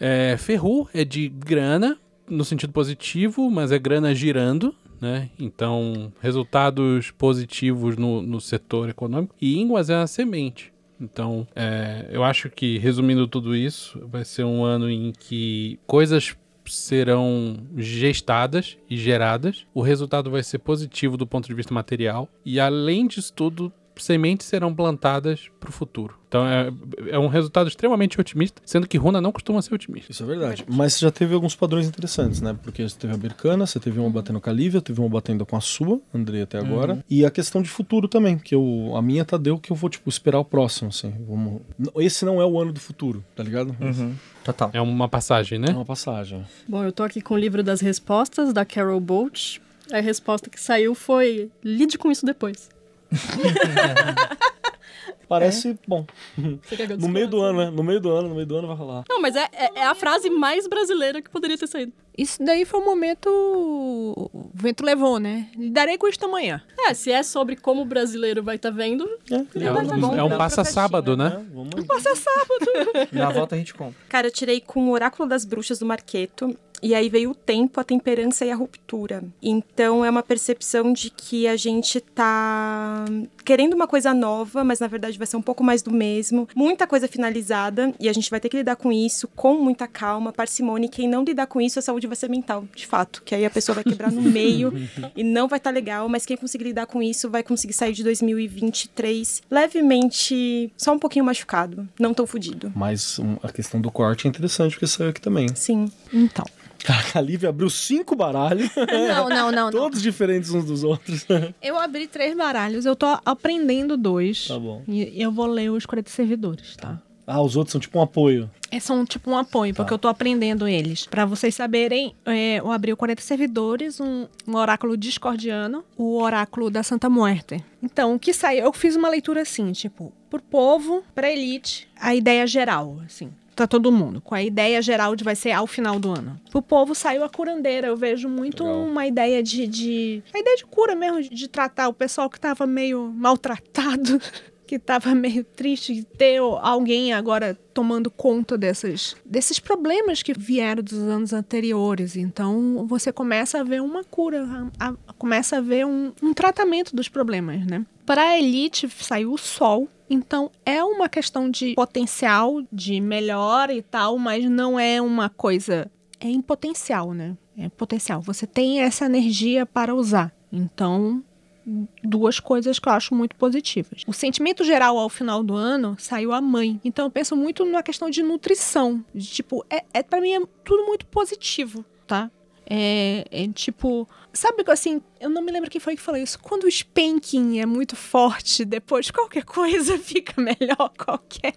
É, ferru é de grana, no sentido positivo, mas é grana girando, né? Então, resultados positivos no, no setor econômico. E ínguas é a semente. Então, é, eu acho que, resumindo tudo isso, vai ser um ano em que coisas serão gestadas e geradas. O resultado vai ser positivo do ponto de vista material. E, além disso tudo, sementes serão plantadas para o futuro. Então é, é um resultado extremamente otimista, sendo que Runa não costuma ser otimista. Isso é verdade. Mas você já teve alguns padrões interessantes, né? Porque você teve a Bercana, você teve uma batendo com a Lívia, teve uma batendo com a sua, Andrei até agora. E a questão de futuro também, que eu, a minha tá deu que eu vou, tipo, esperar o próximo, assim. Vamos... N- Esse não é o ano do futuro, tá ligado? Total. É uma passagem, É né? uma passagem. Bom, eu tô aqui com o livro das respostas da Carol Bolt. A resposta que saiu foi: lide com isso depois. Parece, bom, Você quer que eu no meio do discorra? ano, né? No meio do ano, no meio do ano vai rolar. Não, mas é, é- é a frase mais brasileira que poderia ter saído. Isso daí foi um momento. O vento levou, né? Lidarei com isso amanhã. É, se é sobre como o brasileiro vai estar vendo, É, É mas tá bom, um, é dá um pra passa-sábado, né? vamos Na volta a gente compra. Cara, eu tirei com o Oráculo das Bruxas do Marqueto. E aí veio o tempo, a temperança e a ruptura. Então é uma percepção de que a gente tá querendo uma coisa nova, mas na verdade vai ser um pouco mais do mesmo. Muita coisa finalizada e a gente vai ter que lidar com isso com muita calma, parcimônia. E quem não lidar com isso, a saúde vai ser mental, de fato. Que aí a pessoa vai quebrar no meio e não vai estar legal. Mas quem conseguir lidar com isso vai conseguir sair de 2023 levemente, só um pouquinho machucado, não tão fudido. Mas um, a questão do corte é interessante, porque saiu aqui também. Sim. Então. Caraca, a Lívia abriu cinco baralhos, Não, não, não, não. todos diferentes uns dos outros. Tá Eu abri três baralhos, eu tô aprendendo dois. tá bom. E eu vou ler os 40 servidores, tá? Ah, os outros são tipo um apoio. É, são tipo um apoio, porque eu tô aprendendo eles. Pra vocês saberem, é, eu abri o 40 servidores, um, um oráculo discordiano, o oráculo da Santa Muerte. Então, o que saiu? Eu fiz uma leitura assim, tipo, pro povo, pra elite, a ideia geral, assim. Pra todo mundo, com a ideia geral de vai ser ao final do ano. Pro povo saiu a curandeira. Eu vejo muito Legal. uma ideia de, de. A ideia de cura mesmo, de- de tratar o pessoal que tava meio maltratado que tava meio triste de ter alguém agora tomando conta dessas, desses problemas que vieram dos anos anteriores. Então, você começa a ver uma cura, a- a- começa a ver um, um tratamento dos problemas, né? Para a elite, saiu o sol. Então, é uma questão de potencial, de melhora e tal, mas não é uma coisa... É em potencial, né? É potencial. Você tem essa energia para usar. Então, duas coisas que eu acho muito positivas. O sentimento geral ao final do ano saiu a mãe. Então eu penso muito na questão de nutrição. De, tipo, é, é para mim é tudo muito positivo, tá? É, é tipo, sabe assim, eu não me lembro quem foi que falou isso. Quando o spanking é muito forte, depois qualquer coisa fica melhor, qualquer.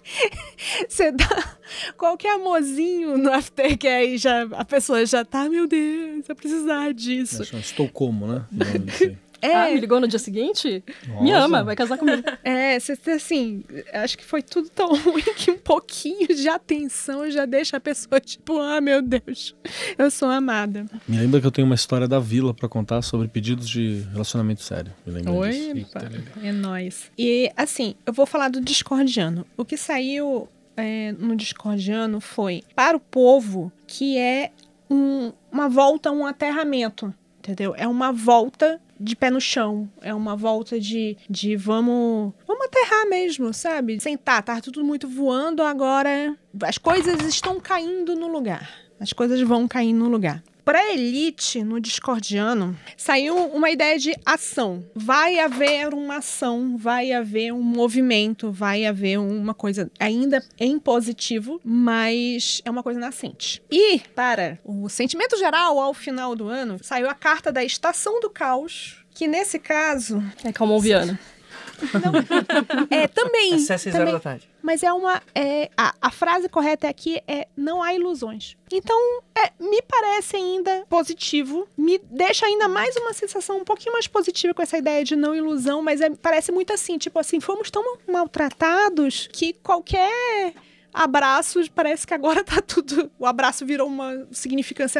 Você dá qualquer amorzinho no aftercare e já, a pessoa já tá, meu Deus, vai precisar disso. Acho que é Estocolmo, né? O nome disso aí. Ah, É, me ligou no dia seguinte? Me Nossa. ama, vai casar comigo. É, cê- cê, assim, acho que foi tudo tão ruim que um pouquinho de atenção já deixa a pessoa tipo, ah, meu Deus, eu sou amada. Me lembra que eu tenho uma história da vila pra contar sobre pedidos de relacionamento sério. Me lembra disso. né? Oi, pá, é nóis. E, assim, eu vou falar do discordiano. O que saiu é, no discordiano foi para o povo que é um- uma volta a um aterramento, entendeu? É uma volta de pé no chão, é uma volta de, de vamos, vamos aterrar mesmo, sabe? Sentar, tá tudo muito voando agora, as coisas estão caindo no lugar. As coisas vão cair no lugar. Pra elite, no discordiano, saiu uma ideia de ação. Vai haver uma ação, vai haver um movimento, vai haver uma coisa ainda é em positivo, mas é uma coisa nascente. E, para o sentimento geral ao final do ano, saiu a carta da estação do caos, que nesse caso É calmonviana. não- é também, Às 6 horas também da tarde. mas é uma. é, a, a frase correta aqui é não há ilusões. Então, é, me parece ainda positivo, me deixa ainda mais uma sensação um pouquinho mais positiva com essa ideia de não ilusão, mas é- parece muito assim, tipo assim, fomos tão maltratados que qualquer abraço parece que agora tá tudo. O abraço virou uma significância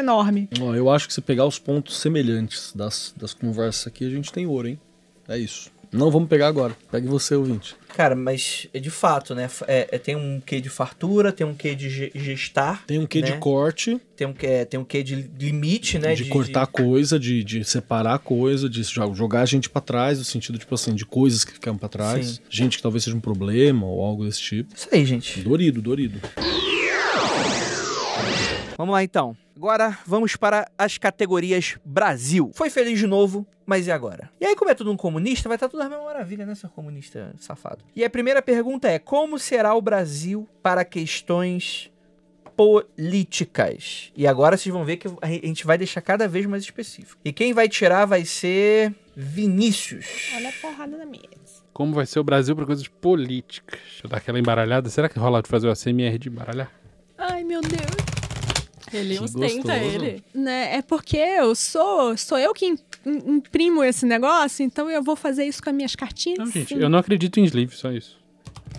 enorme. Ó, eu acho que se pegar os pontos semelhantes das, das conversas aqui, a gente tem ouro, hein? É isso. Não vamos pegar agora. Pegue você, ouvinte. Cara, mas é de fato, né? É, é- tem um quê de fartura, tem um quê de ge- gestar. Tem um quê né? de corte, Tem um quê, tem um quê de limite, né? de, cortar coisa, de, de separar coisa, de jo- jogar a gente pra trás, no sentido, tipo assim, de coisas que ficaram pra trás. Sim. Gente que talvez seja um problema ou algo desse tipo. Isso aí, gente. Dorido, dorido. Vamos lá então. Agora vamos para as categorias Brasil. Foi feliz de novo, mas e agora? E aí, como é tudo um comunista, vai estar tudo na mesma maravilha, né, seu comunista safado? E a primeira pergunta é: como será o Brasil para questões políticas? E agora vocês vão ver que a gente vai deixar cada vez mais específico. E quem vai tirar vai ser Vinícius. Olha a é porrada na mesa. Como vai ser o Brasil para coisas políticas? Deixa eu dar aquela embaralhada. Será que rola de fazer o ACMR de embaralhar? Ai, meu Deus. Ele Que ostenta é gostoso. ele. né? É porque eu sou, sou eu que im- im- imprimo esse negócio, então eu vou fazer isso com as minhas cartinhas. Não, gente, Sim. eu não acredito em sleeve, só isso.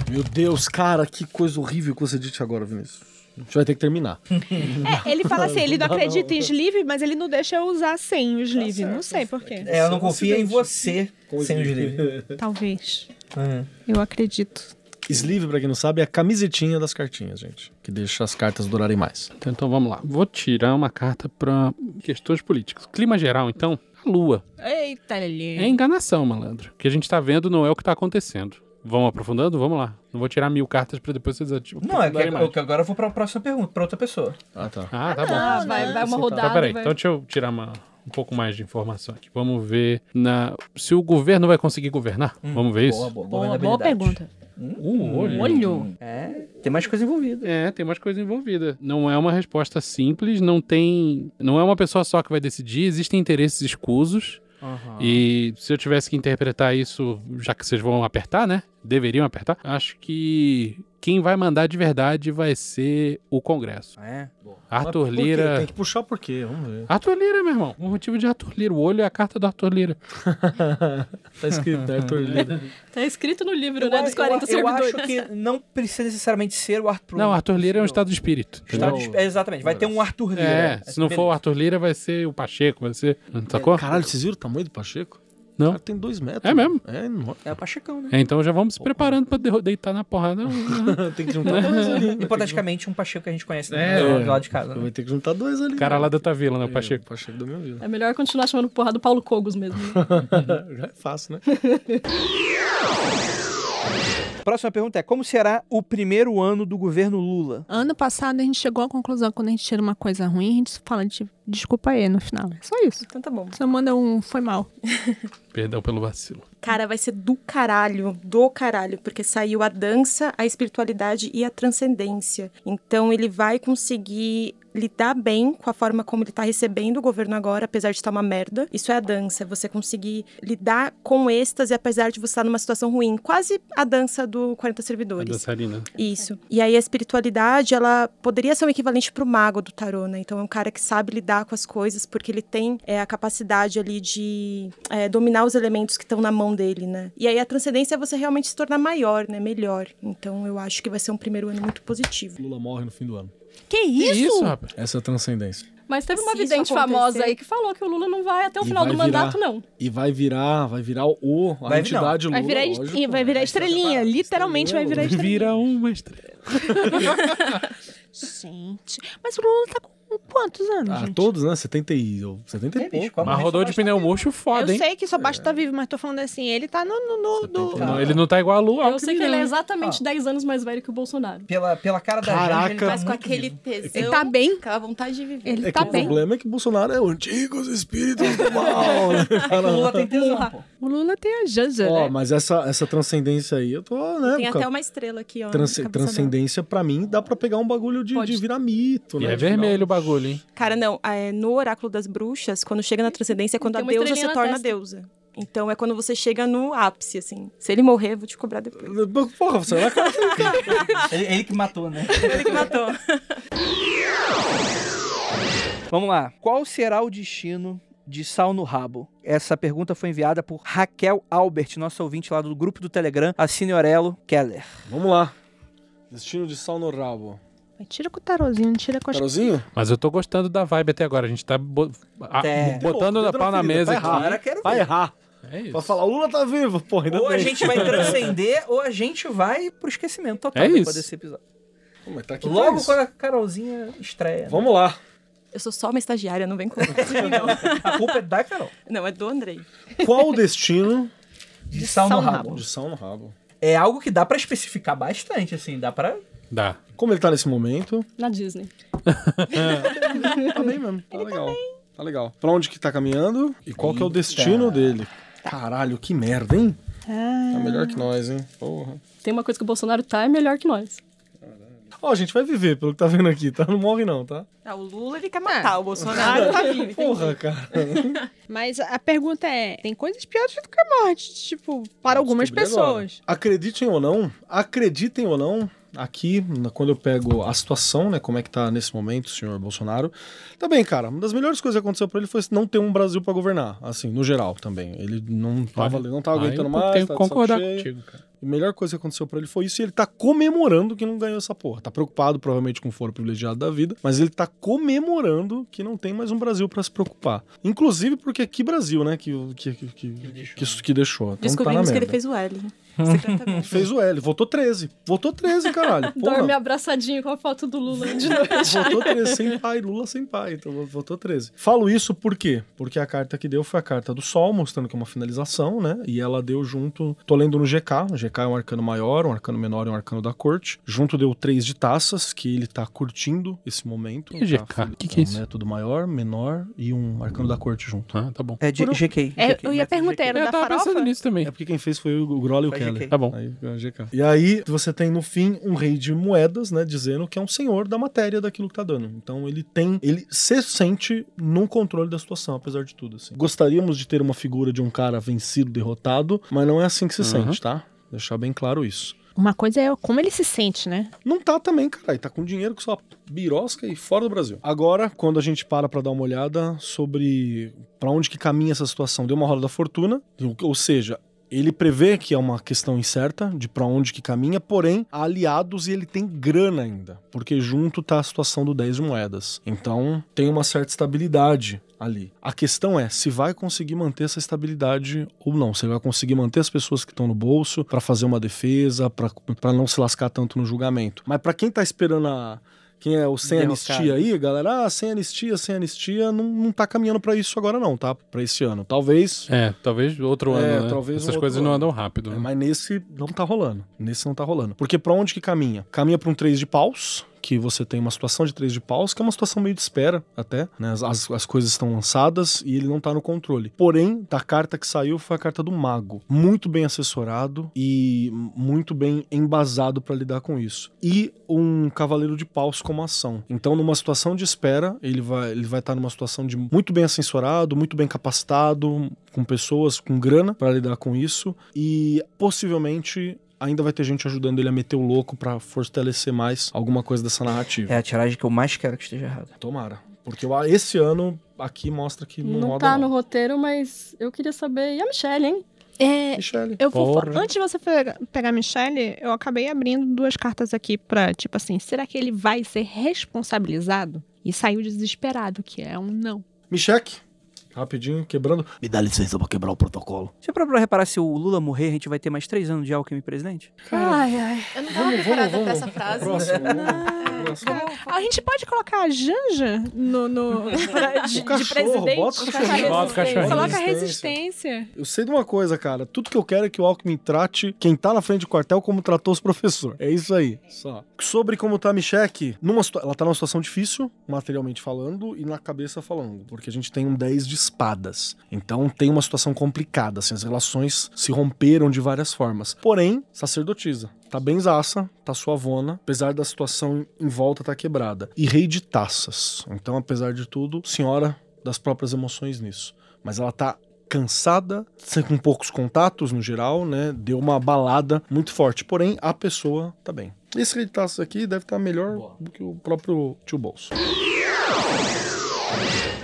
Meu Deus, cara, que coisa horrível que você disse agora, Vinícius. A gente vai ter que terminar. É, ele fala assim, ele não Não dá, acredita não. Tá em sleeve, mas ele não deixa eu usar sem o sleeve. não sei por quê. É, eu não Um confio em acidente. você sem os livros. Talvez. Hum. Eu acredito. Sleeve, pra quem não sabe, é a camisetinha das cartinhas, gente. Que deixa as cartas durarem mais. Então, então vamos lá. Vou tirar uma carta para questões políticas. Clima geral, então. A lua. Eita, É Lelê. enganação, malandro. O que a gente tá vendo não é o que tá acontecendo. Vamos aprofundando? Vamos lá. Não vou tirar mil cartas para depois vocês ati- Não, é que, aprofundarem mais. é que agora eu vou para a próxima pergunta, para outra pessoa. Ah, tá. Ah, tá bom. Ah, vai, vai uma rodada. Tá, peraí. vai- Então deixa eu tirar uma- um pouco mais de informação aqui. Vamos ver na... se o governo vai conseguir governar. Vamos ver isso? Hum, boa, Hum? Boa, boa pergunta. Uh, olha. Olho. É, tem mais coisa envolvida. É, tem umas coisas envolvidas. Não é uma resposta simples, não tem. Não é uma pessoa só que vai decidir, existem interesses escusos. Ah. E se eu tivesse que interpretar isso, já que vocês vão apertar, né? Deveriam apertar. Acho que quem vai mandar de verdade vai ser o Congresso. É. Arthur Mas por quê? Lira. Tem que puxar por quê? Vamos ver. Arthur Lira, meu irmão. O motivo de Arthur Lira. O olho é a carta do Arthur Lira. tá escrito, né, Arthur Lira. Tá escrito no livro, Eu, né? Dos 40 eu, eu servidores. acho que não precisa necessariamente ser o Arthur Não, Arthur Lira é um Entendeu? estado de espírito. entendeu? Estado de- é, exatamente, vai ter um Arthur Lira. É, se não for o Beleza. Arthur Lira, vai ser o Pacheco, vai ser. Sacou? É, Caralho, vocês viram o tamanho do Pacheco? Não. O cara tem dois metros. É mesmo? É enorme. É o Pachecão, né? É, então já vamos se preparando pra derru- deitar na porrada. tem que juntar dois ali. né? Hipoteticamente, um Pacheco que a gente conhece É. né? do lado de casa. Né? Vai ter que juntar dois ali. O cara lá da tua vila, né, o É, Pacheco? Pacheco da minha vida. É melhor continuar chamando porra do Paulo Cogos mesmo. né? Já é fácil, né? Próxima pergunta é: como será o primeiro ano do governo Lula? Ano passado a gente chegou à conclusão que quando a gente tira uma coisa ruim, a gente fala de desculpa aí no final. É só isso. Então tá bom. Só manda um foi mal. Perdão pelo vacilo. Cara, vai ser do caralho, do caralho, porque saiu a dança, a espiritualidade e a transcendência. Então ele vai conseguir lidar bem com a forma como ele tá recebendo o governo agora, apesar de estar uma merda. Isso é a dança, você conseguir lidar com êxtase apesar de você estar numa situação ruim, quase a dança do 40 A servidores. dançarina. Isso. E aí a espiritualidade, ela poderia ser um equivalente pro mago do tarô, né? Então é um cara que sabe lidar com as coisas, porque ele tem é, a capacidade ali de é, dominar os elementos que estão na mão dele, né? E aí a transcendência é você realmente se tornar maior, né? Melhor. Então eu acho que vai ser um primeiro ano muito positivo. Lula morre no fim do ano. Que Que isso? isso, rapaz? Essa é a transcendência. Mas teve uma Se isso vidente acontecer- famosa aí que falou que o Lula não vai até o E final vai do mandato, virar. não. E vai virar, vai virar o, a Vai entidade Lula. Vai virar, est- lógico, né? é e vai virar estrelinha. Literalmente vai virar estrelinha. Vira uma estrela. Gente. Mas o Lula tá com quantos anos? Ah, Hum, gente? todos, né? 70 e, ou 70 e pouco. Mas rodou de pneu murcho Eu foda, hein? sei que só É. basta tá vivo, mas tô falando assim, ele tá no. no, no- do... Não, ele não tá igual a Lu. eu sei que ele é Ah. exatamente 10 anos mais velho que o Bolsonaro. Pela, pela cara da Caraca. Janja, ele tá Mas muito vivo. tesão. Ele tá bem. Aquela vontade de viver. Ele É que tá o bem. problema é que o Bolsonaro é o antigos espíritos do mal. né, É que cara? o Lula tem tesão, pô. O Lula tem a Janja, Ó, né? mas essa, essa transcendência aí, eu tô, né? Tem cara? até uma estrela aqui, ó. na Trans- cabeça dela. transcendência, pra mim, dá pra pegar um bagulho de, Pode. de virar mito, E né? é de virar- vermelho o bagulho, hein? Cara, não, é, no oráculo das bruxas, quando chega na transcendência é quando Tem a uma deusa estrelinha se na torna testa. deusa. Então é quando você chega no ápice, assim. Se ele morrer, eu vou te cobrar depois. um- Porra, será que Ele, ele que matou, né? Ele que matou. Vamos lá. Qual será o destino de sal no rabo? Essa pergunta foi enviada por Raquel Albert, nossa ouvinte lá do grupo do Telegram, a Signorello Keller. Vamos lá. Destino de sal no rabo. Mas Tira com o tarozinho, não tira com a Tarozinho? Mas eu tô gostando da vibe até agora. A gente tá bo- a- É. botando Tá a pau na mesa Vai errar. aqui. Agora quero Vai ver. errar. É isso. Vai falar, o Lula tá vivo, porra, ainda Ou a bem. gente vai transcender, ou a gente vai pro esquecimento total É depois isso. desse episódio. Pô, mas tá aqui pra Logo isso. quando a Carolzinha estreia. né? Vamos lá. Eu sou só uma estagiária, não vem com isso, não. A culpa é da Carol. Não, é do Andrei. Qual o destino De sal no rabo. de sal no rabo? É algo que dá pra especificar bastante, assim. Dá pra... Dá. Como ele tá nesse momento? Na Disney. Tá bem mesmo. Tá legal. Tá legal. Pra onde que tá caminhando e qual que é o destino dele? Caralho, que merda, hein? Tá melhor que nós, hein? Porra. Tem uma coisa que o Bolsonaro tá é melhor que nós. Ó, a gente vai viver, pelo que tá vendo aqui, tá? Não morre não, tá? Ah, o Lula ele quer matar, o Bolsonaro tá vivo. Porra, cara. Mas a pergunta é: tem coisas piores do que a morte, tipo, para algumas Descobri pessoas. agora. Acreditem ou não, acreditem ou não, aqui, na- quando eu pego a situação, né, como é que tá nesse momento o senhor Bolsonaro, tá bem, cara, uma das melhores coisas que aconteceu pra ele foi não ter um Brasil pra governar, assim, no geral também. Ele não tava, Olha, não tava aí aguentando eu Tenho mais, tá que de saco concordar cheio. contigo, cara. A melhor coisa que aconteceu pra ele foi isso e ele tá comemorando que não ganhou essa porra. Tá preocupado, provavelmente, com o foro privilegiado da vida, mas ele tá comemorando que não tem mais um Brasil pra se preocupar. Inclusive porque que Brasil, né? Que, que, que, que, que isso que deixou. Então tá Descobrimos na que ele merda. fez o L. secretamente. Fez o L, votou 13. Votou 13, caralho. Dorme Porra. abraçadinho com a foto do Lula de novo. Votou 13 sem pai, Lula sem pai, então votou 13. Falo isso por quê? Porque a carta que deu foi a carta do Sol, mostrando que é uma finalização, né? E ela deu junto. Tô lendo no GK. O GK é um arcano maior, um arcano menor e um arcano da corte. Junto deu três de taças, que ele tá curtindo esse momento. E GK? Tá, Que que é um isso? método maior, menor e um arcano da corte junto. Ah, tá bom. É de GK. É, eu ia perguntar, era Eu da tava farofa? pensando nisso É também. porque quem fez foi o Groll e o Foi Keller. GK. Tá bom. Aí, é GK. E aí, você tem no fim um rei de moedas, né? Dizendo que é um senhor da matéria daquilo que tá dando. Então ele tem. Ele se sente no controle da situação, apesar de tudo. assim. Gostaríamos de ter uma figura de um cara vencido, derrotado, mas não é assim que se Uhum. sente, tá? Deixar bem claro isso. Uma coisa é como ele se sente, né? Não tá também, caralho. Tá com dinheiro que só birosca e fora do Brasil. Agora, quando a gente para pra dar uma olhada sobre pra onde que caminha essa situação, deu uma roda da fortuna, ou seja, ele prevê que é uma questão incerta de pra onde que caminha, porém, há aliados e ele tem grana ainda, porque junto tá a situação do 10 de moedas. Então, tem uma certa estabilidade ali. A questão é se vai conseguir manter essa estabilidade ou não, se ele vai conseguir manter as pessoas que estão no bolso pra fazer uma defesa, pra pra não se lascar tanto no julgamento. Mas pra quem tá esperando a quem é o sem Derrocado. anistia aí, galera, ah, sem anistia, sem anistia, não, não tá caminhando pra isso agora não, tá? Pra esse ano. Talvez É, talvez outro É, ano, né? talvez um Essas outro coisas não ano. andam rápido. é, né? mas nesse não tá rolando. Nesse não tá rolando. Porque pra onde que caminha? Caminha pra um 3 de paus, que você tem uma situação de 3 de paus, que é uma situação meio de espera até, né? As, as- as coisas estão lançadas e ele não tá no controle. Porém, da carta que saiu foi a carta do mago. Muito bem assessorado e muito bem embasado pra lidar com isso. E um cavaleiro de paus como ação. Então, numa situação de espera, ele vai ele vai estar numa situação de muito bem assessorado, muito bem capacitado, com pessoas com grana pra lidar com isso e possivelmente ainda vai ter gente ajudando ele a meter o louco pra fortalecer mais alguma coisa dessa narrativa. É a tiragem que eu mais quero que esteja errada. Tomara, porque eu- esse ano aqui mostra que não, Não roda tá no não. roteiro, mas eu queria saber. E a Michelle, hein? É, Michele. eu vou. Porra. Antes de você pega- pegar a Michelle, eu acabei abrindo duas cartas aqui pra, tipo assim, será que ele vai ser responsabilizado? E saiu desesperado, que é um não. Micheque, rapidinho, quebrando. Me dá licença pra quebrar o protocolo. Você parou pra reparar se o Lula morrer, a gente vai ter mais três anos de Alckmin presidente? Ai, ai. Eu não tava preparada pra essa frase. Próximo, vamos. Próximo. A gente pode colocar a Janja no. no pra- de, O cachorro, de bota o presidente? cachorro. Bota o cachorrinho. Coloca a Resistência. resistência. Eu sei de uma coisa, cara. Tudo que eu quero é que o Alckmin trate quem tá na frente do quartel como tratou os professor. É isso aí. Só. Sobre como tá a Michelle, numa situa- ela tá numa situação difícil, materialmente falando, e na cabeça falando. Porque a gente tem um 10 de espadas. Então tem uma situação complicada, assim, as relações se romperam de várias formas. Porém, sacerdotisa. Tá bem zaça, tá suavona, apesar da situação em volta tá quebrada. E rei de taças. Então, apesar de tudo, senhora das próprias emoções nisso. Mas ela tá cansada, sem- com poucos contatos no geral, né? Deu uma balada muito forte. Porém, a pessoa tá bem. Esse rei de taças aqui deve estar melhor do que o próprio tio Bolso.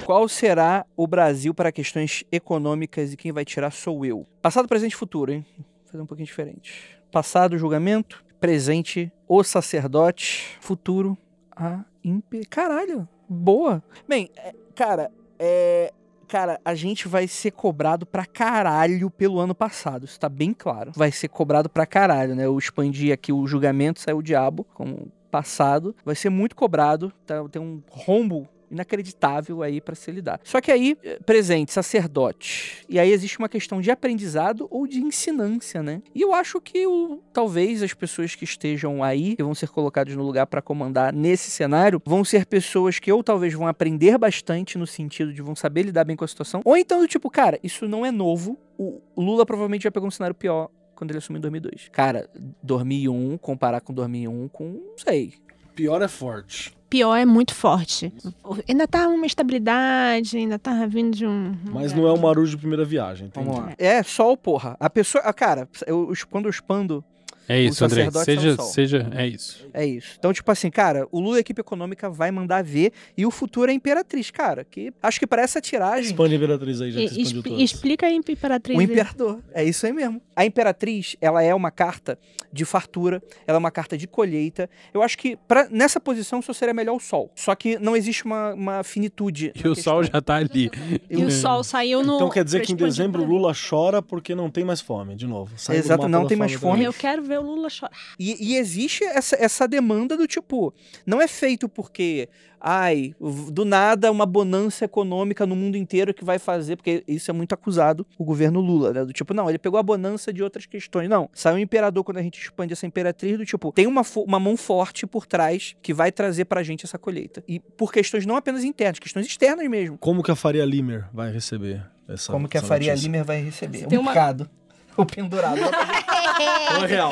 Qual será o Brasil para questões econômicas e quem vai tirar sou eu? Passado, presente e futuro, hein? Vou fazer um pouquinho diferente. Passado, julgamento. Presente, o sacerdote. Futuro, a impe... Caralho, boa. Bem, é, cara, é... Cara, a gente vai ser cobrado pra caralho pelo ano passado, isso tá bem claro. Vai ser cobrado pra caralho, né? Eu expandi aqui o julgamento, saiu o diabo, como passado. Vai ser muito cobrado, tá? tem um rombo inacreditável aí pra se lidar. Só que aí, eh, presente, sacerdote. E aí existe uma questão de aprendizado ou de ensinância, né? E eu acho que o, talvez as pessoas que estejam aí, que vão ser colocadas no lugar pra comandar nesse cenário, vão ser pessoas que ou talvez vão aprender bastante no sentido de vão saber lidar bem com a situação, ou então do tipo, cara, isso não é novo. O Lula provavelmente já pegou um cenário pior quando ele assumiu em 2002. Cara, 2001 comparar com 2001 com, não sei, Pior é forte. Pior é muito forte. Ainda tá uma estabilidade, ainda tá vindo de um. Mas não é o marujo de primeira viagem, entendi. Vamos lá. É, sol, porra. A pessoa. ah, Cara, eu, eu- quando eu expando, É isso, O Andrei. sacerdote Seja, Sansão. seja, é isso. é isso. Então, tipo assim, cara, o Lula, a equipe econômica, vai mandar ver. E o futuro é a Imperatriz, cara. Que acho que para essa tiragem. Expande a imperatriz aí, já que E- você expandiu expli- todas. Explica aí, Imperatriz. O imperador. É isso aí mesmo. A imperatriz, ela é uma carta de fartura, ela é uma carta de colheita. Eu acho que pra, nessa posição só seria melhor o sol. Só que não existe uma, uma finitude. E na o sol questão. já tá ali. E o sol saiu no. Então quer dizer que em Respondi dezembro o pra- Lula chora porque não tem mais fome, de novo. Saiu do Exato, mapa não da tem mais da fome. Eu quero ver o Lula chorar. E, e existe essa, essa demanda do tipo, não é feito porque, ai, v- do nada uma bonança econômica no mundo inteiro que vai fazer, porque isso é muito acusado o governo Lula, né? Do tipo, não, ele pegou a bonança de outras questões. Não, saiu o imperador quando a gente expande essa imperatriz, do tipo, tem uma, fo- uma mão forte por trás que vai trazer pra gente essa colheita. E por questões não apenas internas, questões externas mesmo. Como que a Faria Limer vai receber essa essa notícia? Limer vai receber? Tem Um uma- bocado. O pendurado. Foi real.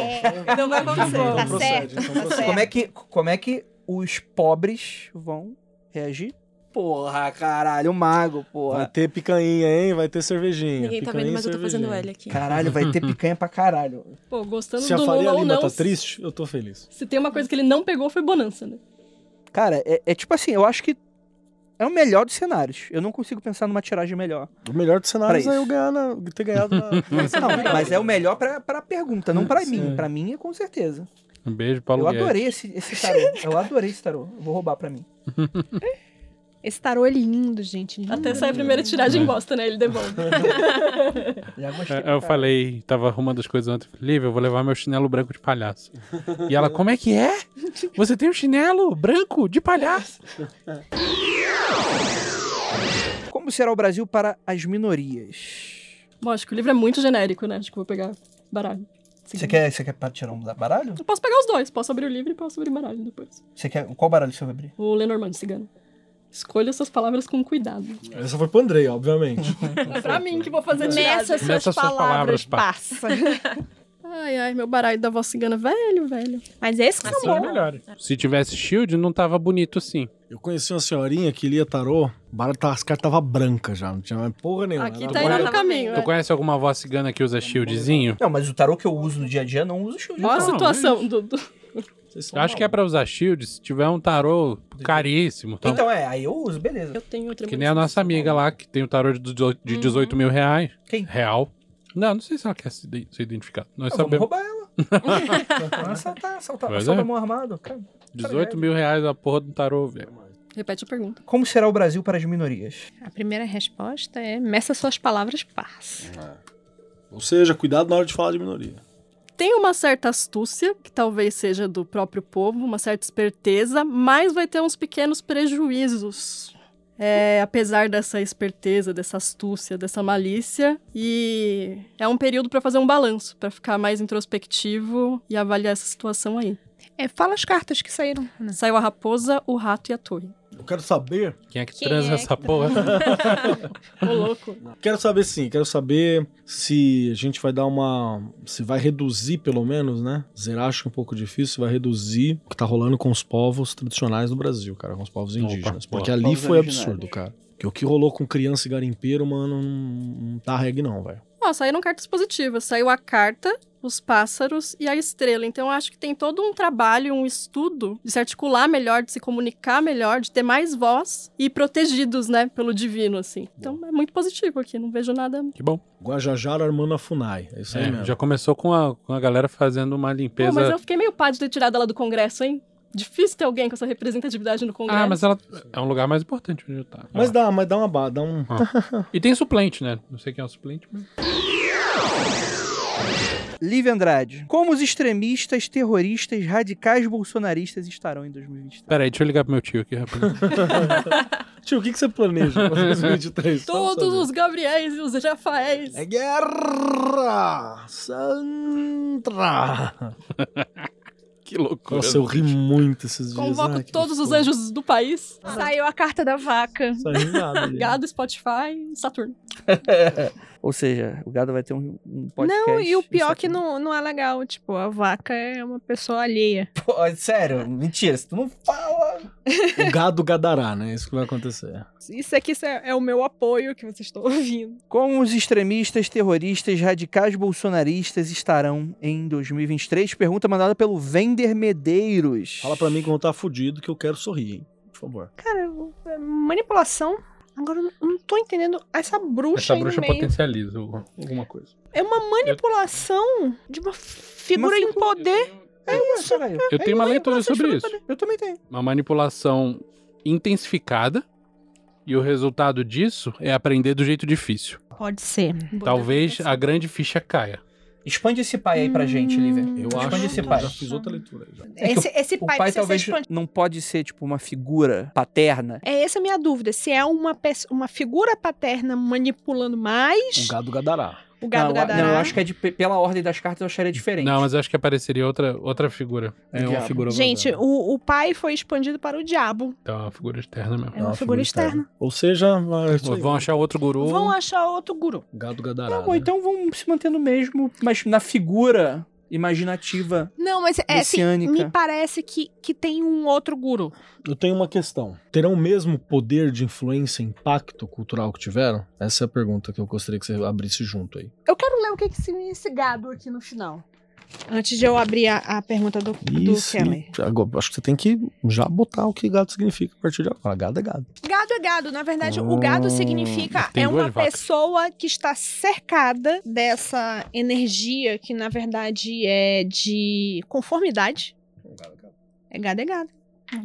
Não vai acontecer. Então Tá é procede, então procede. Como é que, como é que os pobres vão reagir? Porra, caralho, o mago, Vai porra. ter picanha, hein? Vai ter cervejinha. Ninguém tá Picanha vendo, e mas eu tô fazendo cervejinha. L aqui. Caralho, vai ter picanha pra caralho. Pô, gostando Se a do Faria Lula ou Lima não. tá triste, eu tô feliz. Se tem uma coisa que ele não pegou, foi bonança, né? Cara, é, é tipo assim, eu acho que é o melhor dos cenários. Eu não consigo pensar numa tiragem melhor. O melhor dos cenários Pra é isso. eu ganhar na, ter ganhado na. Não, mas é o melhor pra, pra pergunta, não pra mim. Pra mim é com certeza. Um beijo, Paulo Eu Guedes. adorei esse, esse tarô. Eu adorei esse tarô. Eu Vou roubar pra mim. Esse tarô é lindo, gente. lindo. Até sair a primeira É. tiragem bosta, né? Ele devolve. Já gostei. É, Eu pra falei, tava arrumando as coisas ontem. Falei, Lívia, eu vou levar meu chinelo branco de palhaço. E ela, como é que é? Você tem um chinelo branco de palhaço? caralho. Como será o Brasil para as minorias? Bom, acho que o livro é muito genérico, né? Acho que eu vou pegar baralho. Você quer, você quer pa- tirar um baralho? Eu posso pegar os dois. Posso abrir o livro e posso abrir baralho depois. Você quer. Qual baralho você vai abrir? O Lenormand, cigano. Escolha suas palavras com cuidado. Essa foi pro Andrei, obviamente. É pra mim que vou fazer Meça tiragem. suas, Meça suas palavras, palavras, passa. Ai, ai, meu baralho da voz cigana. Velho, velho. Mas esses são São os bons. melhores. Se tivesse shield, não tava bonito assim. Eu conheci uma senhorinha que lia tarô, o baralho tá- as cartas tava branca já, não tinha mais porra nenhuma. Aqui Era tá baralho- indo no tava caminho. Tu é. conhece alguma voz cigana que usa shieldzinho? Não, mas o tarô que eu uso no dia a dia não usa shield. Olha a Não, situação do, do- Vocês são Eu acho que é pra usar shield se tiver um tarô caríssimo. Então, Então é, aí eu uso, beleza. Eu tenho outra que nem a nossa amiga lá, que tem um tarô de 18, de 18 mil reais. Quem? Real. Não, não sei se ela quer se ide- ser identificada. Nós Ah, vamos sabemos. roubar ela. Vamos assaltar, assaltar. Mas Assalta é. mão armado. Cara. 18 mil reais a porra do tarô, velho. Repete a pergunta. Como será o Brasil para as minorias? A primeira resposta é meça suas palavras, passa. Ou seja, cuidado na hora de falar de minoria. Tem uma certa astúcia, que talvez seja do próprio povo, uma certa esperteza, mas vai ter uns pequenos prejuízos. É, apesar dessa esperteza, dessa astúcia, dessa malícia. E é um período para fazer um balanço, para ficar mais introspectivo e avaliar essa situação aí. É, fala as cartas que saíram. Ana. Saiu a raposa, o rato e a torre. Eu quero saber, Quem é que Quem transa é que essa porra? Ô, louco. quero saber sim, quero saber se a gente vai dar uma, se vai reduzir pelo menos, né? Zerar acho que é um pouco difícil, se vai reduzir o que tá rolando com os povos tradicionais do Brasil, cara, com os povos Opa, indígenas, porra. porque ali Povos foi originários. absurdo, cara. Porque o que rolou com criança e garimpeiro, mano, não, não tá reggae não, velho. Ó, saíram cartas positivas. Saiu a carta, os pássaros e a estrela. Então, eu acho que tem todo um trabalho, um estudo de se articular melhor, de se comunicar melhor, de ter mais voz e protegidos, né, pelo divino, assim. Então, é muito positivo aqui. Não vejo nada. Que bom. Guajajara armando a Funai, é isso aí É, mesmo. já começou com a, com a galera fazendo uma Pô, limpeza. mas é um eu fiquei meio pá de ter tirado ela do Congresso, hein? Difícil ter alguém com essa representatividade no Congresso. Ah, mas ela é um lugar mais importante onde eu tava. Mas dá, mas dá uma ba- dá um E tem suplente, né? Não sei quem é o suplente, mas. Lívia Andrade. Como os extremistas, terroristas, radicais bolsonaristas estarão em 2023? Peraí, deixa eu ligar pro meu tio aqui rapidinho. Tio, o que, que você planeja pra 2023? Todos os Gabriéis e os Jafaéis. É guerra! Sandra! que loucura. Nossa, eu ri muito esses dias. Convoco Ai, que todos os gostoso. anjos do país. Saiu a carta da vaca. Saiu nada, gente. Gado, Spotify, Saturno. Ou seja, o gado vai ter um, um podcast. Não, e o em pior que setembro. não, não é legal. Tipo, a vaca é uma pessoa alheia. Pô, sério, mentira, se tu não fala. O gado gadará, né? Isso que vai acontecer. Isso aqui isso é, é o meu apoio que vocês estão ouvindo. Como os extremistas, terroristas, radicais bolsonaristas estarão em 2023? Pergunta mandada pelo Vender Medeiros. Fala pra mim que eu vou estar fudido, que eu quero sorrir, hein? Por favor. Cara, eu- é manipulação. Agora eu não tô entendendo essa bruxa, Essa bruxa aí no meio. potencializa algum- alguma coisa. É uma manipulação de uma figura Um em poder. É isso, velho. Eu tenho uma leitura Vocês sobre foram isso. pra- Eu também tenho. Uma manipulação intensificada. E o resultado disso é aprender do jeito difícil. Pode ser. Talvez a grande ficha caia. Expande esse pai aí pra gente, Hum, Lívia. Eu Expande acho esse eu pai. já fiz outra leitura. É aí Já. que Esse, esse o pai, pai precisa talvez- ser expandido. Não pode ser, tipo, uma figura paterna. É essa a minha dúvida. Se é uma, pesso- uma figura paterna manipulando mais O gado gadará. o gado não, eu- gadará. não, eu acho que é de- pe- pela ordem das cartas eu É acharia diferente. Não, mas eu acho que apareceria outra, outra figura. É uma Diabo. figura Gente, moderna. o, o pai foi expandido para o diabo. Então, é uma figura externa mesmo. É uma, figura externa. Ou seja, vai- isso aí, Vão achar outro guru. Vão achar outro guru. gado gadará. Tá bom, né? então vamos se manter no mesmo, mas na figura imaginativa. Não, mas é assim, Messiânica. me parece que, que tem um outro guru. Eu tenho uma questão. Terão o mesmo poder de influência e impacto cultural que tiveram? Essa é a pergunta que eu gostaria que você abrisse junto aí. Eu quero ler o que, que significa esse gado aqui no final. Antes de eu abrir a, a pergunta do, do Kelly. e agora, acho que você tem que já botar o que gado significa a partir de agora. Gado é gado. Gado é gado. Na verdade, o gado Hum, significa tem é duas uma vacas. pessoa que está cercada dessa energia que, na verdade, é de conformidade. É gado é gado.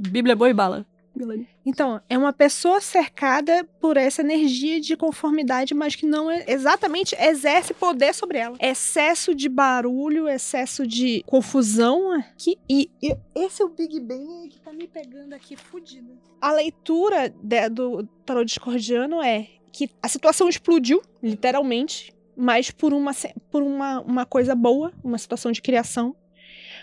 Bíblia é boa e bala. um Então, é uma pessoa cercada por essa energia de conformidade, mas que não é- exatamente exerce poder sobre ela. Excesso de barulho, excesso de confusão. né? Que, e, e esse é o Big Bang que tá me pegando aqui fudida. A leitura de- do tarot discordiano é que a situação explodiu, literalmente, mas por uma, ce- por uma, uma coisa boa, uma situação de criação.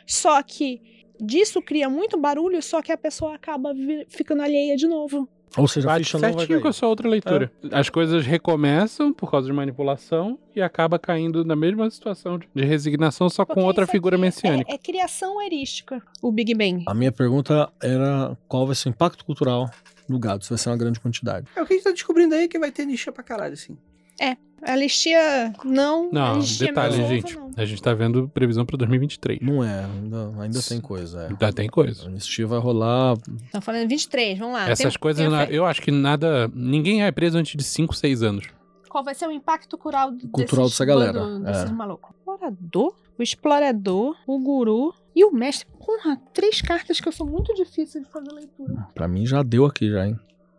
Só que disso cria muito barulho, só que a pessoa acaba vi- ficando alheia de novo. Ou seja, a Bate ficha não vai certinho cair. É. com a sua outra leitura. As coisas recomeçam por causa de manipulação e acaba caindo na mesma situação de de resignação, só Porque com outra isso figura aqui é- messiânica. É, criação erística, o Big Bang. A minha pergunta era qual vai ser o impacto cultural do gado, se vai ser uma grande quantidade. É o que a gente tá descobrindo aí que vai ter nicha pra caralho, assim. A lixia não. é a Não, lixia detalhe, meus ovos, gente. não. A gente tá vendo previsão pra 2023. Não é, ainda, ainda tem coisa. É. Ainda tem A coisa. anistia vai rolar. Estão falando 23, vamos lá. Essas Ah, Tem- um coisas, tem na- efeito. eu acho que nada. Ninguém é preso antes de 5, 6 anos. Qual vai ser o impacto cultural, Cultural desses dessa galera, bando- é. Desses malucos? O explorador, o explorador, o guru e o mestre. Porra, três cartas que eu sou muito difícil de fazer leitura. Pra mim já deu aqui, já, hein?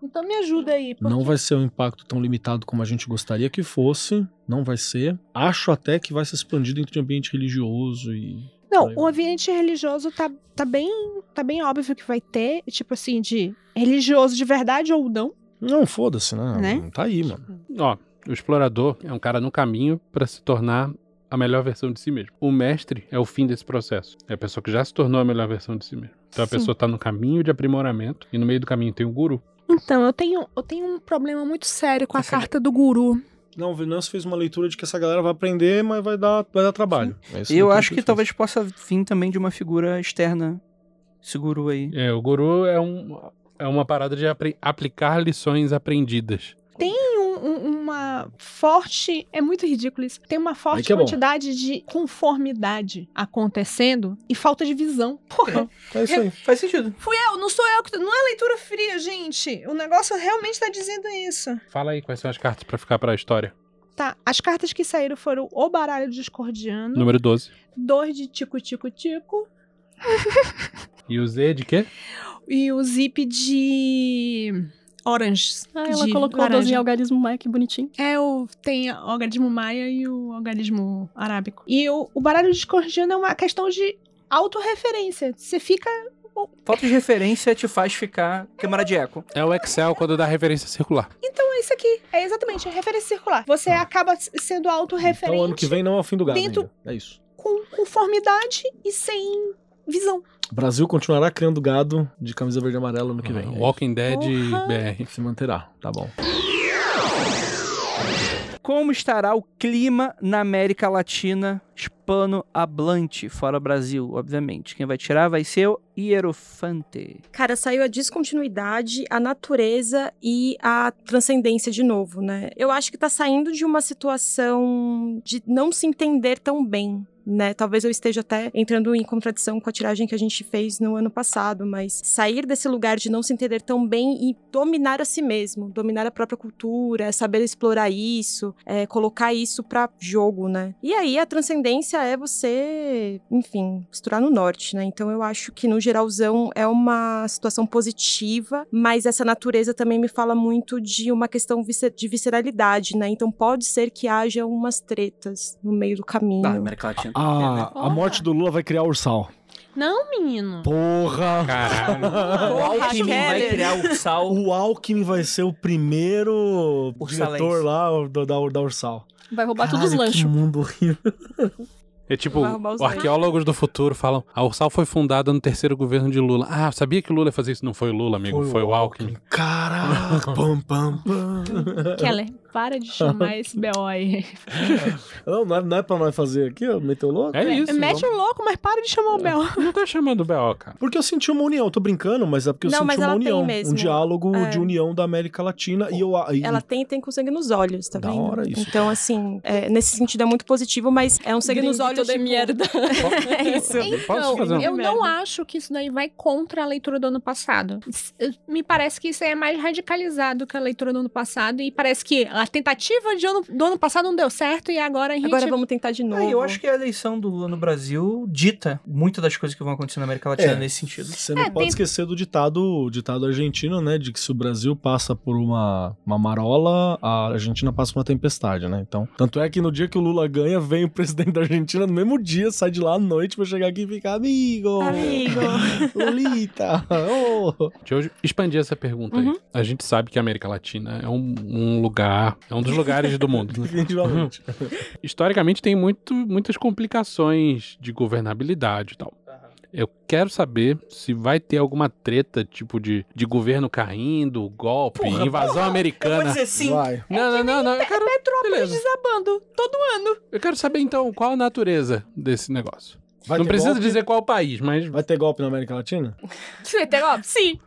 Então me ajuda aí. Hum. porque- Não vai ser um impacto tão limitado como a gente gostaria que fosse. Não vai ser. Acho até que vai ser expandido dentro de um ambiente religioso e. Não, Aí o vai. ambiente religioso tá, tá, bem, tá bem óbvio que vai ter, tipo assim, de religioso de verdade ou não. Não, foda-se, né? Né? Tá aí, mano. Ó, o explorador é um cara no caminho pra se tornar a melhor versão de si mesmo. O mestre é o fim desse processo. É a pessoa que já se tornou a melhor versão de si mesmo. Então a Sim. pessoa tá no caminho de aprimoramento e no meio do caminho tem o guru. Então, eu tenho, eu tenho um problema muito sério com a carta do guru. Não, o Venâncio fez uma leitura de que essa galera vai aprender, mas vai dar, vai dar trabalho. É isso Eu que acho que fez. talvez possa vir também de uma figura externa. Seguro aí. É, o guru é, um, é uma parada de apre- aplicar lições aprendidas. Tem um- um- uma forte. É muito ridículo isso. Tem uma Aí forte que é bom. quantidade de conformidade acontecendo e falta de visão. Porra, É isso aí. Faz sentido. fui eu, não sou eu que. Não é leitura fria, gente. O negócio realmente tá dizendo isso. Fala aí quais são as cartas pra ficar pra história. Tá, as cartas que saíram foram o baralho discordiano, Número 12. dois de tico-tico-tico E o Z é de quê? e o zip de. Orange. Ah, ela de colocou laranja. 12 em algarismo Maia, que bonitinho. É, o, tem o algarismo maia e o algarismo arábico. E o, o baralho discordiano é uma questão de autorreferência. Você fica. Falta de referência te faz ficar câmara de eco. É o Excel quando dá referência circular. Então é isso aqui. É exatamente, é referência circular. Você acaba s- sendo Então, ano que autorreferente vem não é o fim do gado. Dentro- ainda. É isso. com conformidade e sem visão. O Brasil continuará criando gado de camisa verde e amarela ano que vem. É Walking Dead Porra. BR. isso. Se manterá, tá bom. Como estará o clima na América Latina hispano-hablante, fora Brasil, obviamente. Quem vai tirar vai ser o Hierofante. Cara, saiu a descontinuidade, a natureza e a transcendência de novo, né? Eu acho que tá saindo de uma situação de não se entender tão bem. Né? Talvez eu esteja até entrando em contradição com a tiragem que a gente fez no ano passado, mas sair desse lugar de não se entender tão bem e dominar a si mesmo, dominar a própria cultura, saber explorar isso, é, colocar isso pra jogo, né? E aí a transcendência é você, enfim, misturar no norte, né? Então eu acho que no geralzão é uma situação positiva, mas essa natureza também me fala muito de uma questão visce- de visceralidade, né? Então pode ser que haja umas tretas no meio do caminho. né? América Latina. Ah. A, a morte do Lula vai criar ursal. Não, menino. Porra! Caralho. O Alckmin vai criar o sal. O Alckmin vai ser o primeiro Ursalense. diretor lá do- da, da Ursal. Vai roubar Caralho, todos os que lanchos. mundo horrível. É tipo, Vai arrumar os os arqueólogos do futuro falam, a Ursal foi fundada no terceiro governo de Lula. Ah, sabia que Lula ia fazer isso? Não foi o Lula, amigo, foi, o Alckmin. Caraca, pam, pam, pam. Keller, para de chamar esse BO aí. Não, não é, não é pra nós fazer aqui, ó, meter o louco? É isso. Mete vamos- um louco, mas para de chamar o BO. Não tá chamando o B.O., cara. Porque eu senti uma união, eu tô brincando, mas é porque eu Não, senti mas uma ela tem união. Um mesmo. diálogo É. de união da América Latina e eu. E, Ela tem e tem com sangue nos olhos, tá Da vendo? hora isso. Então, assim, é, nesse sentido é muito positivo, mas é um sangue nos Gringuito olhos de tipo, merda. É isso. Posso Então, fazer um- Eu Merda. não acho que isso daí vai contra a leitura do ano passado. S- eh, Me parece que isso aí é mais radicalizado que a leitura do ano passado. E parece que a tentativa de ano- do ano passado não deu certo e agora a gente. Agora vamos tentar de novo. Ah, eu acho que a eleição do Lula no Brasil dita muitas das coisas que vão acontecer na América Latina É. nesse sentido. Você não É, pode tem- esquecer do ditado, ditado argentino, né? De que se o Brasil passa por uma, uma marola, a Argentina passa por uma tempestade, né? Então, tanto é que no dia que o Lula ganha, vem o presidente da Argentina no mesmo dia, sai de lá à noite pra chegar aqui e ficar, amigo! Amigo. Lolita! ô." Deixa eu expandir essa pergunta aí. Uhum. A gente sabe que a América Latina é um, um lugar, é um dos lugares do mundo. né? Uhum. Definitivamente. Historicamente tem muito, muitas complicações de governabilidade e tal. Eu quero saber se vai ter alguma treta, tipo, de, de governo caindo, golpe, Porra, invasão Eu vou americana. dizer sim. Vai. Não, não, não, não. Eu quero, Petrópolis beleza. desabando todo ano. Eu quero saber, então, qual a natureza desse negócio. Vai não ter precisa golpe? dizer qual o país, mas Vai ter golpe na América Latina? Sim.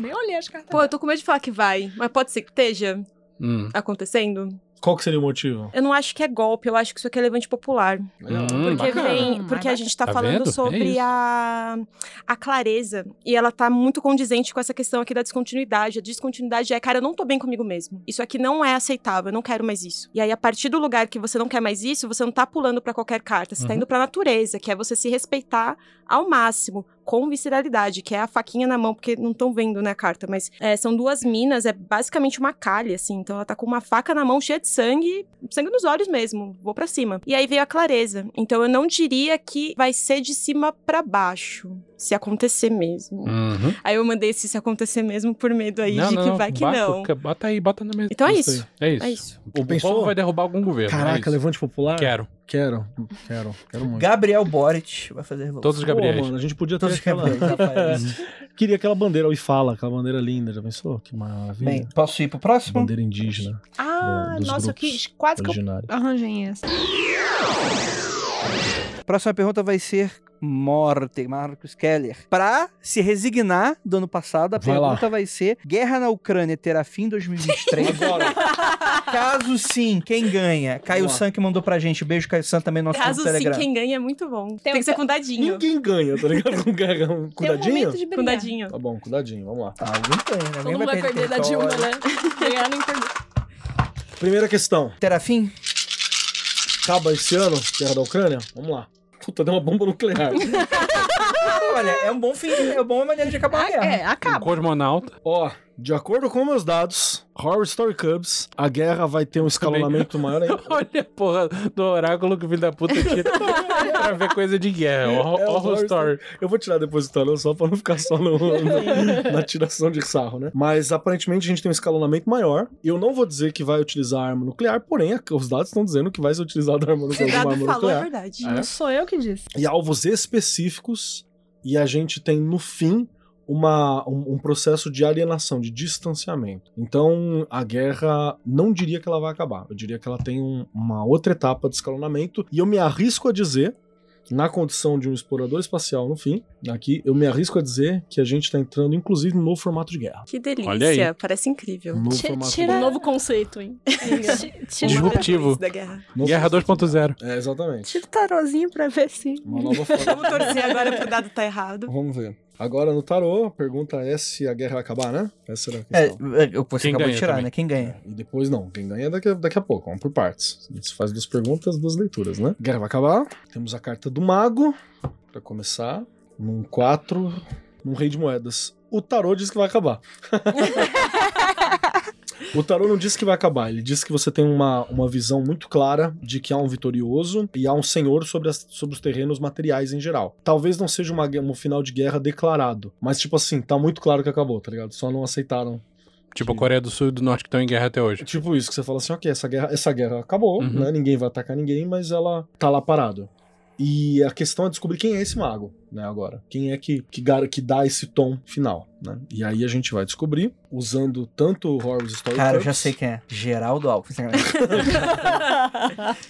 Nem olhei as cartas. Pô, eu tô com medo de falar que vai, mas pode ser que esteja Hum. acontecendo. Qual que seria o motivo? Eu não acho que é golpe, eu acho que isso aqui é levante popular. Hum, Porque, bacana. vem, porque a gente tá, Tá falando vendo? É sobre isso. a, a clareza. E ela tá muito condizente com essa questão aqui da descontinuidade. A descontinuidade é, cara, eu não tô bem comigo mesmo. Isso aqui não é aceitável, eu não quero mais isso. E aí, a partir do lugar que você não quer mais isso, você não tá pulando pra qualquer carta. Você tá Uhum. indo pra natureza, que é você se respeitar ao máximo. Com visceralidade, que é a faquinha na mão, porque não estão vendo, né, a carta, mas é, são duas minas, é basicamente uma calha, assim. Então ela tá com uma faca na mão cheia de sangue sangue nos olhos mesmo, vou pra cima. E aí veio a clareza. Então eu não diria que vai ser de cima pra baixo, se acontecer mesmo. Uhum. Aí eu mandei esse se acontecer mesmo por medo aí de que vai que bota, não. ca- Bota aí, bota na mesa. Então é Isso isso. É isso. É isso. O Pensou? povo vai derrubar algum governo. é Caraca, isso. levante popular? Quero. Quero, quero, quero muito. Gabriel Boric vai fazer revolução. Todos os Gabriéis. Pô, mano, a gente podia ter Todos os é aquela... Gabriel. Queria aquela bandeira o Ifala, aquela bandeira linda, já pensou? Que maravilha. Bem, posso ir pro próximo? bandeira indígena, Ah, Da- dos nossa, eu grupos quis. Quase que eu originária. arranjei essa. Próxima pergunta vai ser Morte, Marcos Keller. Pra se resignar do ano passado, a Vai lá. pergunta vai ser: Guerra na Ucrânia terá fim em 2023? Caso sim, quem ganha? Caio Vamos lá. San que mandou pra gente. Beijo, Caio San, também nosso grupo Caso do sim, um Telegram. quem ganha é muito bom. Tem, um- que ser com dadinho. Ninguém ganha, tá ligado? Com guerra, com Tem um dadinho? momento de Com brilhar. dadinho. Tá bom, cuidadinho, vamos lá. Ah, alguém ganha, né? Todo Alguém mundo vai perder da Dilma, território. né? Ganhar não perder. Primeira questão, Terá fim? acaba esse ano, guerra da Ucrânia? Vamos lá. Puta, deu uma bomba nuclear. Olha, é um bom fim, é uma boa maneira de acabar a guerra. É, Um acaba. cosmonauta. Ó, de acordo com meus dados, Horror Story Cubs, a guerra vai ter um escalonamento maior ainda. Olha a porra do oráculo que o filho da puta tira pra ver coisa de guerra. Horror, É, o horror horror story. Eu vou tirar depois do Thanos só pra não ficar só no- no- na tiração de sarro, né? Mas aparentemente a gente tem um escalonamento maior. Eu não vou dizer que vai utilizar arma nuclear, porém a- os dados estão dizendo que vai ser utilizada arma O nuclear. dado arma falou a nuclear verdade. É. Não sou eu que disse. e alvos específicos, e a gente tem no fim uma, um, um processo de alienação, de distanciamento. Então a guerra, não diria que ela vai acabar, eu diria que ela tem um- uma outra etapa de escalonamento, e eu me arrisco a dizer. Na condição de um explorador espacial, no fim, aqui, eu me arrisco a dizer que a gente está entrando, inclusive, num novo formato de guerra. Que Olha aí. delícia, parece incrível. Um novo Ti- formato tira- de Um guerra. novo conceito, hein? né? Disruptivo. Da guerra. Novo Guerra formato de 2.0. guerra. É, exatamente. Tira o tarozinho pra ver se. Uma nova forma. Vamos torcer agora pro dado tá errado. Vamos ver. Agora no tarô, a pergunta é se a guerra vai acabar, né? Essa era a É, questão. é, o que você Quem acabou ganha de tirar, também. né? Quem ganha? E depois não, quem ganha é daqui, a- daqui a pouco, vamos por partes. A gente faz duas perguntas, duas leituras, né? Guerra vai acabar. Temos a carta do mago, pra começar. Num 4, num rei de moedas. O tarô diz que vai acabar. O tarô não diz que vai acabar, ele diz que você tem uma, uma visão muito clara de que há um vitorioso e há um senhor sobre, as- sobre os terrenos materiais em geral. Talvez não seja uma, gue- um final de guerra declarado, mas tipo assim, tá muito claro que acabou, tá ligado? Só não aceitaram Tipo a Coreia do Sul e do Norte que estão em guerra até hoje. Tipo isso, que você fala assim, ok, essa guerra, essa guerra acabou, Uhum. né? Ninguém vai atacar ninguém, mas ela tá lá parado. E a questão é descobrir quem é esse mago, né, agora. Quem é que, que, gar- que dá esse tom final, né? E aí a gente vai descobrir, usando tanto o Horror's Story Cara, eu já Tropes- sei quem é. Geraldo Alckmin. Sacanagem.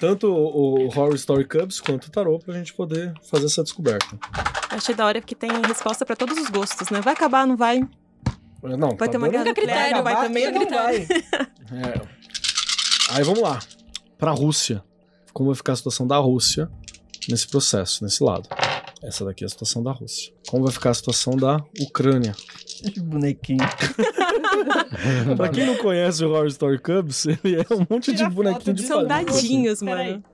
tanto o o Horror Story Cubs quanto o Tarot pra gente poder fazer essa descoberta. Eu Achei da hora que tem resposta pra todos os gostos, né? Vai acabar, não vai? Não, Vai tá ter uma dando- grana. critério, vai acabar, também, não Ah, vai. É. Aí vamos lá. Pra Rússia. Como vai ficar a situação da Rússia nesse processo, nesse lado. Essa daqui é a situação da Rússia. Como vai ficar a situação da Ucrânia? Que bonequinho. pra quem não conhece o Horror Story Cubs, ele é um monte de bonequinho de São palhaço. dadinhos, Peraí. mano.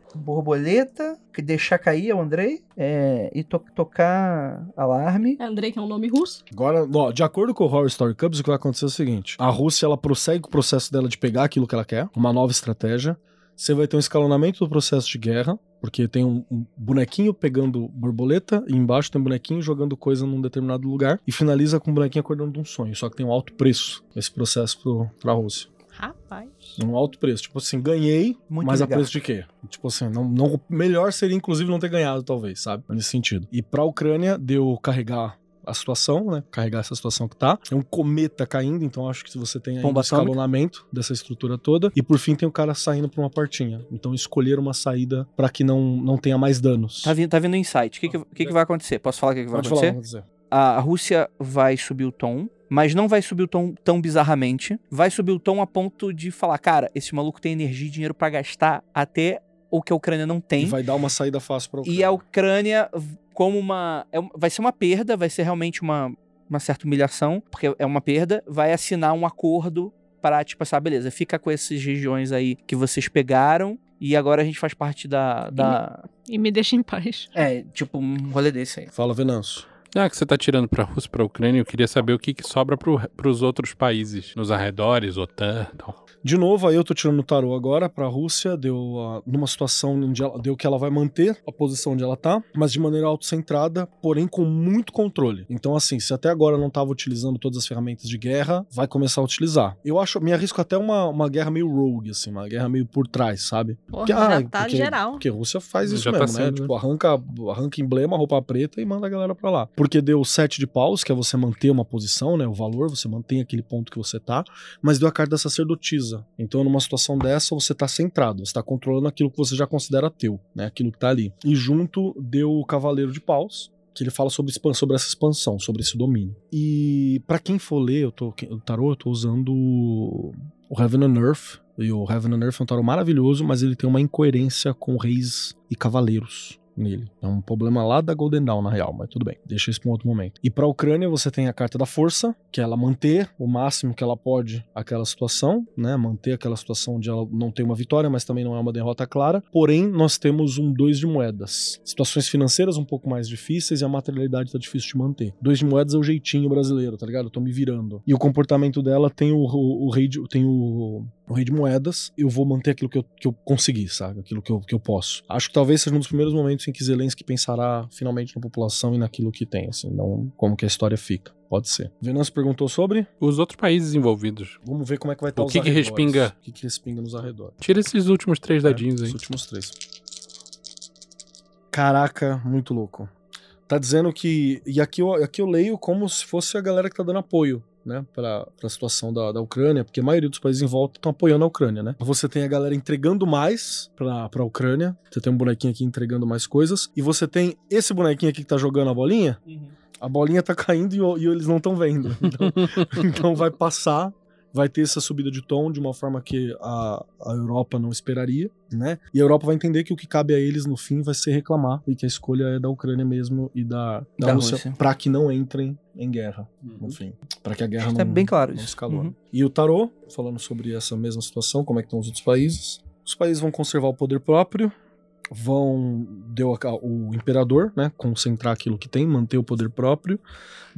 Borboleta, que deixar cair é o Andrei. É, e to- tocar alarme. É Andrei, que é um nome russo. Agora, ó, de acordo com o Horror Story Cubs, o que vai acontecer é o seguinte: a Rússia ela prossegue com o processo dela de pegar aquilo que ela quer, uma nova estratégia. Você vai ter um escalonamento do processo de guerra, porque tem um, um bonequinho pegando borboleta, e embaixo tem um bonequinho jogando coisa num determinado lugar, e finaliza com um bonequinho acordando de um sonho. Só que tem um alto preço esse processo pro, pra Rússia. Rapaz. Um alto preço. Tipo assim, ganhei, Muito mas a legal. preço de quê? Tipo assim, não, não- melhor seria inclusive não ter ganhado, talvez, sabe? Nesse sentido. E pra Ucrânia, deu carregar a situação, né? Carregar essa situação que tá. É um cometa caindo, então acho que se você tem aí um Bomba atômica. escalonamento dessa estrutura toda. E por fim tem o cara saindo pra uma partinha. Então escolher uma saída pra que não, não tenha mais danos. Tá vindo, tá vindo um insight. O que, que, o que que vai acontecer? Posso falar o que, que vai Pode falar, acontecer? vamos dizer. a Rússia vai subir o tom, mas não vai subir o tom tão bizarramente. Vai subir o tom a ponto de falar, cara, esse maluco tem energia e dinheiro pra gastar até o que a Ucrânia não E tem. vai dar uma saída fácil pra Ucrânia. E a Ucrânia, como uma. é um- vai ser uma perda, vai ser realmente uma, uma certa humilhação, porque é uma perda, vai assinar um acordo para, tipo, assim, ah, beleza, fica com essas regiões aí que vocês pegaram. E agora a gente faz parte da. da- E me deixa em paz. É, tipo, um rolê desse aí. Fala, Venâncio. Ah, que você tá tirando pra Rússia, pra Ucrânia, eu queria saber o que, que sobra pro, pros outros países, nos arredores, OTAN e tal. De novo, aí eu tô tirando o tarô agora pra Rússia, deu ah, numa situação onde ela, deu que ela vai manter a posição onde ela tá, mas de maneira autocentrada, porém com muito controle. Então, assim, se até agora não tava utilizando todas as ferramentas de guerra, vai começar a utilizar. Eu acho, me arrisco até uma, uma guerra meio rogue, assim, uma guerra meio por trás, sabe? Porra, Porque, ah, já tá porque- geral. Porque a Rússia faz isso Já tá mesmo, né? sendo, né? Tipo, arranca, arranca emblema, roupa preta e manda a galera pra lá. Porque deu sete de paus, que é você manter uma posição, né? O valor, você mantém aquele ponto que você tá, mas deu a carta da sacerdotisa. Então, numa situação dessa, você tá centrado, você tá controlando aquilo que você já considera teu, né? Aquilo que tá ali. E junto deu o cavaleiro de paus. Que ele fala sobre, expan- sobre essa expansão, sobre esse domínio. E pra quem for ler, eu tô, o tarô, eu tô usando o Heaven and Earth. E o Heaven and Earth é um tarot maravilhoso, mas ele tem uma incoerência com reis e cavaleiros nele. É um problema lá da Golden Dawn, na real, mas tudo bem. Deixa isso pra um outro momento. E pra Ucrânia, você tem a carta da força, que é ela manter o máximo que ela pode aquela situação, né? Manter aquela situação onde ela não tem uma vitória, mas também não é uma derrota clara. Porém, nós temos um dois de moedas. Situações financeiras um pouco mais difíceis e a materialidade tá difícil de manter. Dois de moedas é o jeitinho brasileiro, tá ligado? Eu tô me virando. E o comportamento dela tem o, o- o rei de, tem o o rei de moedas, eu vou manter aquilo que eu, que eu consegui, sabe? Aquilo que eu, que eu posso. Acho que talvez seja um dos primeiros momentos em que Zelensky pensará finalmente na população e naquilo que tem, assim, não como que a história fica. Pode ser. Venâncio perguntou sobre. Os outros países envolvidos. Vamos ver como é que vai estar O os que que arredores. respinga? O que, que respinga nos arredores. né? Tira esses últimos três É. dadinhos aí. Os últimos três. Caraca, muito louco. Tá dizendo que. E aqui eu, aqui eu leio como se fosse a galera que tá dando apoio, né? Pra, pra situação da, da Ucrânia, porque a maioria dos países em volta estão apoiando a Ucrânia, né? Você tem a galera entregando mais pra, pra Ucrânia. Você tem um bonequinho aqui entregando mais coisas. E você tem esse bonequinho aqui que tá jogando a bolinha. A bolinha tá caindo e, o- e eles não estão vendo. Então, então vai passar. Vai ter essa subida de tom de uma forma que a, a Europa não esperaria, né? E a Europa vai entender que o que cabe a eles no fim vai ser reclamar e que a escolha é da Ucrânia mesmo e da, da, Da Rússia, Rússia. Uhum. pra que não entrem em guerra, no fim. Pra que a guerra Acho que não, tá bem claro não isso. escalone. Uhum. E o tarô, falando sobre essa mesma situação, como é que estão os outros países. Os países vão conservar o poder próprio, vão deu a- o imperador, né, concentrar aquilo que tem, manter o poder próprio.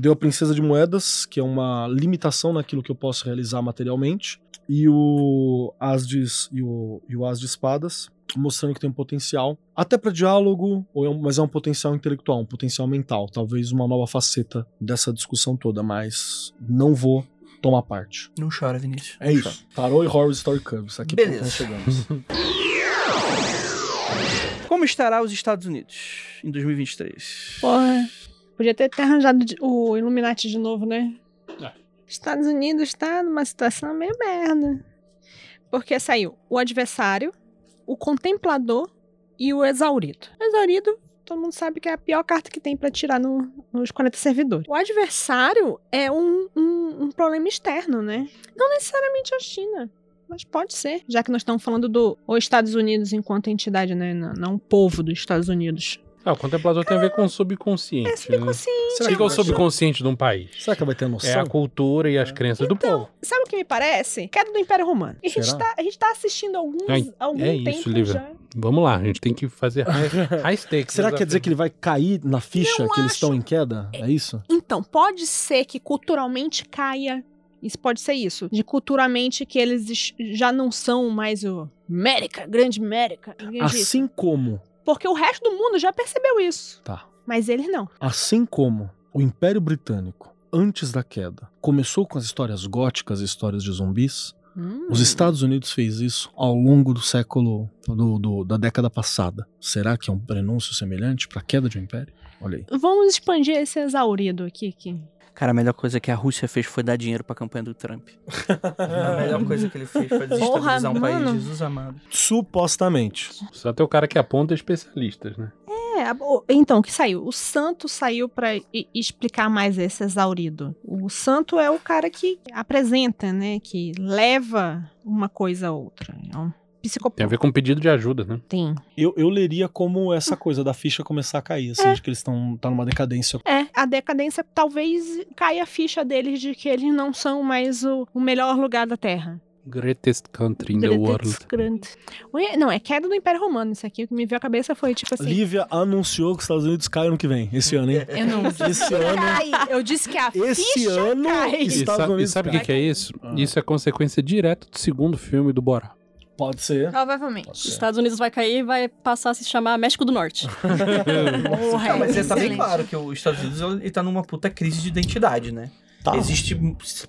Deu a princesa de moedas, que é uma limitação naquilo que eu posso realizar materialmente, e o as de es- e o, e o as de espadas, mostrando que tem um potencial até para diálogo, ou é um- mas é um potencial intelectual, um potencial mental, talvez uma nova faceta dessa discussão toda, mas não vou tomar parte. Não chora, Vinícius. É isso. Tarô e Horror Story Cubs, aqui Beleza. chegamos. Como Como estará os Estados Unidos em 2023? Porra. Podia ter, ter arranjado de- o Illuminati de novo, né? É. Estados Unidos tá numa situação meio merda. Porque saiu o adversário, o contemplador e o exaurido. O exaurido, todo mundo sabe que é a pior carta que tem pra tirar no- nos 40 servidores. O adversário é um, um- um problema externo, né? Não necessariamente a China. Mas pode ser, já que nós estamos falando do os Estados Unidos enquanto entidade, né? Não, não o povo dos Estados Unidos. Ah, o contemplador tem a ver com o subconsciente. É subconsciente. Né? O que que é o subconsciente de um país? Será que vai ter noção? É a cultura e as crenças do povo. Sabe o que me parece? Queda do Império Romano. E a gente, Será? tá, a gente tá assistindo alguns, Ai, algum é tempo isso, Lívia. já. Vamos lá, a gente tem que fazer high, high stakes. Será que quer dizer que ele vai cair na ficha Não que eles estão acho. em queda? É isso? Então, pode ser que culturalmente caia. Isso pode ser isso. De culturalmente que eles es- já não são mais o América, grande América. grande isso. Assim como, Porque o resto do mundo já percebeu isso. tá. Mas eles não. Assim como o Império Britânico, antes da queda, começou com as histórias góticas e histórias de zumbis, Hum. os Estados Unidos fez isso ao longo do século do- do- da década passada. Será que é um prenúncio semelhante para a queda de um império? Olha aí. Vamos expandir esse exaurido aqui. Que... Cara, a melhor coisa que a Rússia fez foi dar dinheiro pra campanha do Trump. a melhor coisa que ele fez foi desestabilizar um Porra, país, mano. Jesus amado. Supostamente. Só tem o cara que aponta especialistas, né? É, a- o- então, o que saiu? O santo saiu pra e- explicar mais esse exaurido. O santo é o cara que apresenta, né? Que leva uma coisa a outra. É um Tem a psicopata. ver com pedido de ajuda, né? Tem. Eu, eu leria como essa coisa da ficha começar a cair, assim, de que eles estão tá numa decadência. É, a decadência talvez caia a ficha deles de que eles não são mais o, o melhor lugar da Terra. Greatest country in the Grande- world. grande. Ui, Não, é queda do Império Romano isso aqui. O que me veio à cabeça foi tipo assim... Lívia anunciou que os Estados Unidos caem ano que vem, esse ano, hein? Eu não Esse ano. Eu disse que é. a Esse ficha ano, cai. E, Estados sa- e Unidos sabe o cai. que, que é isso? Ah. Isso é consequência direta do segundo filme do Borá. Pode ser. Tá Provavelmente. Pode Os ser. Estados Unidos vai cair e vai passar a se chamar México do Norte. Porra, Ah, mas é, tá bem excelente. claro que os Estados Unidos ele tá numa puta crise de identidade, né? Tá. Existe,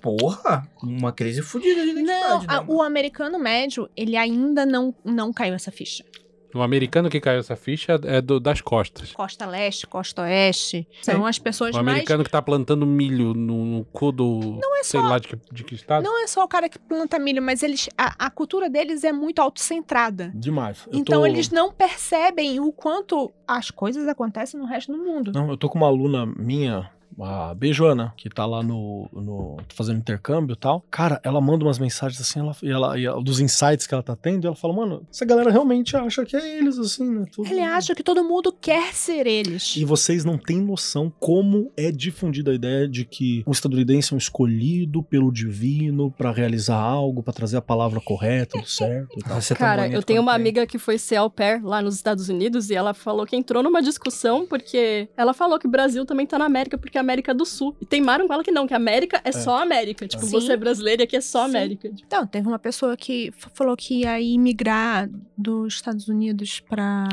porra, uma crise fodida de Não, identidade. a- né, mano? o americano médio, ele ainda não, não caiu essa ficha. O americano que caiu essa ficha é do- das costas. Costa leste, costa oeste, são as pessoas O mais... americano que tá plantando milho no, no cu do. Não é Sei só- lá de que, de que estado. Não é só o cara que planta milho, mas eles, a, a cultura deles é muito autocentrada. Demais. Eu Então tô- eles não percebem o quanto as coisas acontecem no resto do mundo. Não, eu tô com uma aluna minha, a Beijoana, que tá lá no, no- tô fazendo intercâmbio e tal. Cara, ela manda umas mensagens assim, ela, e ela, e ela- dos insights que ela tá tendo, e ela fala, mano, essa galera realmente acha que é eles, assim, né? Tudo... Ele acha que todo mundo quer ser eles. E vocês não têm noção como é difundida a ideia de que um estadunidense é um escolhido pelo divino pra realizar algo, pra trazer a palavra correta, do certo e tal. Nossa, é tão Cara, bonito eu tenho quando uma tem. amiga que foi ser au pair lá nos Estados Unidos e ela falou que entrou numa discussão porque ela falou que o Brasil também tá na América porque é América do Sul. E teimaram com ela que não, que a América é, só América. Tipo, Sim. você é brasileiro e aqui é só Sim. América. Então, teve uma pessoa que f- falou que ia imigrar dos Estados Unidos pra.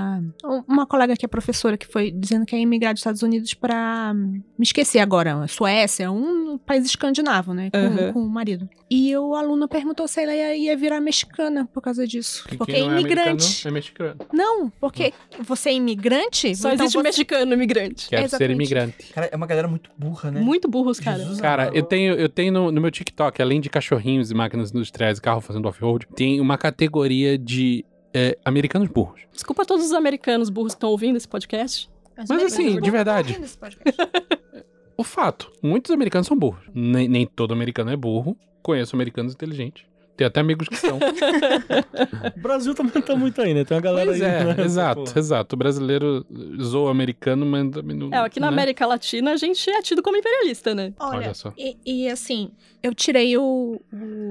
Uma colega que é professora que foi dizendo que ia imigrar dos Estados Unidos pra. hum, Me esqueci agora, Suécia, um país escandinavo, né? Com, Aham. com o marido. E o aluno perguntou se ela ia, ia virar mexicana por causa disso. Que- porque quem não é imigrante. americano Hum. É mexicano. Não, porque você é imigrante. Só então existe você... mexicano imigrante. Quero ser Exatamente. imigrante. Cara, é uma galera muito burra, né? Muito burros, cara. Jesus Cara, amado. eu tenho, eu tenho no, no meu TikTok, além de cachorrinhos e máquinas industriais e carro fazendo off-road, tem uma categoria de é, americanos burros. Desculpa a todos os americanos burros que estão ouvindo esse podcast. Mas assim, Tá de verdade, o fato, muitos americanos são burros. Nem, nem todo americano é burro. Conheço americanos inteligentes. Tenho até amigos que são. O Brasil também tá muito aí, né? Tem uma galera Pois aí, é, né? exato, Pô. exato. O brasileiro zoa o americano, mas também não. É, aqui na né? América Latina a gente é tido como imperialista, né? Olha, Olha só. E, e, assim, eu tirei o,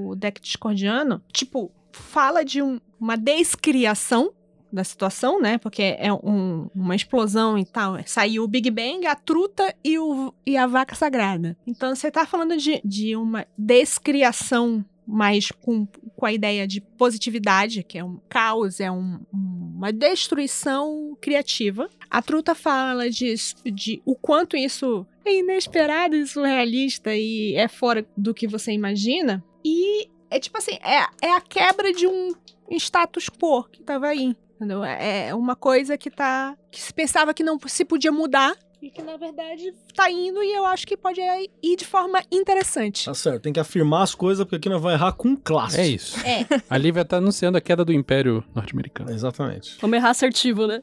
o deck discordiano, tipo, fala de um- uma descriação da situação, né? Porque é um- uma explosão e tal. Saiu o Big Bang, a truta e, o- e a vaca sagrada. Então você tá falando de, de uma descriação mas com, com a ideia de positividade, que é um caos, é um- uma destruição criativa. A truta fala de, de o quanto isso é inesperado e surrealista e é fora do que você imagina. E é tipo assim, é, é a quebra de um status quo que tava aí. Entendeu? É é uma coisa que tá. que se pensava que não se podia mudar e que, na verdade, tá indo e eu acho que pode é, ir de forma interessante. Tá certo, tem que afirmar as coisas, porque aqui nós vamos errar com um classe. É isso. É. A Lívia tá anunciando a queda do Império Norte-Americano. Exatamente. Vamos errar assertivo, né?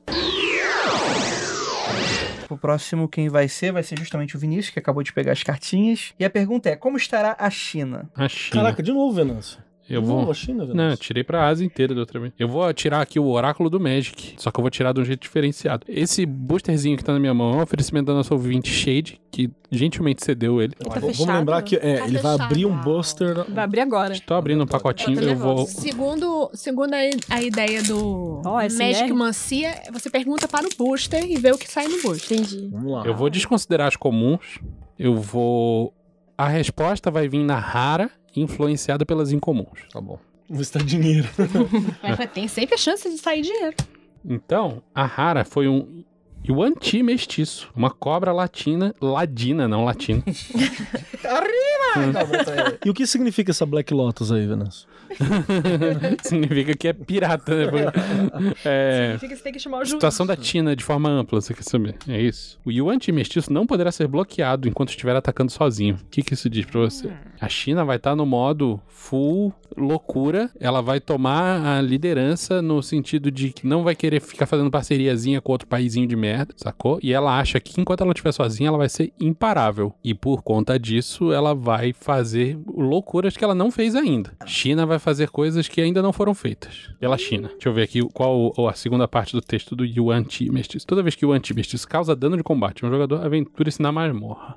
Tipo, O próximo quem vai ser vai ser justamente o Vinícius, que acabou de pegar as cartinhas. E a pergunta é: como estará a China? A China. Caraca, de novo, Venâncio. eu De vou. novo a China, Não, eu Venâncio. Tá tirei pra asa inteira da outra vez. Eu vou tirar aqui o oráculo do Magic, só que eu vou tirar de um jeito diferenciado. Esse boosterzinho que tá na minha mão é um oferecimento da nossa ouvinte Shade, que gentilmente cedeu ele. Olha, Tá vamos fechado. lembrar que é, Tá ele vai fechado. abrir um buster. Vai abrir agora. Estou abrindo um pacotinho, Eu tô eu vou. nervosa. Segundo, segundo a, a ideia do Ó, esse Magic nerd. Mancia, você pergunta para o booster e vê o que sai no booster. Entendi. Vamos lá. Eu vou desconsiderar as comuns. Eu vou. A resposta vai vir na rara, influenciada pelas incomuns. Tá bom. Vou estar dinheiro. Mas tem sempre a chance de sair dinheiro. Então, a rara foi um Yuan-Ti mestiço. Uma cobra latina. Ladina, não latina. E o que significa essa Black Lotus aí, Venâncio? Significa que é pirata, né? Porque- É. Significa que você tem que chamar o juiz. Situação da Tina de forma ampla, você quer saber? É isso. O Yuan Ti mestiço não poderá ser bloqueado enquanto estiver atacando sozinho. O que, que isso diz pra você? A China vai estar no modo full loucura. Ela vai tomar a liderança no sentido de que não vai querer ficar fazendo parceriazinha com outro paizinho de merda, sacou? E ela acha que enquanto ela estiver sozinha, ela vai ser imparável. E por conta disso, ela vai fazer loucuras que ela não fez ainda. China vai fazer coisas que ainda não foram feitas pela China. Deixa eu ver aqui qual qual a segunda parte do texto do Yuan Ti Mestiço. Toda vez que o Yuan Ti Mestiço causa dano de combate, um jogador aventura-se na masmorra.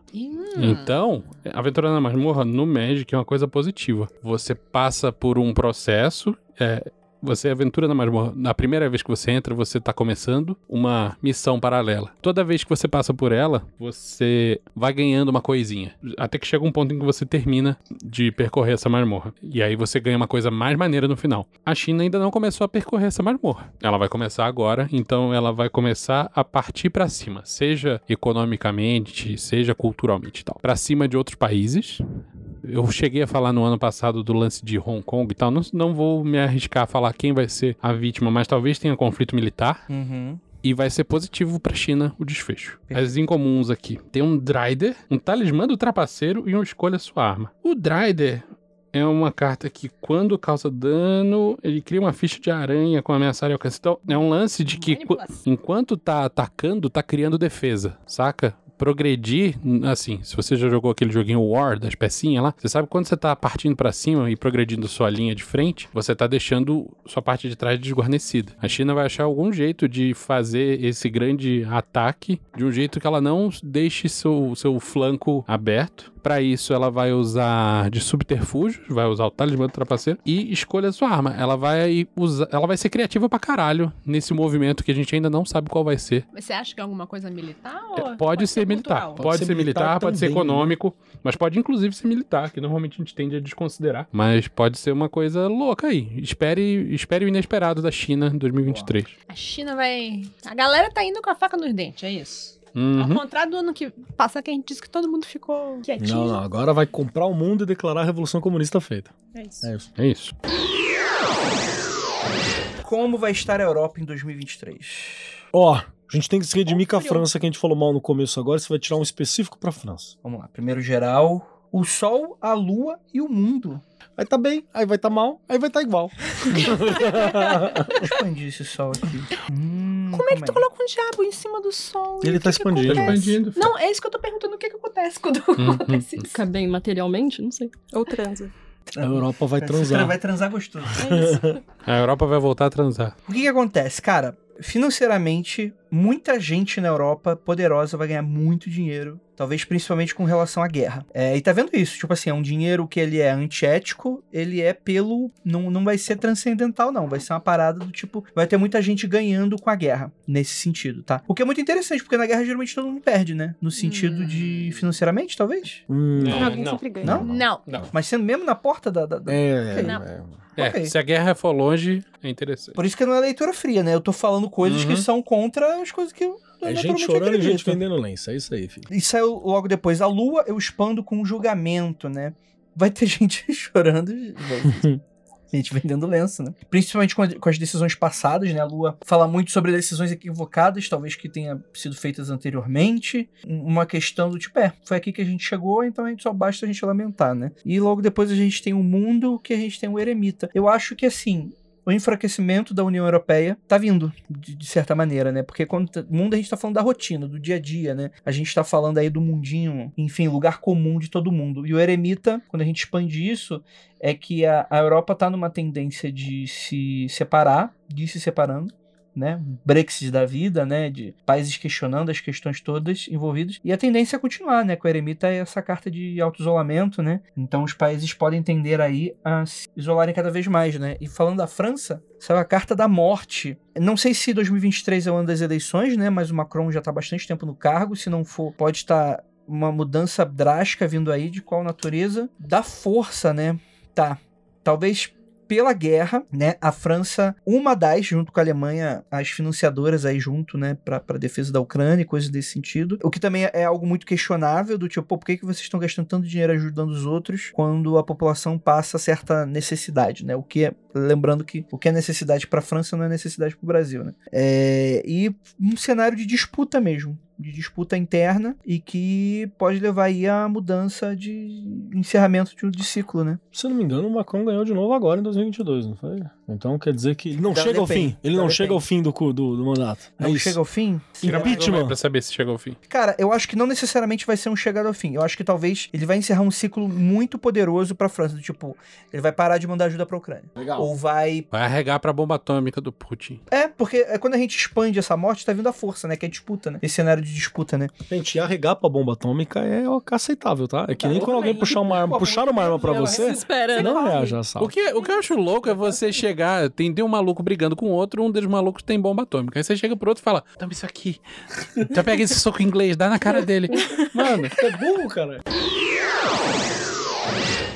Então, aventura na masmorra no Magic é uma coisa positiva. Você passa por um processo. é, você aventura na masmorra. Na primeira vez que você entra, você tá começando uma missão paralela. Toda vez que você passa por ela, você vai ganhando uma coisinha. Até que chega um ponto em que você termina de percorrer essa masmorra. E aí você ganha uma coisa mais maneira no final. A China ainda não começou a percorrer essa masmorra. Ela vai começar agora, então ela vai começar a partir pra cima, seja economicamente, seja culturalmente e tal. Pra cima de outros países. Eu cheguei a falar no ano passado do lance de Hong Kong e tal. Não, não vou me arriscar a falar quem vai ser a vítima, mas talvez tenha conflito militar Uhum. e vai ser positivo pra China o desfecho. As incomuns aqui. Tem um Drider, um talismã do trapaceiro e um escolha sua arma. O Drider é uma carta que quando causa dano, ele cria uma ficha de aranha com ameaçar e alcance. Então, é um lance de que qu- enquanto tá atacando, tá criando defesa, saca? Progredir, assim, se você já jogou aquele joguinho War das pecinhas lá, você sabe quando você tá partindo pra cima e progredindo sua linha de frente, você tá deixando sua parte de trás desguarnecida. A China vai achar algum jeito de fazer esse grande ataque de um jeito que ela não deixe seu, seu flanco aberto. Pra isso, ela vai usar de subterfúgios, vai usar o talismã do trapaceiro e escolha a sua arma. Ela vai usar, ela vai ser criativa pra caralho nesse movimento que a gente ainda não sabe qual vai ser. Mas você acha que é alguma coisa militar? Ou É, pode, ser, militar, cultural? pode, ser, militar, pode ser também, né? econômico, mas pode inclusive ser militar, que normalmente a gente tende a desconsiderar. Mas pode ser uma coisa louca aí. Espere, espere o inesperado da China em 2023. A China vai. A galera tá indo com a faca nos dentes, é isso. Ao Uhum. contrário do ano que passa, que a gente disse que todo mundo ficou É quietinho. Não, não, agora vai comprar o mundo e declarar a Revolução Comunista feita. É isso. É isso. É isso. Como vai estar a Europa em 2023? Ó, a gente tem que se redimir com a França, que a gente falou mal no começo agora, você vai tirar um específico pra França. Vamos lá. Primeiro geral: o Sol, a Lua e o mundo. Aí tá bem, aí vai tá mal, aí vai tá igual. Vou expandir esse Sol aqui. Hum, Como é que calma tu aí. colocou um diabo em cima do sol? E Ele o que tá que expandindo. acontece? Tá Hum, expandindo, filho. Não, é isso que eu tô perguntando. O que, que acontece quando Uhum. acontece isso? Fica bem materialmente? Não sei. Ou transa. A Europa vai Você transar. Vai transar gostoso. A Europa vai voltar a transar. O que, que acontece, cara? Financeiramente, muita gente na Europa poderosa vai ganhar muito dinheiro. Talvez principalmente com relação à guerra. É, e tá vendo isso? Tipo assim, é um dinheiro que ele é antiético, ele é pelo. Não, não vai ser transcendental, não. Vai ser uma parada do tipo. Vai ter muita gente ganhando com a guerra, nesse sentido, tá? O que é muito interessante, porque na guerra geralmente todo mundo perde, né? No sentido de. financeiramente, talvez? Hum, Alguém É, sempre ganha. Não? Não. Mas sendo mesmo na porta da. da- da- É, é, Não. é. É, Ok. se a guerra for longe, é interessante. Por isso que não é leitura fria, né? Eu tô falando coisas Uhum. que são contra as coisas que eu. É gente naturalmente chorando e gente acredito. vendendo lenço, é isso aí, filho. E saiu logo depois a um lua, eu expando com o julgamento, né? Vai ter gente chorando. A gente vendendo lenço, né? Principalmente com, a- com as decisões passadas, né? A Lua fala muito sobre decisões equivocadas, talvez que tenha sido feitas anteriormente. Um- Uma questão do tipo, é, foi aqui que a gente chegou, então a gente só basta a gente lamentar, né? E logo depois a gente tem o mundo que a gente tem o eremita. Eu acho que assim. O enfraquecimento da União Europeia tá vindo, de, de certa maneira, né? Porque quando t- mundo a gente tá falando da rotina, do dia a dia, né? A gente tá falando aí do mundinho, enfim, lugar comum de todo mundo. E o eremita, quando a gente expande isso, é que a, a Europa tá numa tendência de se separar, de ir se separando, né? Brexit da vida, né? De países questionando as questões todas envolvidas. E a tendência é continuar, né? Com o eremita é essa carta de auto-isolamento, né? Então os países podem tender aí a se isolarem cada vez mais, né? E falando da França, saiu a carta da morte. Não sei se 2023 é o ano das eleições, né? Mas o Macron já tá há bastante tempo no cargo. Se não for, pode estar. uma mudança drástica vindo aí, de qual natureza? Da força, né? tá, talvez pela guerra, né, a França, uma das, junto com a Alemanha, as financiadoras aí junto, né, pra, pra defesa da Ucrânia e coisas desse sentido. O que também é algo muito questionável, do tipo, pô, por que, que vocês estão gastando tanto dinheiro ajudando os outros quando a população passa certa necessidade, né, o que é, lembrando que o que é necessidade pra França não é necessidade pro Brasil, né. É, e um cenário de disputa mesmo, de disputa interna e que pode levar aí a mudança de encerramento de, de ciclo, né. Se eu não me engano, o Macron ganhou de novo agora em 2022, não foi? Então quer dizer que ele não Então chega ao depende, fim. Ele então não chega depende. ao fim do, cu- do, do mandato. É Não isso. chega ao fim? Será mais Impeachment. pra saber se chegou ao fim. Cara, eu acho que não necessariamente vai ser um chegado ao fim. Eu acho que talvez ele vai encerrar um ciclo muito poderoso pra França. do Tipo, ele vai parar de mandar ajuda pra Ucrânia. Legal. Ou vai. Vai arregar pra bomba atômica do Putin. É, porque é quando a gente expande essa morte, tá vindo a força, né? Que é disputa, né? Esse cenário de disputa, né? Gente, arregar pra bomba atômica é ó, aceitável, tá? É que nem Tá, quando alguém também. puxar uma arma, Pô, puxar uma arma pra ela você, Espera. não reaja, Sal. O que, o que eu acho louco é você chegar, tem de um maluco brigando com o outro, um dos malucos tem bomba atômica. Aí você chega pro outro e fala: toma isso aqui. Já pega esse soco inglês, dá na cara dele. Mano, É burro, cara.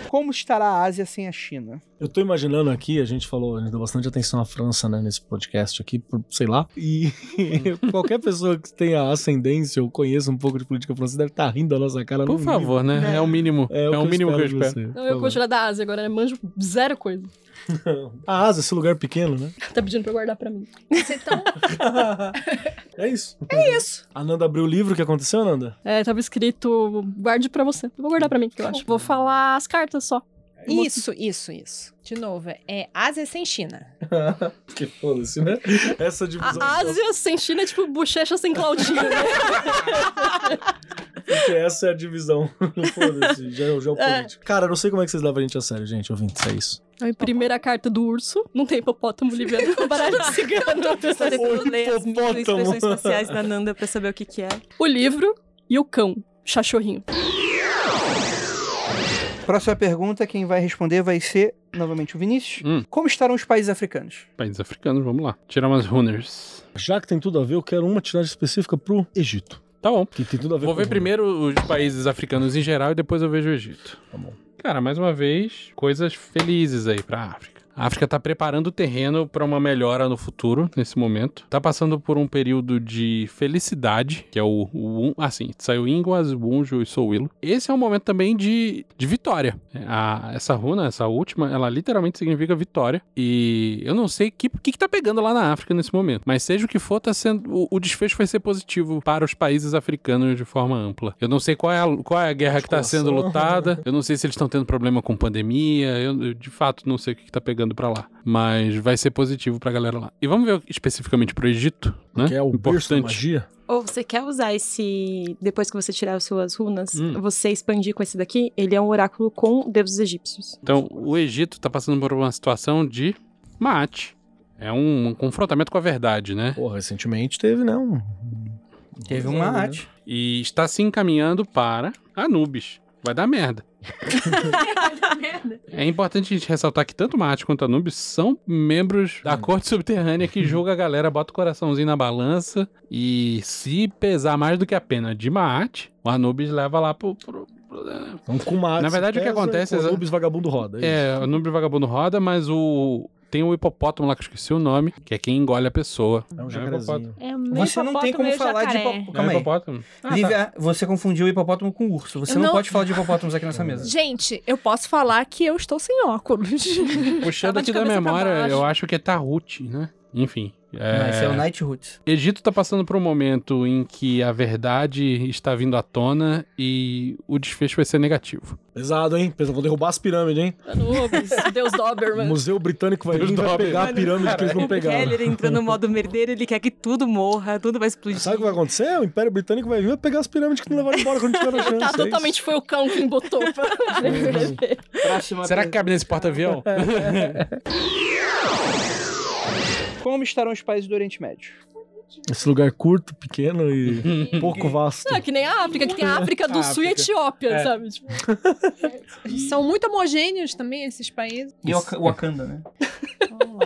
Como estará a Ásia sem a China? Eu tô imaginando aqui, a gente falou, a gente deu bastante atenção à França, né, nesse podcast aqui, por- sei lá. E qualquer pessoa que tenha ascendência ou conheça um pouco de política francesa deve estar rindo da nossa cara. por num favor, né? É o mínimo. nível. É, o mínimo que eu de espero. você, Não, eu por continuo da Ásia agora, né? Manjo zero coisa. favor. A Ah, Ásia, esse lugar pequeno, né? Tá pedindo pra guardar pra mim. Então, É isso. É isso. A Nanda abriu o livro, o que aconteceu, Nanda? É, tava escrito, guarde pra você. Eu vou guardar pra mim, que eu acho. Vou falar as cartas só. isso, isso, isso. De novo, é Ásia sem China. que foda-se, né? Essa divisão. A Ásia sem China é tipo bochecha sem Claudinho, né? Porque essa é a divisão. Foda-se, já é o geopolítico. Cara, eu não sei como é que vocês levam a gente a sério, gente, ouvintes, é isso. Primeira carta do urso. Não tem hipopótamo liviano com baralho de cigano. Fazer quando eu ler as hipopótamo. expressões faciais da Nanda pra saber o que que é. O livro e o cão. Chachorrinho. Próxima pergunta, quem vai responder vai ser, novamente, o Vinícius. Hum. Como estarão os países africanos? Países africanos, vamos lá. Tirar umas runners. Já que tem tudo a ver, eu quero uma tiragem específica pro Egito. Tá bom. Que tem tudo a ver Vou com ver o- primeiro os países africanos em geral e depois eu vejo o Egito. Tá bom. Cara, mais uma vez, coisas felizes aí pra África. A África tá preparando o terreno pra uma melhora no futuro, nesse momento. Tá passando por um período de felicidade, que é o, o um- assim, saiu Inguas, Bunjo e Souilo. Esse é um momento também de, de vitória. A- essa runa, essa última, ela literalmente significa vitória. E eu não sei o que, que, que tá pegando lá na África nesse momento. Mas seja o que for, tá sendo, o, o desfecho vai ser positivo para os países africanos de forma ampla. Eu não sei qual é a, qual é a guerra que tá sendo Escolação. lutada nada. Eu não sei se eles estão tendo problema com pandemia. Eu, eu, de fato não sei o que, que tá pegando pra lá. Mas vai ser positivo pra galera lá. E vamos ver especificamente pro Egito, né? Que é o berço da importante. magia. Ou você quer usar esse. Depois que você tirar as suas runas, Hum. você expandir com esse daqui? Ele é um oráculo com deuses egípcios. Então, o Egito tá passando por uma situação de mate. É um, um confrontamento com a verdade, né? Pô, recentemente teve, né? Um... Teve uma arte. E está se encaminhando para Anubis. Vai dar merda. É importante a gente ressaltar que tanto Marte quanto Anubis são membros da corte subterrânea que julga a galera, bota o coraçãozinho na balança e se pesar mais do que a pena de Marte, o Anubis leva lá pro... pro- pro- Um kumate. Na verdade, o que acontece é- é. Lubis vagabundo roda. É, o Anubis vagabundo roda, mas o... Tem o hipopótamo lá que eu esqueci o nome, que é quem engole a pessoa. É um o jacarezinho. É meio Você não tem hipopótamo, como meio falar de jacaré. hipopótamo. É o Calma aí. hipopótamo? Lívia, você confundiu o hipopótamo com o urso. Você Eu não, não- pode falar de hipopótamos aqui nessa mesa. Gente, eu posso falar que eu estou sem óculos. Puxando Tava aqui de da cabeça pra memória, baixo. eu acho que é Tahut, né? Enfim. é- Não, esse é o Night Roots. Egito tá passando por um momento em que a verdade está vindo à tona e o desfecho vai ser negativo. Pesado, hein? Pesado, vou derrubar as pirâmides, hein? Anubis, Deus O Doberman. Museu Britânico vai Deus vir e vai dobre. pegar a pirâmide que eles não O pegaram. Keller É entrou no modo merdeiro, ele quer que tudo morra, tudo vai explodir. Sabe o que vai acontecer? O Império Britânico vai vir e vai pegar as pirâmides que não levaram embora quando tiveram a chance. Tá, é isso. totalmente foi o cão quem botou pra sobreviver. Próxima Será que cabe nesse porta-avião? É. Como estarão os países do Oriente Médio? Esse lugar curto, pequeno e pouco vasto. Não, Ah, que nem a África, que tem a África do Sul e a Etiópia, É. sabe? Tipo, São muito homogêneos também esses países. E Wak- Wakanda, né?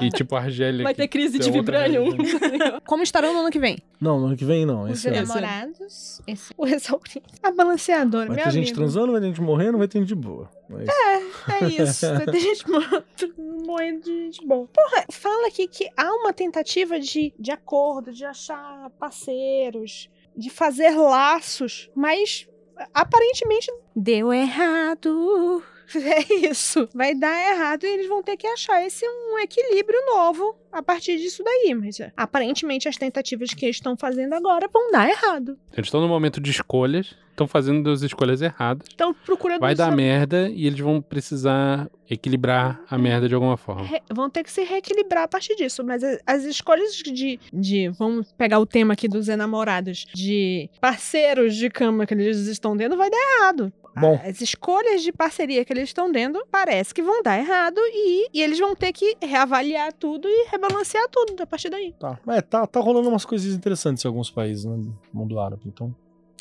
e tipo a Argélia. vai que- ter crise de tem outra vibranium. Como estarão no ano que vem? Não, no ano que vem não. Os Esse ano. namorados, esse- é o exaurido, a balanceadora, Vai meu ter gente amigo. transando, vai ter gente morrendo, vai ter gente de boa. É isso. É isso, vai ter gente morrendo, morrendo de gente boa. Porra, fala aqui que há uma tentativa de, de acordo, de achar parceiros, de fazer laços, mas aparentemente deu errado. É isso, vai dar errado e eles vão ter que achar esse um equilíbrio novo a partir disso daí. Mas é, aparentemente as tentativas que eles estão fazendo agora vão dar errado. Eles estão no momento de escolhas, estão fazendo as escolhas erradas. Estão procurando Vai dar saber- merda e eles vão precisar equilibrar a merda de alguma forma. re- vão ter que se reequilibrar a partir disso. Mas a- as escolhas de, de. Vamos pegar o tema aqui dos enamorados, de parceiros de cama que eles estão dando, vai dar errado. Bom. As escolhas de parceria que eles estão dando parece que vão dar errado e, e eles vão ter que reavaliar tudo e rebalancear tudo a partir daí. Tá. É, tá, tá rolando umas coisas interessantes em alguns países, né? No mundo árabe, então.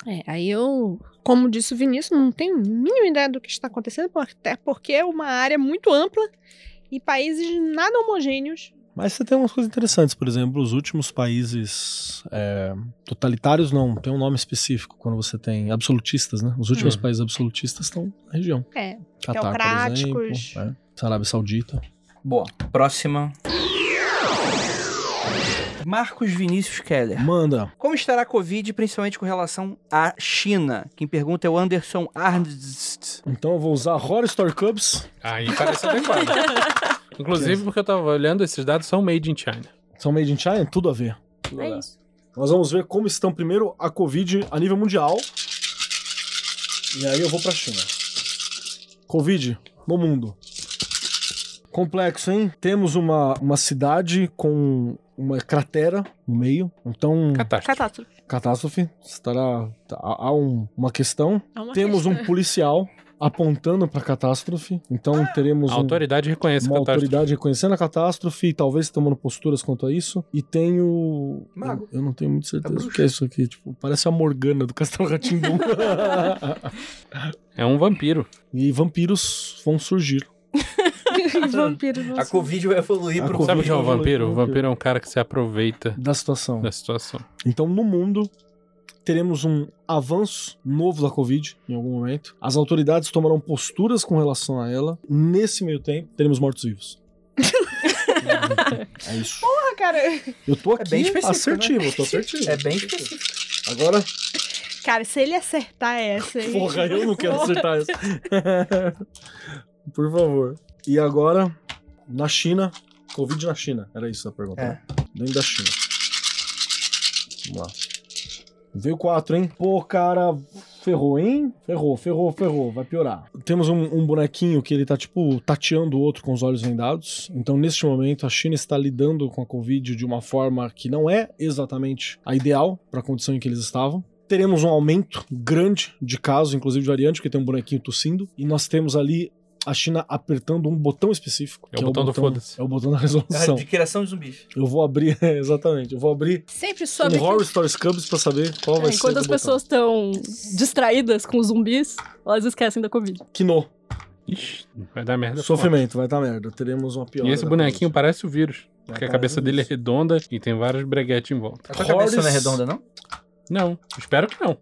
É, aí eu, como disse o Vinícius, não tenho a mínima ideia do que está acontecendo, por- até porque é uma área muito ampla e países nada homogêneos. Mas você tem umas coisas interessantes, por exemplo, os últimos países é, totalitários não, tem um nome específico quando você tem absolutistas, né? Os últimos Hum. países absolutistas estão na região. É, Catar, por Teocráticos. exemplo, é. Arábia Saudita. Boa. Próxima. Marcos Vinícius Keller. Manda. Como estará a Covid, principalmente com relação à China? Quem pergunta é o Anderson Arnst. Então eu vou usar Horror Store Cups. Aí parece adequado. Inclusive, porque eu tava olhando, esses dados são made in China. São made in China, tudo a ver. É isso. Nós vamos ver como estão primeiro a Covid a nível mundial. E aí eu vou pra China. Covid no mundo. Complexo, hein? Temos uma, uma cidade com uma cratera no meio. Então, Catástrofe. Catástrofe. catástrofe. Estará. tá- Há um- uma questão. É uma Temos um policial apontando pra catástrofe. Então teremos A um- autoridade reconhece uma catástrofe. autoridade reconhecendo a catástrofe e talvez tomando posturas quanto a isso. E tem o. Mago. Eu, eu não tenho muita certeza bruxa. o que é isso aqui. Tipo, parece a Morgana do Castelo Ratimbu. É um vampiro. e vampiros vão surgir. Vampiros não A Covid vai evoluir A pro Covid. Sabe o que é um Vampiro. vampiro? O vampiro é um cara que se aproveita Da situação. da situação. Então, no mundo, teremos um avanço novo da Covid em algum momento. As autoridades tomarão posturas com relação a ela. Nesse meio tempo, teremos mortos-vivos. é isso. Ah, cara, Eu tô É aqui bem específico, assertivo, né? eu tô assertivo. É bem específico. Agora, cara, se ele acertar essa. ele- Porra, eu não quero acertar isso. Por favor. E agora, na China. Covid na China. Era isso a pergunta. É. né? Dentro da China. Vamos lá. Veio 4, hein? Pô, cara, ferrou, hein? Ferrou, ferrou, ferrou. Vai piorar. Temos um, um bonequinho que ele tá, tipo, tateando o outro com os olhos vendados. Então, neste momento, a China está lidando com a Covid de uma forma que não é exatamente a ideal para a condição em que eles estavam teremos um aumento grande de casos, inclusive de variante, porque tem um bonequinho tossindo, e nós temos ali a China apertando um botão específico. É o que botão do foda-se. É o botão da É a resolução. adquiração de zumbis. Eu vou abrir, é, exatamente, eu vou abrir Sempre soube. um que- Horror Stories Cubs pra saber qual vai ser Enquanto do as botão. pessoas estão distraídas com os zumbis, elas esquecem da Covid. Quino, Ixi, Hum. vai dar merda. sofrimento, vai dar merda, teremos uma pior. E esse bonequinho parece o vírus. Porque a cabeça dele é redonda e tem vários breguetes em volta. A tua cabeça não é Hordes. redonda, não? Não, espero que Hum. não.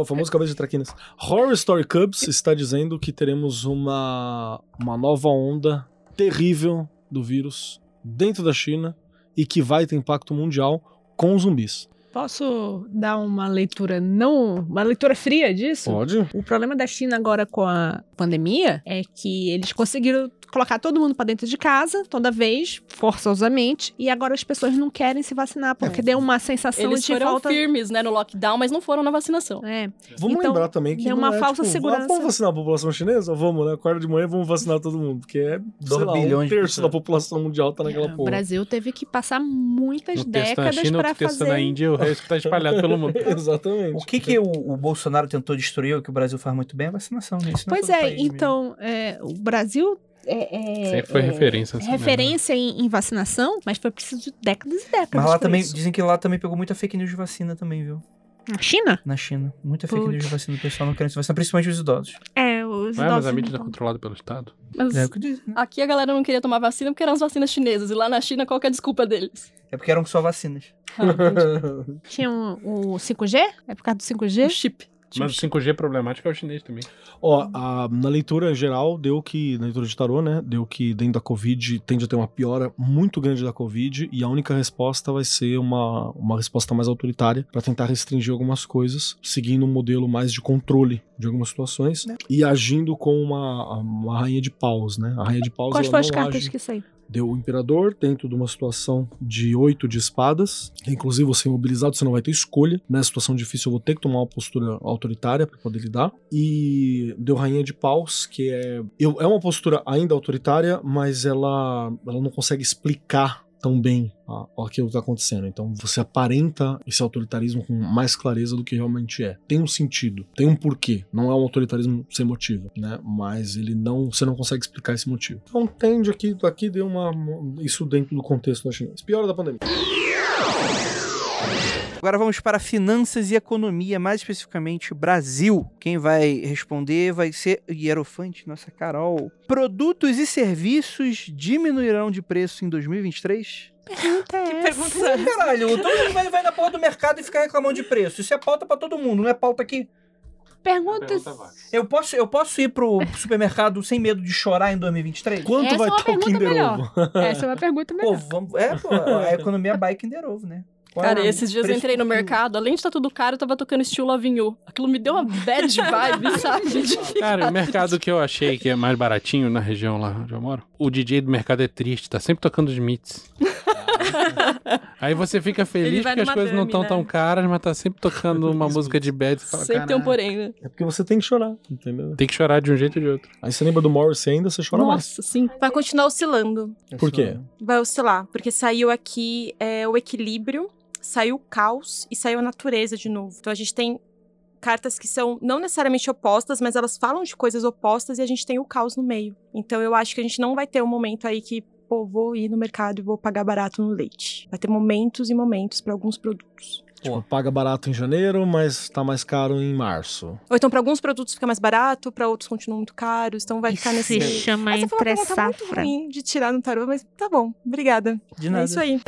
O famoso cabeça de traquinas. Horror Story Cubs está dizendo que teremos uma, uma nova onda terrível do vírus dentro da China e que vai ter impacto mundial com zumbis. Posso dar uma leitura não, uma leitura fria disso? Pode? O problema da China agora com a pandemia é que eles conseguiram colocar todo mundo pra dentro de casa, toda vez, forçosamente, e agora as pessoas não querem se vacinar porque deu uma sensação Eles de foram falta. firmes, né, no lockdown, mas não foram na vacinação. É, Vamos Então, lembrar também que. deu não uma é, falsa tipo, segurança. "Ah, Vamos vacinar a população chinesa? Vamos, né? Acorda de manhã, vamos vacinar todo mundo. Porque é sei lá, bilhões um de terço pessoas. da população mundial tá naquela o porra. É, Brasil teve que passar muitas Um texto na décadas China, pra outro texto na fazer. um- Índia, o resto tá espalhado pelo mundo. Exatamente. O que, que o, o Bolsonaro tentou destruir, o que o Brasil faz muito bem, é a vacinação. Né? Isso não Pois todo é, país mesmo. então, é, o Brasil é, é- Sempre foi é- referência. é assim, né? referência em, em vacinação, mas foi preciso de décadas e décadas. Mas lá pra também, isso. dizem que é lá também pegou muita fake news de vacina também, viu? Na China? Na China. Muita fake Putz. news de vacina, o pessoal não querendo se vacinar, principalmente os idosos. É, os Ah, mas idosos a mídia não não é tão- controlada pelo Estado. Mas É o que dizem, né? aqui a galera não queria tomar vacina porque eram as vacinas chinesas. E lá na China, qual que é a desculpa deles? É porque eram só vacinas. Ah, Ah. Tinha o, o 5G? É por causa do O 5G? chip. Tipo, Mas o 5G problemático é o chinês também. Ó, a- na leitura geral, deu que, na leitura de tarô, né, deu que dentro da Covid tende a ter uma piora muito grande da Covid e a única resposta vai ser uma, uma resposta mais autoritária para tentar restringir algumas coisas, seguindo um modelo mais de controle de algumas situações e agindo com uma, uma rainha de paus, né? A rainha de paus Quais ela foram as não cartas age- que saíram? deu o imperador dentro de uma situação de oito de espadas. Inclusive, você é imobilizado, você não vai ter escolha. Nessa situação difícil, eu vou ter que tomar uma postura autoritária para poder lidar. E deu rainha de paus, que é. eu- é uma postura ainda autoritária, mas ela, ela não consegue explicar tão bem a- aquilo que está acontecendo. Então você aparenta esse autoritarismo com mais clareza do que realmente é. Tem um sentido, tem um porquê. Não é um autoritarismo sem motivo, né? Mas ele não, você não consegue explicar esse motivo. Então tende aqui, aqui deu uma isso dentro do contexto da chinesa. Pior da pandemia. Agora vamos para finanças e economia, mais especificamente Brasil. Quem vai responder vai ser Hierofante, nossa Carol. Produtos e serviços diminuirão de preço em 2023? Ih, Caralho, todo mundo vai, vai na porra do mercado e fica reclamando de preço. Isso é pauta pra todo mundo, não é pauta aqui. Perguntas. Eu posso, eu posso ir pro supermercado sem medo de chorar em 2023? Quanto Essa é vai uma estar o pergunta Kinder melhor. Ovo? Essa é uma pergunta Pô, melhor. vamos, é, pô, a economia by Kinder Ovo, né? Qual é Cara, o esses dias eu preço entrei no do- mercado, além de estar tudo caro, eu tava tocando estilo Avinhu. Aquilo me deu uma bad vibe, sabe? De- Cara, o mercado que eu achei que é mais baratinho na região lá onde eu moro, o DJ do mercado é triste, tá sempre tocando os mits. Aí você fica feliz Ele vai porque as numa coisas não dummy, estão né? tão caras, mas tá sempre tocando uma música de bad. Você fala, Sempre tem um "Caralho, porém, né? É porque você tem que chorar, entendeu? Tem que chorar de um jeito ou de outro. Aí você lembra do Morrissey ainda, você chora mais. Nossa, sim. Vai continuar oscilando. Por quê? Vai oscilar, porque saiu aqui é, o equilíbrio, saiu o caos e saiu a natureza de novo. Então a gente tem cartas que são não necessariamente opostas, mas elas falam de coisas opostas e a gente tem o caos no meio. Então eu acho que a gente não vai ter um momento aí que, pô, vou ir no mercado e vou pagar barato no leite. Vai ter momentos e momentos para alguns produtos. Tipo, paga barato em janeiro, mas tá mais caro em março. Ou então para alguns produtos fica mais barato, para outros continua muito caro, então vai tá ficar nesse Se chama Essa foi uma entre pergunta muito safra. ruim de tirar no tarô, mas tá bom. Obrigada. De É nada. isso aí.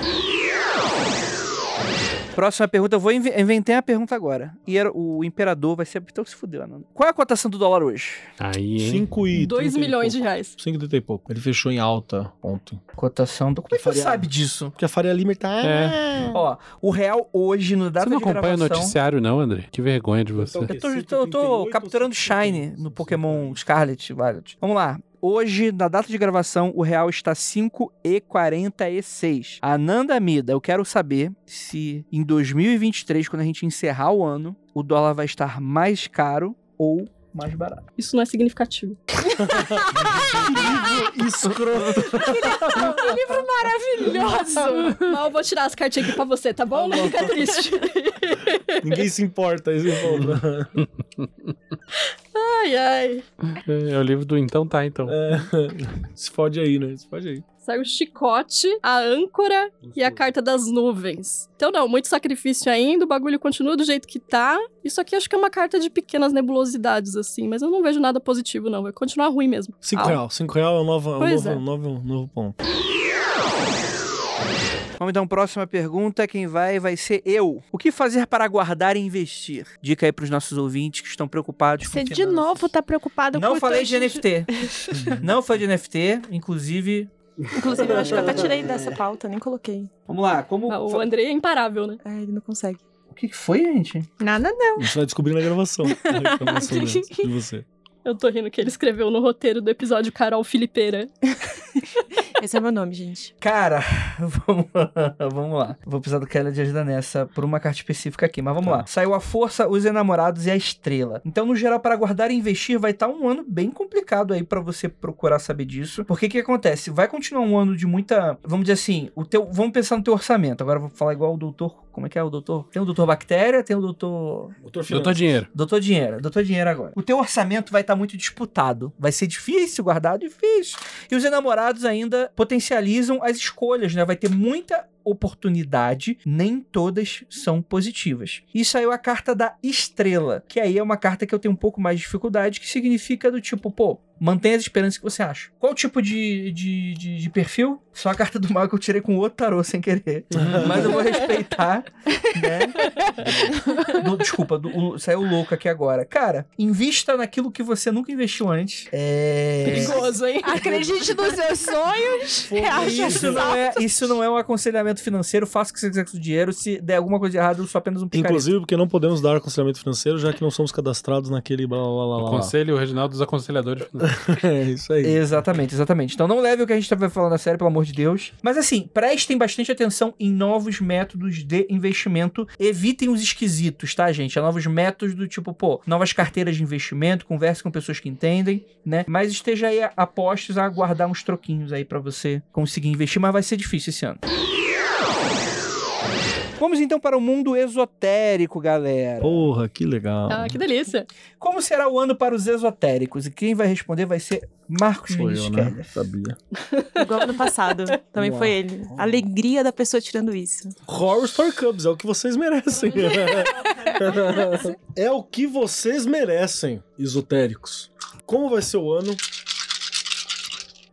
Próxima pergunta, eu vou inve- inventei a pergunta agora. E era- o imperador vai ser. Então se fudeu, Ananda. Qual é a cotação do dólar hoje? Aí, hein? 5 e 2 milhões de reais. 5,30 e pouco. Ele fechou em alta ontem. Cotação do. Como é que você sabe disso? Porque a Faria Limer tá. É. Ó, o real hoje, no data Você não de acompanha o gravação... Então, noticiário, não, André? Que vergonha de você. Eu tô, eu tô- eu tô capturando Shine no Pokémon Scarlet e Violet. Vamos lá. Hoje, na data de gravação, o real está 5,46. Ananda Mida, eu quero saber se em 2023, quando a gente encerrar o ano, o dólar vai estar mais caro ou mais barato. Isso não é significativo. Escroto. Que livro maravilhoso! Mas eu vou tirar as cartinhas aqui pra você, tá bom? Não fica triste. Ninguém se importa. Esse povo. Ai, ai. É, é o livro do Então Tá, Então. É. Se fode aí, né? Se fode aí. Saiu o chicote, a âncora e a carta das nuvens. Então, não, muito sacrifício ainda, o bagulho continua do jeito que tá. Isso aqui acho que é uma carta de pequenas nebulosidades, assim, mas eu não vejo nada positivo, não. Vai continuar ruim mesmo. 5 Ah. real. 5 real é um novo, é um Pois novo, é. um novo, um novo ponto. Vamos então, próxima pergunta. Quem vai vai ser eu. O que fazer para guardar e investir? Dica aí pros nossos ouvintes que estão preocupados Você com de finanças. novo tá preocupado com Não o falei teu- de NFT. não falei de NFT, inclusive. Inclusive, eu acho que eu até tirei dessa pauta, nem coloquei. Vamos lá, como. Ah, O Andrei é imparável, né? Ah, ele não consegue. O que que foi, gente? Nada não. Você vai descobrir na gravação. a reclamação dessa, de você. Eu tô rindo que ele escreveu no roteiro do episódio Carol Filipeira. Esse é meu nome, gente. Cara, vamos lá, vamos lá. Vou precisar do Kelly de ajuda nessa por uma carta específica aqui, mas vamos Tá. lá. Saiu a força, os enamorados e a estrela. Então, no geral, para guardar e investir, vai estar um ano bem complicado aí pra você procurar saber disso. Porque o que acontece? Vai continuar um ano de muita, vamos dizer assim, o teu, vamos pensar no teu orçamento. Agora eu vou falar igual o doutor, como é que é o doutor? Tem o doutor bactéria, tem o doutor Doutor Dinheiro. Doutor Dinheiro, doutor Dinheiro agora. O teu orçamento vai estar muito disputado. Vai ser difícil guardar, difícil. E os enamorados ainda potencializam as escolhas, né? Vai ter muita oportunidade, nem todas são positivas. E saiu a carta da estrela, que aí é uma carta que eu tenho um pouco mais de dificuldade, que significa do tipo, pô, mantenha as esperanças que você acha. Qual tipo de, de, de, de perfil? Só a carta do mal que eu tirei com outro tarô sem querer. Mas eu vou respeitar, né? Do- desculpa, do, o- saiu louco aqui agora. Cara, invista naquilo que você nunca investiu antes. É. Perigoso, hein? Acredite nos seus sonhos. reaja aos Isso não, é, isso não é um aconselhamento financeiro. Faça o que você quiser com o dinheiro. Se der alguma coisa errada, eu sou apenas um picareta. Inclusive porque não podemos dar aconselhamento financeiro, já que não somos cadastrados naquele blá blá blá O blá. blá. conselho original dos aconselhadores. É isso aí. Exatamente, exatamente. Então não leve o que a gente vai falando a sério, pelo amor de Deus. Mas assim, prestem bastante atenção em novos métodos de investimento. Evitem os esquisitos, tá, gente? Há novos métodos do tipo, pô, novas carteiras de investimento, converse com pessoas que entendem, né? Mas esteja aí a- apostos a guardar uns troquinhos aí pra você conseguir investir, mas vai ser difícil esse ano. Vamos então para o mundo esotérico, galera. Porra, que legal. Tá. Ah, que delícia. Como será o ano para os esotéricos? E quem vai responder vai ser Marcos Sou Vinícius eu, Keller. né? Sabia. Igual no passado. Também Uau. foi ele. A alegria da pessoa tirando isso. Horror Story Cubs, é o que vocês merecem. é o que vocês merecem, esotéricos. Como vai ser o ano?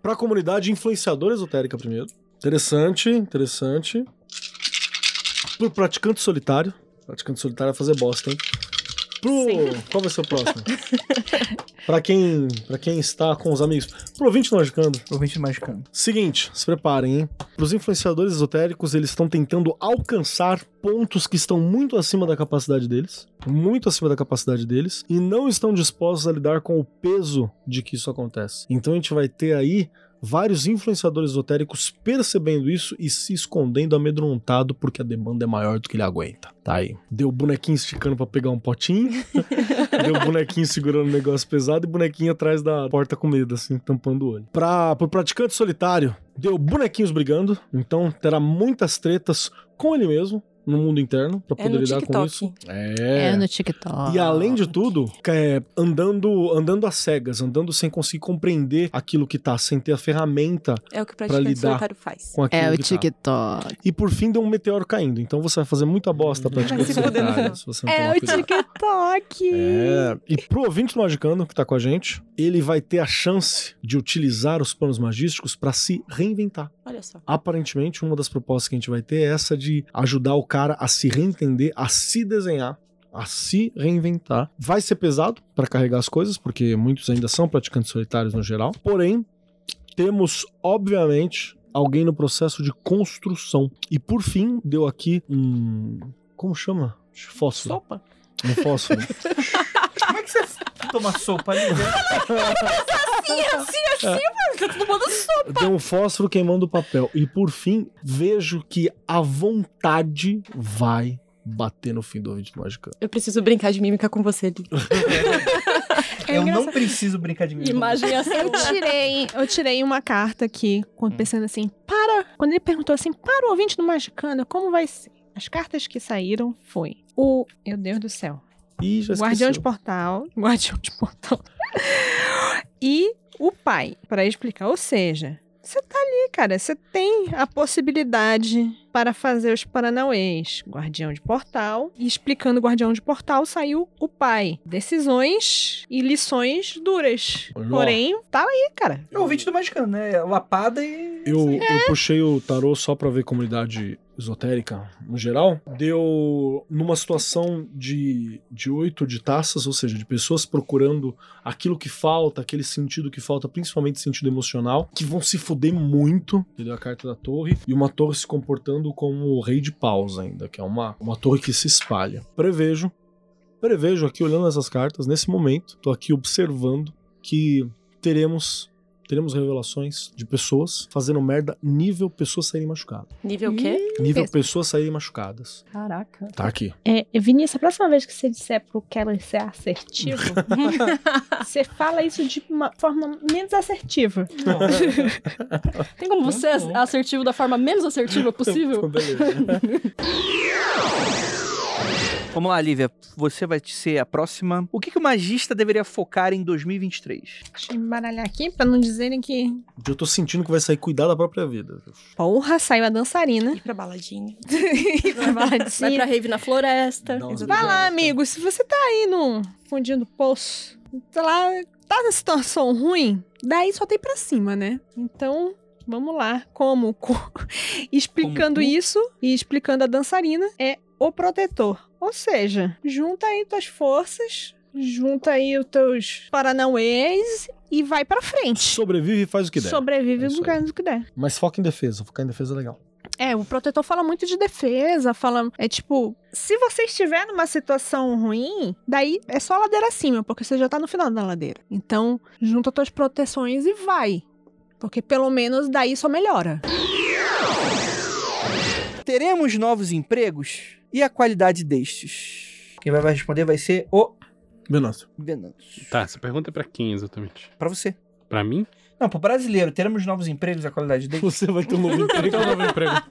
Pra comunidade influenciadora esotérica primeiro. Interessante, interessante. Pro praticante solitário. Praticante solitário vai fazer bosta, hein? Pro... Qual vai ser o próximo? pra, quem, pra quem está com os amigos. Pro ouvinte logicando. Ouvinte magicano. Seguinte, se preparem, hein? Os influenciadores esotéricos, eles estão tentando alcançar pontos que estão muito acima da capacidade deles, muito acima da capacidade deles, e não estão dispostos a lidar com o peso de que isso acontece. Então a gente vai ter aí vários influenciadores esotéricos percebendo isso e se escondendo amedrontado porque a demanda é maior do que ele aguenta. Tá aí. Deu bonequinho esticando pra pegar um potinho, deu bonequinho segurando um negócio pesado e bonequinho atrás da porta com medo, assim, tampando o olho. Pra, pro praticante solitário, deu bonequinhos brigando, então terá muitas tretas com ele mesmo no mundo interno pra É poder no lidar com TikTok. isso. É. né? no TikTok. Ah, E além de tudo, é, andando andando às cegas, andando sem conseguir compreender aquilo que tá, sem ter a ferramenta É o que o Pra praticante lidar. solitário faz. com aquilo que tá. É TikTok. E por fim deu um meteoro caindo, então você vai fazer muita bosta praticamente Vai se fuder né? no solitário, final. né? se você não É tomar o cuidado. TikTok. É, e pro ouvinte logicano que tá com a gente, ele vai ter a chance de utilizar os planos magísticos pra se reinventar. Olha só. Aparentemente, uma das propostas que a gente vai ter é essa de ajudar o cara a se reentender, a se desenhar, a se reinventar. Vai ser pesado pra carregar as coisas, porque muitos ainda são praticantes solitários no geral. Porém, temos, obviamente, alguém no processo de construção. E por fim, deu aqui um. Como chama? Fósforo. Sopa? Um fósforo. Como é que você toma sopa ali? né? É. Deu um fósforo queimando o papel. E por fim, vejo que a vontade vai bater no fim do vídeo mágica. Eu preciso brincar de mímica com você, Li. eu não preciso brincar de mim. Imagem assim. Eu tirei, eu tirei uma carta aqui, Hum. com- pensando assim, para. Quando ele perguntou assim, para o ouvinte do Magicano, como vai ser? As cartas que saíram foi o. Meu Deus do céu. Ih, já Guardião de esqueceu. Portal. Guardião de Portal. e o pai, pra explicar. Ou seja, você tá ali, cara. Você tem a possibilidade para fazer os Paranauês, Guardião de Portal. E explicando o Guardião de Portal, saiu o pai. Decisões e lições duras. Olha. Porém, tá aí, cara. É o ouvinte do Magicano, né? Lapada e. Eu, eu puxei o tarô só pra ver comunidade esotérica no geral. Deu numa situação de, de oito de taças, ou seja, de pessoas procurando aquilo que falta, aquele sentido que falta, principalmente sentido emocional, que vão se fuder muito. Entendeu? A carta da torre. E uma torre se comportando como o rei de paus ainda, que é uma, uma torre que se espalha. Prevejo. Prevejo aqui, olhando essas cartas, nesse momento, tô aqui observando que teremos. Teremos revelações de pessoas fazendo merda nível pessoas saírem machucadas. Nível o quê? Nível pessoas saírem machucadas. Caraca. Tá aqui. É, Vinícius, a próxima vez que você disser pro Keller ser assertivo, você fala isso de uma forma menos assertiva. Tem como você ser assertivo da forma menos assertiva possível? Beleza. Vamos lá, Lívia. Você vai ser a próxima. O que, que o magista deveria focar em 2023? Deixa eu embaralhar aqui pra não dizerem que. Eu tô sentindo que vai sair cuidar da própria vida. Porra, saiu a dançarina. Ir pra baladinha. Vai pra rave na floresta. Dá umas Vai lá, beijadas. amigo. Se você tá aí no fundinho do poço, tá lá, tá na situação ruim, daí só tem pra cima, né? Então, vamos lá. Como? co- explicando Como? isso e explicando a dançarina, é o protetor. Ou seja, junta aí tuas forças, junta aí os teus paranauês e vai pra frente. Sobrevive e faz o que der. Sobrevive É isso no aí. caso do que der. Mas foca em defesa. Focar em defesa é legal. É, o protetor fala muito de defesa, fala. É tipo, se você estiver numa situação ruim, daí é só ladeira acima, porque você já tá no final da ladeira. Então, junta tuas proteções e vai. Porque pelo menos daí só melhora. Teremos novos empregos? E a qualidade destes? Quem vai responder vai ser o Beleza. Venâncio. Tá, essa pergunta é pra quem exatamente? Pra você. Pra mim? Não, pro brasileiro, teremos novos empregos, a qualidade dele. Você vai ter um novo Eu emprego. tenho um novo emprego.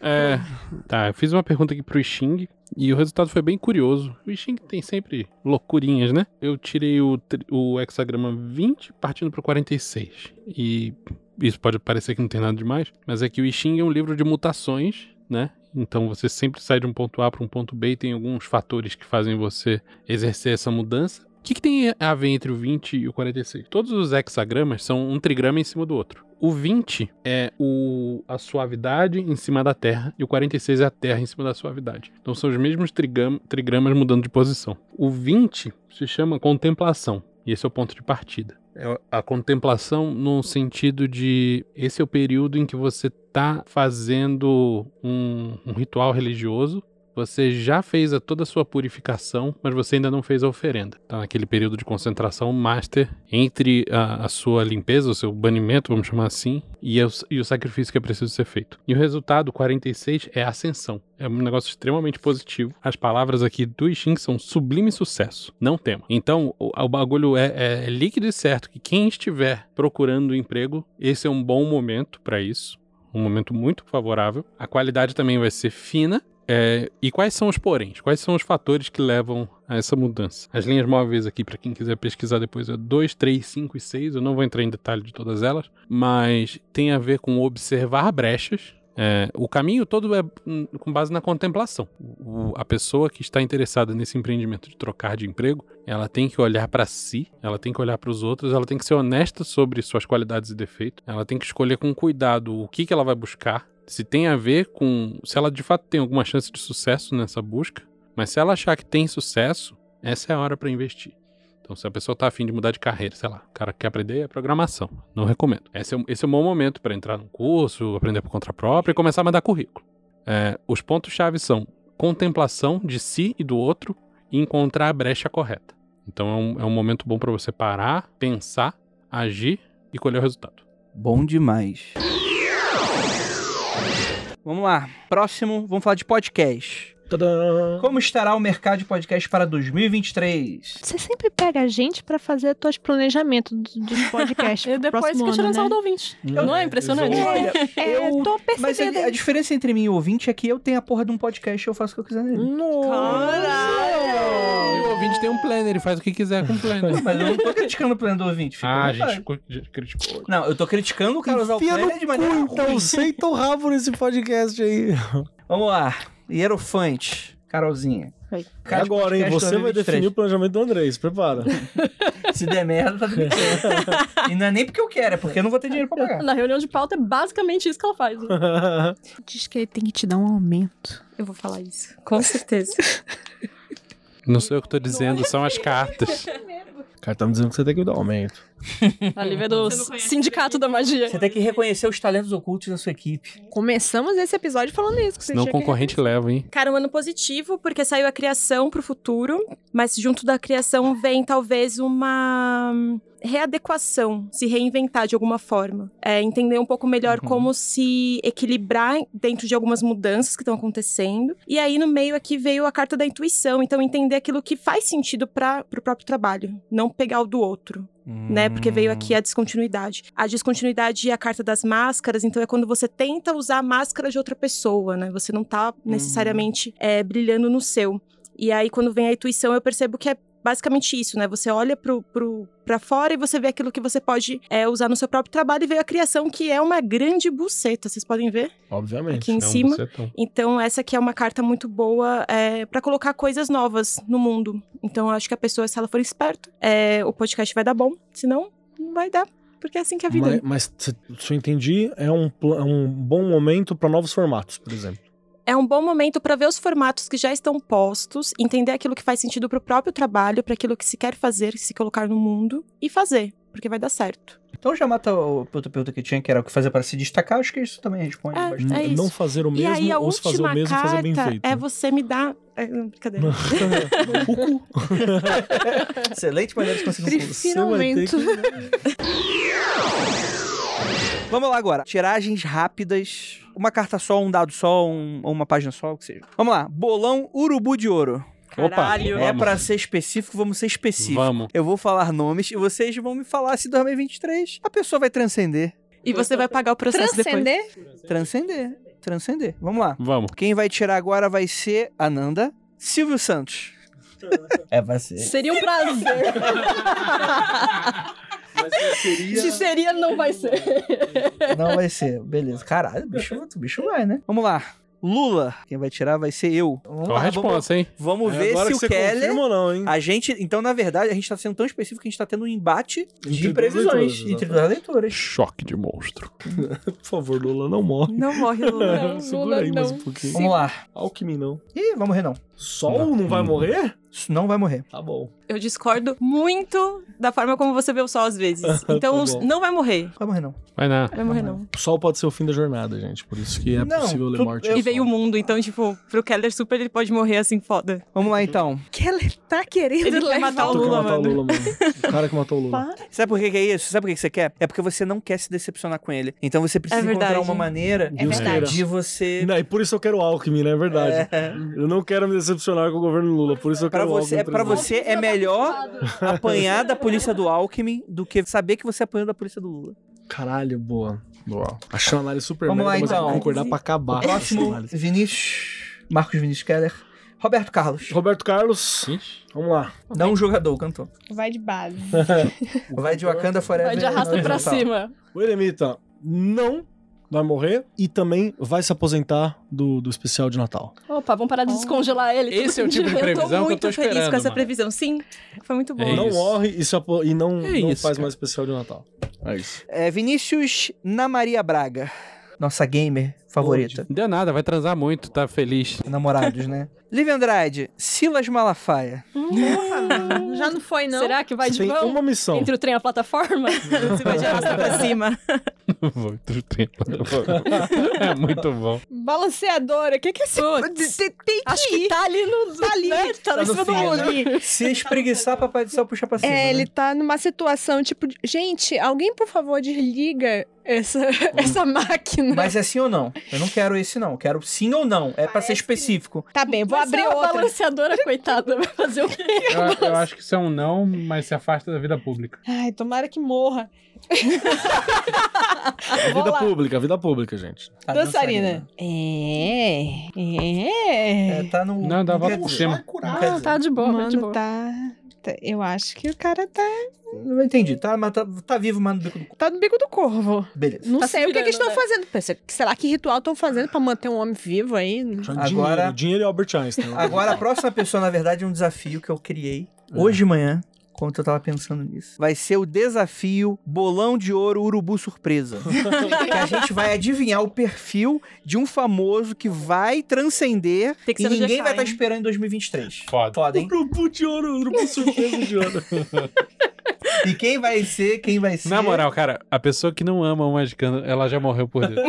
É, tá, eu fiz uma pergunta aqui pro Xing e o resultado foi bem curioso. O Xing tem sempre loucurinhas, né? Eu tirei o, tri- o hexagrama 20 partindo pro 46. E isso pode parecer que não tem nada demais, mas é que o Xing é um livro de mutações, né? Então você sempre sai de um ponto A para um ponto B e tem alguns fatores que fazem você exercer essa mudança. O que, que tem a ver entre o 20 e o 46? Todos os hexagramas são um trigrama em cima do outro. O 20 é o, a suavidade em cima da Terra e o 46 é a Terra em cima da suavidade. Então são os mesmos trigam- trigramas mudando de posição. O 20 se chama contemplação e esse é o ponto de partida. É a contemplação no sentido de esse é o período em que você está fazendo um- um ritual religioso você já fez a toda a sua purificação, mas você ainda não fez a oferenda. Tá naquele período de concentração master entre a, a sua limpeza, o seu banimento, vamos chamar assim, e, o- e o sacrifício que é preciso ser feito. E o resultado, 46, é ascensão. É um negócio extremamente positivo. As palavras aqui do I Ching são sublime sucesso. Não tema. Então, o, o bagulho é, é- é líquido e certo que quem estiver procurando emprego, esse é um bom momento para isso. Um momento muito favorável. A qualidade também vai ser fina. É, e quais são os poréns? Quais são os fatores que levam a essa mudança? As linhas móveis aqui, para quem quiser pesquisar depois, é 2, 3, 5 e 6. Eu não vou entrar em detalhe de todas elas, mas tem a ver com observar brechas. É, o caminho todo é hum, com base na contemplação. O- a pessoa que está interessada nesse empreendimento de trocar de emprego, ela tem que olhar para si, ela tem que olhar para os outros, ela tem que ser honesta sobre suas qualidades e defeitos, ela tem que escolher com cuidado o que, que ela vai buscar, se tem a ver com. Se ela de fato tem alguma chance de sucesso nessa busca, mas se ela achar que tem sucesso, essa é a hora para investir. Então, se a pessoa tá afim de mudar de carreira, sei lá, o cara quer aprender é programação, não recomendo. Esse é, o- esse é o bom momento para entrar num curso, aprender por conta própria e começar a mandar currículo. É, os pontos-chave são contemplação de si e do outro e encontrar a brecha correta. Então, é um, é um momento bom para você parar, pensar, agir e colher o resultado. Bom demais. Vamos lá. Próximo, vamos falar de podcast. Tadã. Como estará o mercado de podcast para 2023? Você sempre pega a gente pra fazer os teus planejamentos do- dos podcasts. E Tipo, pro depois próximo fica tirando sal ano, do né? ouvinte. Não é impressionante? isolou. Olha, É, eu. tô Mas percebendo. a, a diferença entre mim e o Hum. ouvinte é que eu tenho a porra de um podcast e eu faço o que eu quiser nele. Nossa. E o ouvinte tem um planner, ele faz o que quiser com o planner. Mas eu não tô criticando o plano do ouvinte. fica à ah, a vontade. gente cu- gente criticou. Não, eu tô criticando é o Carlos Alpérez de maneira ruim. então senta o rabo nesse podcast aí. Vamos lá. Hierofante. Carolzinha. Oi. É agora, hein? Você vai definir o planejamento do Andrei, se prepara. Se der merda, tá demitido. E não é nem porque eu quero, é porque eu não vou ter dinheiro pra pagar. Na reunião de pauta é basicamente isso que ela faz. né? Diz que ele tem que te dar um aumento. Eu vou falar isso, com certeza. Não sou eu que tô dizendo, são as cartas. O cara tá me dizendo que você tem que dar um aumento. A Lívia é do Sindicato da Magia. Você tem que reconhecer os talentos ocultos da sua equipe. Começamos esse episódio falando isso. Que você Senão o tinha que- concorrente leva, hein? Cara, um ano positivo, porque saiu a criação pro futuro, mas junto da criação vem talvez uma hum, readequação, se reinventar de alguma forma. É, entender um pouco melhor Uhum. como se equilibrar dentro de algumas mudanças que estão acontecendo. E aí no meio aqui veio a carta da intuição, então entender aquilo que faz sentido para o próprio trabalho, não pegar o do outro né? Porque veio aqui a descontinuidade. A descontinuidade é a carta das máscaras, então é quando você tenta usar a máscara de outra pessoa, né? Você não tá necessariamente é, brilhando no seu. E aí, quando vem a intuição, eu percebo que é basicamente isso, né? Você olha pro, pro, pra fora e você vê aquilo que você pode é, usar no seu próprio trabalho. E veio a criação, que é uma grande buceta, vocês podem ver Obviamente. né? aqui em É um cima. bucetão. Então, essa aqui é uma carta muito boa é, para colocar coisas novas no mundo. Então, eu acho que a pessoa, se ela for esperta, é, o podcast vai dar bom. Se não, não vai dar. Porque é assim que é a vida. Mas, mas se, se eu entendi, é um, pla- é um bom momento pra novos formatos, por exemplo. É um bom momento para ver os formatos que já estão postos, entender aquilo que faz sentido para o próprio trabalho, para aquilo que se quer fazer, se colocar no mundo e fazer, porque vai dar certo. Então já mata o outra pergunta que tinha, que era o que fazer para se destacar. Acho que isso também responde É, bastante. é isso. Não fazer o e mesmo aí, a ou se fazer o última mesmo e fazer bem carta feito. é você me dar. É, não, brincadeira. o cu. Excelente maneira de conseguir um ponto. Você vai ter É, que... Vamos lá agora. Tiragens rápidas. Uma carta só, um dado só, um- ou uma página só, o que seja. Vamos lá. Bolão Urubu de Ouro. Caralho. É vamos. pra ser específico, vamos ser específicos. Vamos. Eu vou falar nomes e vocês vão me falar se 2023 a pessoa vai transcender. E você vai pagar o processo depois. Transcender? Transcender. Transcender. Vamos lá. Vamos. Quem vai tirar agora vai ser Ananda Silvio Santos. É, vai ser. Seria um prazer. Se seria, não vai ser. Não vai ser. Beleza. Caralho, o bicho, o bicho vai, né? Vamos lá. Lula. Quem vai tirar vai ser eu. Vamos Qual a lá, vamos- resposta, hein? Vamos É ver agora se que o você Keller. confirma ou não, hein? A gente. Então, na verdade, a gente tá sendo tão específico que a gente tá tendo um embate Entre De duas previsões, leituras, entre duas leituras. Choque de monstro. Por favor, Lula, não morre. Não morre, Lula. Não, Segura Lula, aí mais não. um pouquinho. Vamos lá. Alckmin, não. Ih, vamos morrer não. Sol não vai morrer? Isso não vai morrer. Tá bom. Eu discordo muito da forma como você vê o sol às vezes. Então, Tá bom. não vai morrer. Vai morrer não. Vai na. Vai morrer, não. Sol pode ser o fim da jornada, gente. Por isso que é Não, possível ler tu- morte. eu- E veio o mundo, então, tipo, pro Keller super ele pode morrer assim, foda. Vamos lá, então. Keller tá querendo Ele quer levar matar Tu o quer Lula, matar mano. o Lula, mano. O cara que matou o Lula. Sabe por que, que é isso? Sabe por que, que você quer? É porque você não quer se decepcionar com ele. Então você precisa É verdade. encontrar uma maneira Deus é verdade. de você. Não, e por isso eu quero o Alckmin, né? É verdade. É. Eu não quero me decepcionar com o governo Lula, por isso eu Pra quero você, o é Alckmin. pra você é melhor apanhar da polícia do Alckmin do que saber que você apanhou da polícia do Lula. Caralho, boa. Boa. Achei uma análise super Vamos merda, lá, mas então. eu vou concordar pra acabar com essa Próximo, análise. Vinícius. Marcos Vinícius Keller. Roberto Carlos. Roberto Carlos, vamos lá. Não jogador, cantor. Vai de base. Vai de Wakanda Forever. Vai de arrasta pra cima. O Eremita não vai morrer e também vai se aposentar do, do especial de Natal. Opa, vamos parar de descongelar ele. Oh. Esse é o tipo de Eu tô Eu tô previsão que eu muito tô feliz esperando. com essa mano. previsão. Sim, foi muito bom. É não isso. morre e, se apo- e não, É não isso, faz cara. mais especial de Natal. É isso. É, Vinícius na Maria Braga. Nossa gamer favorita. Não deu nada, vai transar muito, tá feliz. Namorados, né? Lívia Andrade, Silas Malafaia. Já não foi, não. Será que vai Você tem de vão? uma missão. Entre o trem e a plataforma? Você vai de arrasta pra cima. Vou ter tempo. é muito bom. Balanceadora, o que, que é isso? Tem, tem Acho que que ir. tá ali no. Tá ali, Tá no fio, né? Se espreguiçar, papai do céu puxa pra cima. É, ele né? tá numa situação tipo, de- gente, alguém por favor desliga essa, essa máquina. Mas é sim ou não? Eu não quero esse, não. Eu Quero sim ou não. É pra ser específico. Tá bem, vou abrir a outra. balanceadora, coitada. Vai fazer o quê? Eu, eu acho que isso é um não, mas se afasta da vida pública. Ai, tomara que morra. Vida pública, vida pública, gente. Tá, Dançarina. É, é. É, tá no. Não, dá quer volta por dizer, cima. É, tá não quer dizer. Tá de boa, tá de Mano, boa. tá. Eita, eu acho que o cara tá, Não entendi, tá, mas tá, tá vivo, mas no bico do cu. tá no bico do corvo. Beleza. Não Tá se sei o que, que eles estão virando, fazendo. Pensa, Sei lá que ritual estão fazendo pra manter um homem vivo aí. Dinheiro, Agora- dinheiro e Albert Einstein. Agora, a próxima pessoa, na verdade, é um desafio que eu criei É. hoje de manhã, quando eu tava pensando nisso. Vai ser o desafio Bolão de Ouro Urubu Surpresa. Que a gente vai adivinhar o perfil. Perfil de um famoso que vai transcender. Tem E que ser no ninguém Jedi, vai estar hein? esperando em 2023. Foda. Foda, hein? Urubu de ouro, urubu surpresa de ouro. E quem vai ser, quem vai ser... Na moral, cara, a pessoa que não ama o Magicano, ela já morreu por dentro.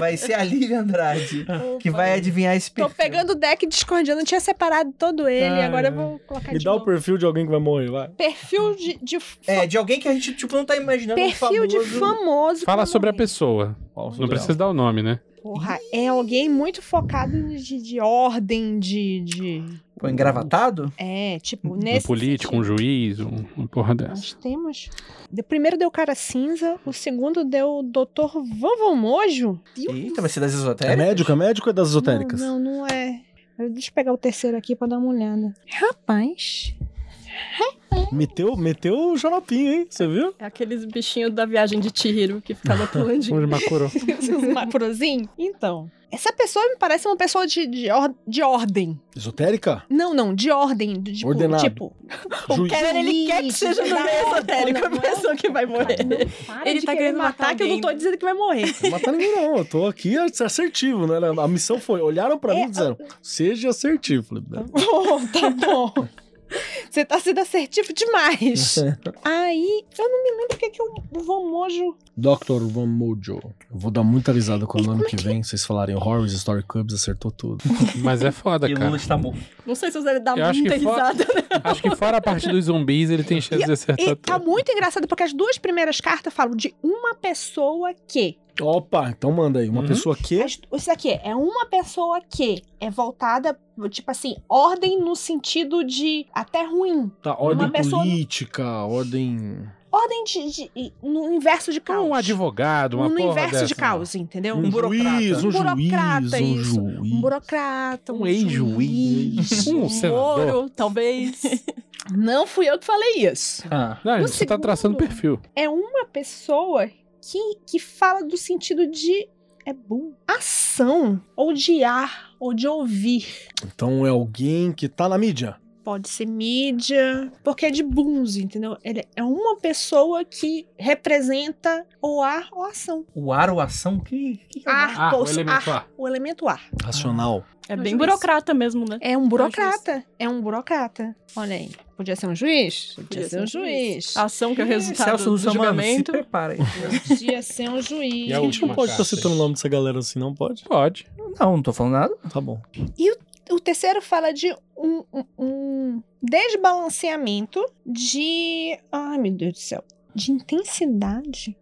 Vai ser a Lívia Andrade, que vai adivinhar esse Tô perfil. pegando o deck discordiano, tinha separado todo ele, Ai, agora eu ai. vou colocar Me de dá o novo. perfil de alguém que vai morrer, vai. perfil de, de f- É, de alguém que a gente, tipo, não tá É imaginando perfil um de famoso. famoso. Fala que sobre a morreu. pessoa. Não precisa dar o nome, né? Porra, é alguém muito focado de, de ordem, de, de- Pô, engravatado? É, tipo, Um nesse. político, um sentido. juiz, um, uma porra dessa. Nós temos. O primeiro deu cara cinza, o segundo deu o Dr. Vovô Mojo. E o- Eita, vai ser das É esotéricas? médico? É médico ou é das esotéricas? Não, não, não é. Deixa eu pegar o terceiro aqui pra dar uma olhada. Rapaz. Meteu, meteu o xaropinho, hein? Você viu? É aqueles bichinhos da viagem de Chihiro que ficava pulando. Um de Makuro. Os macrozinhos? Então. Essa pessoa me parece uma pessoa de, de, or- de ordem. Esotérica? Não, não, de ordem. de- tipo, Ordenado. tipo, Juiz. Cara, ele quer que Juiz, seja no meio não, esotérico não, a não. pessoa que vai morrer. para Ele de tá querer querendo matar que eu não tô alguém. dizendo que vai morrer. Não matar ninguém, não. Eu tô aqui assertivo, né? A missão foi. Olharam pra mim e disseram: seja assertivo. Falei, "Não." bom, tá bom. Você tá sendo assertivo demais. Aí, eu não me lembro o que, que o Vomojo. Dr. Van Mojo. Eu vou dar muita risada quando ano que vem vocês falarem Horrors Story Cubs acertou tudo. Mas é foda, E cara. Lula está morto. Não sei se você dá Eu acho muita que fora- risada. Acho que fora a parte dos zumbis, ele tem chance de E acertar tá tudo. muito engraçado, porque as duas primeiras cartas falam de uma pessoa que. Opa, então manda aí. Uma Uhum. pessoa que. As- Isso aqui é uma pessoa que é voltada, tipo assim, ordem no sentido de até ruim. Tá, ordem uma pessoa- política, ordem. Ordem de, de- no inverso é de caos. Um advogado, uma no porra inverso dessa. de caos, entendeu? Um, juiz, um burocrata, juiz, um isso. juiz. Um burocrata, um, Um ex-juiz. juiz. Um senador. Ouro, talvez. Não fui eu que falei isso. Ah, Não, O você tá traçando segundo. perfil. é uma pessoa que, que fala do sentido de é bom ação ou de ar ou de ouvir. Então é alguém que tá na mídia. Pode ser mídia, porque é de booms, entendeu? Ele é uma pessoa que representa ou ar ou ação. o ar ou ação? Que, que que é o ar? Ah, Ar, o ou- elemento ar, ar. o elemento ar. Racional. É um bem juiz. burocrata mesmo, né? É um burocrata. É um burocrata. Olha aí. Podia ser um juiz? Podia, ser um juiz. A ação que é o Ih, resultado Celso do Russo, mano, se julgamento. prepara aí. Podia ser um juiz. E é A gente não última pode estar carta, citando o hein? nome dessa galera assim, não pode? Pode. Não, não tô falando nada. Tá bom. O terceiro fala de um, um- um desbalanceamento de. Ai, meu Deus do céu. De intensidade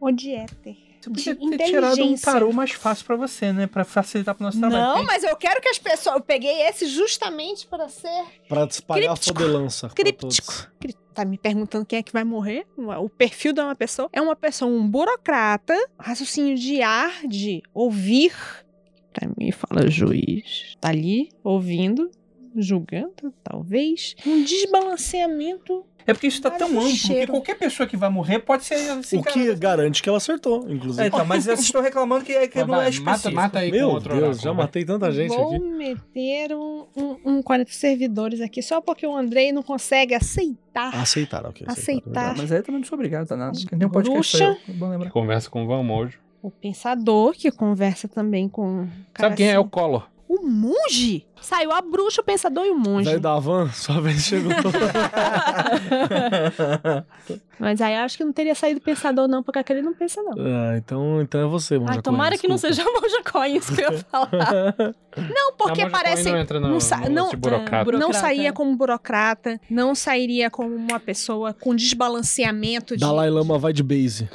ou de éter. Você podia De ter tirado um inteligência. tarô mais fácil pra você, né? Pra facilitar pro nosso trabalho. Não, Tem- mas é- eu quero que as pessoas. Eu peguei esse justamente para ser Pra espalhar Críptico. a fodelança. pra todos. críptico. Cri- Tá me perguntando quem é que vai morrer? O perfil de uma pessoa é uma pessoa, um burocrata, raciocínio de ar, de ouvir. Pra mim, fala juiz. Tá ali, ouvindo, julgando, talvez. Um desbalanceamento É porque isso tá tão Olha o amplo que cheiro. qualquer pessoa que vai morrer pode ser assim, O que garante que ela acertou, É, inclusive. então, mas eu estou reclamando que, é- que Vai, não é vai, específico. mata, mata aí com Meu outro Deus, oráculo, né? já vai. matei tanta gente Vou aqui. meter um, um, um 40 servidores aqui, só porque o Andrei não consegue aceitar. Aceitar, ok. Aceitar. verdade. Mas aí eu também não sou obrigado, tá nada. Nem o podcast Bruxa. sou eu, é bom lembrar. Conversa com o Van Mojo. O pensador, que conversa também com. o cara Sabe quem é o assim. Collor? O monge! Saiu a bruxa, o pensador e o monge. Daí da van, sua vez chegou. Mas aí acho que não teria saído pensador, não, porque aquele não pensa, não. Ah, então, então é você, Monja Ai, tomara que não seja a Monja Coin, isso que eu ia um falar. Não, porque a Monja parece. Cohen um não é entra no, não sa- no não- lance burocrata. buro- Não burocrata, saía é. como burocrata, não sairia como uma pessoa com desbalanceamento de. Dalai Lama vai de base.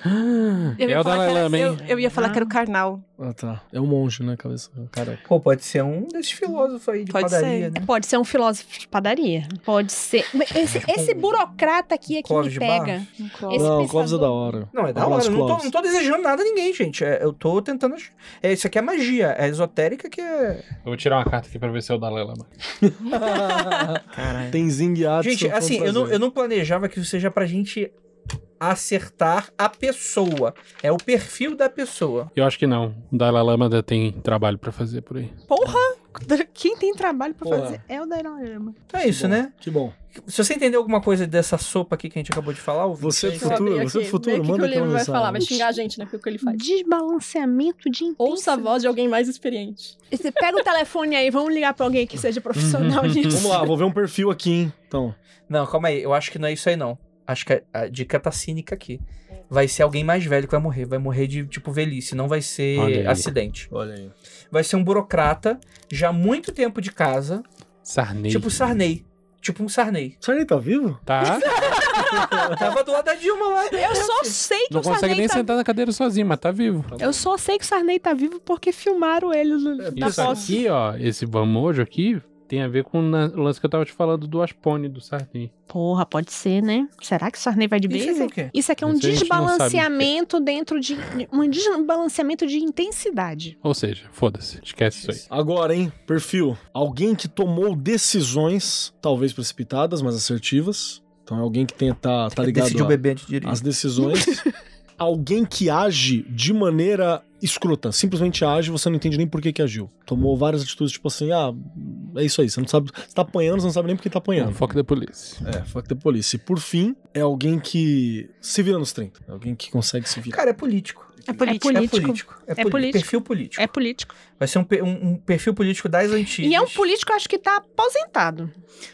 É o Dalai Lama, hein? Eu, eu ia falar que era o carnal. Ah, tá. É um monge, né, cabeça? Careca. Pô, pode ser um desses filósofos aí de Pode padaria, ser. né? Pode ser um filósofo de padaria. Pode ser. Esse, esse burocrata aqui é que Clóvis me de pega. Barros. Esse não, pensador- Clóvis é da hora. Não, é da hora. Abraço, eu Não tô, Clóvis. não tô desejando nada a ninguém, gente. É, eu tô tentando. ach- É, isso aqui é magia. É esotérica que é. Eu vou tirar uma carta aqui pra ver se é o Dalai Lama. Ai. Tem Zing Yatsen, Gente, foi um assim, eu não, prazer. eu não planejava que isso seja pra gente acertar a pessoa. É o perfil da pessoa. Eu acho que não. O Dalai Lama ainda tem trabalho pra fazer por aí. Quem tem trabalho pra Porra. fazer é o Dairama. Então é isso, Bom, né? Que bom. Se você entendeu alguma coisa dessa sopa aqui que a gente acabou de falar, ouvinte, Você é isso. do futuro, Saber você do aqui, futuro, ver né? o que manda que o livro aquela vai mensagem. falar, vai xingar a gente, né? Porque o que ele faz. Desbalanceamento de intensidade. Ouça a voz de alguém mais experiente. Você pega o telefone aí, vamos ligar pra alguém que seja profissional Uhum. nisso. Vamos lá, vou ver um perfil aqui, hein? Então, Não, calma aí. Eu acho que não é isso aí, não. Acho que a, a dica tá cínica aqui. É. Vai ser alguém mais velho que vai morrer. Vai morrer de, tipo, velhice. Não Olha vai aí. ser acidente. olha aí. Vai ser um burocrata, já há muito tempo de casa. Sarney. Tipo Sarney. Tipo um Sarney. Sarney tá vivo? Tá? Tava do lado da Dilma lá. Eu só sei que Não o consegue Sarney nem tá sentar na cadeira sozinho, mas tá vivo. Eu só sei que o Sarney tá vivo porque filmaram ele no- na Isso posse. aqui, ó, esse Vamojo aqui, tem a ver com na- o lance que eu tava te falando do Aspone, do Sarney. Porra, pode ser, né? Será que o Sarney vai de Isso aqui é base? o quê? Isso aqui é um Isso a gente não sabe o que é. desbalanceamento dentro de. Um desbalanceamento de intensidade. Ou seja, foda-se, esquece isso aí. Agora, hein? Perfil. Alguém que tomou decisões, talvez precipitadas, mas assertivas. Então é alguém que tem, tá, tá ligado Decidiu a- beber antes de dirigir. às decisões. alguém que age de maneira escrota. Simplesmente age, você não entende nem por que, que agiu. Tomou várias atitudes, tipo assim, ah, é isso aí. Você não sabe. Você tá apanhando, você não sabe nem por que tá apanhando. O foco da polícia. É, fuck the police. E por fim, é alguém que se vira nos 30. É alguém que consegue se virar. Cara, é político. É político. É político. É, poli- político. Perfil político. É político. Vai ser um, pe- um- um perfil político das antigas. E é um político, acho que tá aposentado.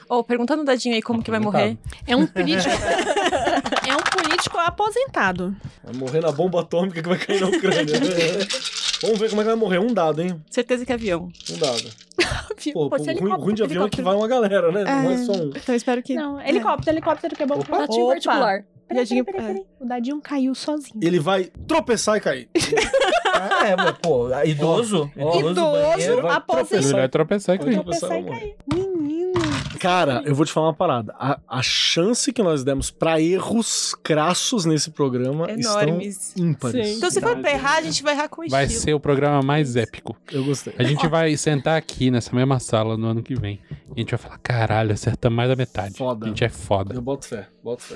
Ou perguntando o dadinho aí como que vai morrer. tá. É um político. é um político aposentado. Vai morrer na bomba atômica que vai cair na Ucrânia. Vamos ver como é que vai morrer. Um dado, hein? Certeza que é avião. Um dado. Pô, Pode ser ruim, helicóptero, ruim de avião é que helicóptero. vai uma galera, né? Não é só um. Então eu espero que. Não, helicóptero, helicóptero que é bom Opa. pra Jatinho Opa. particular. Peraí, peraí, Dadinho- peraí, peraí. O dadinho caiu sozinho. Ele vai tropeçar e cair. Ah, é, mas, pô, idoso. Ó, idoso, banheiro. vai Ele aposentado. vai tropeçar e Vai cair. tropeçar e vai morrer. Menino. Cara, eu vou te falar uma parada. A, a chance que nós demos pra erros crassos nesse programa Enormes. estão ímpares. Sim. Então se for pra errar, a gente vai errar com Vai estilo. ser o programa mais épico. Eu gostei. A gente vai sentar aqui nessa mesma sala no ano que vem. E a gente vai falar, caralho, acerta mais da metade. Foda. A gente é foda. Eu boto fé, boto fé.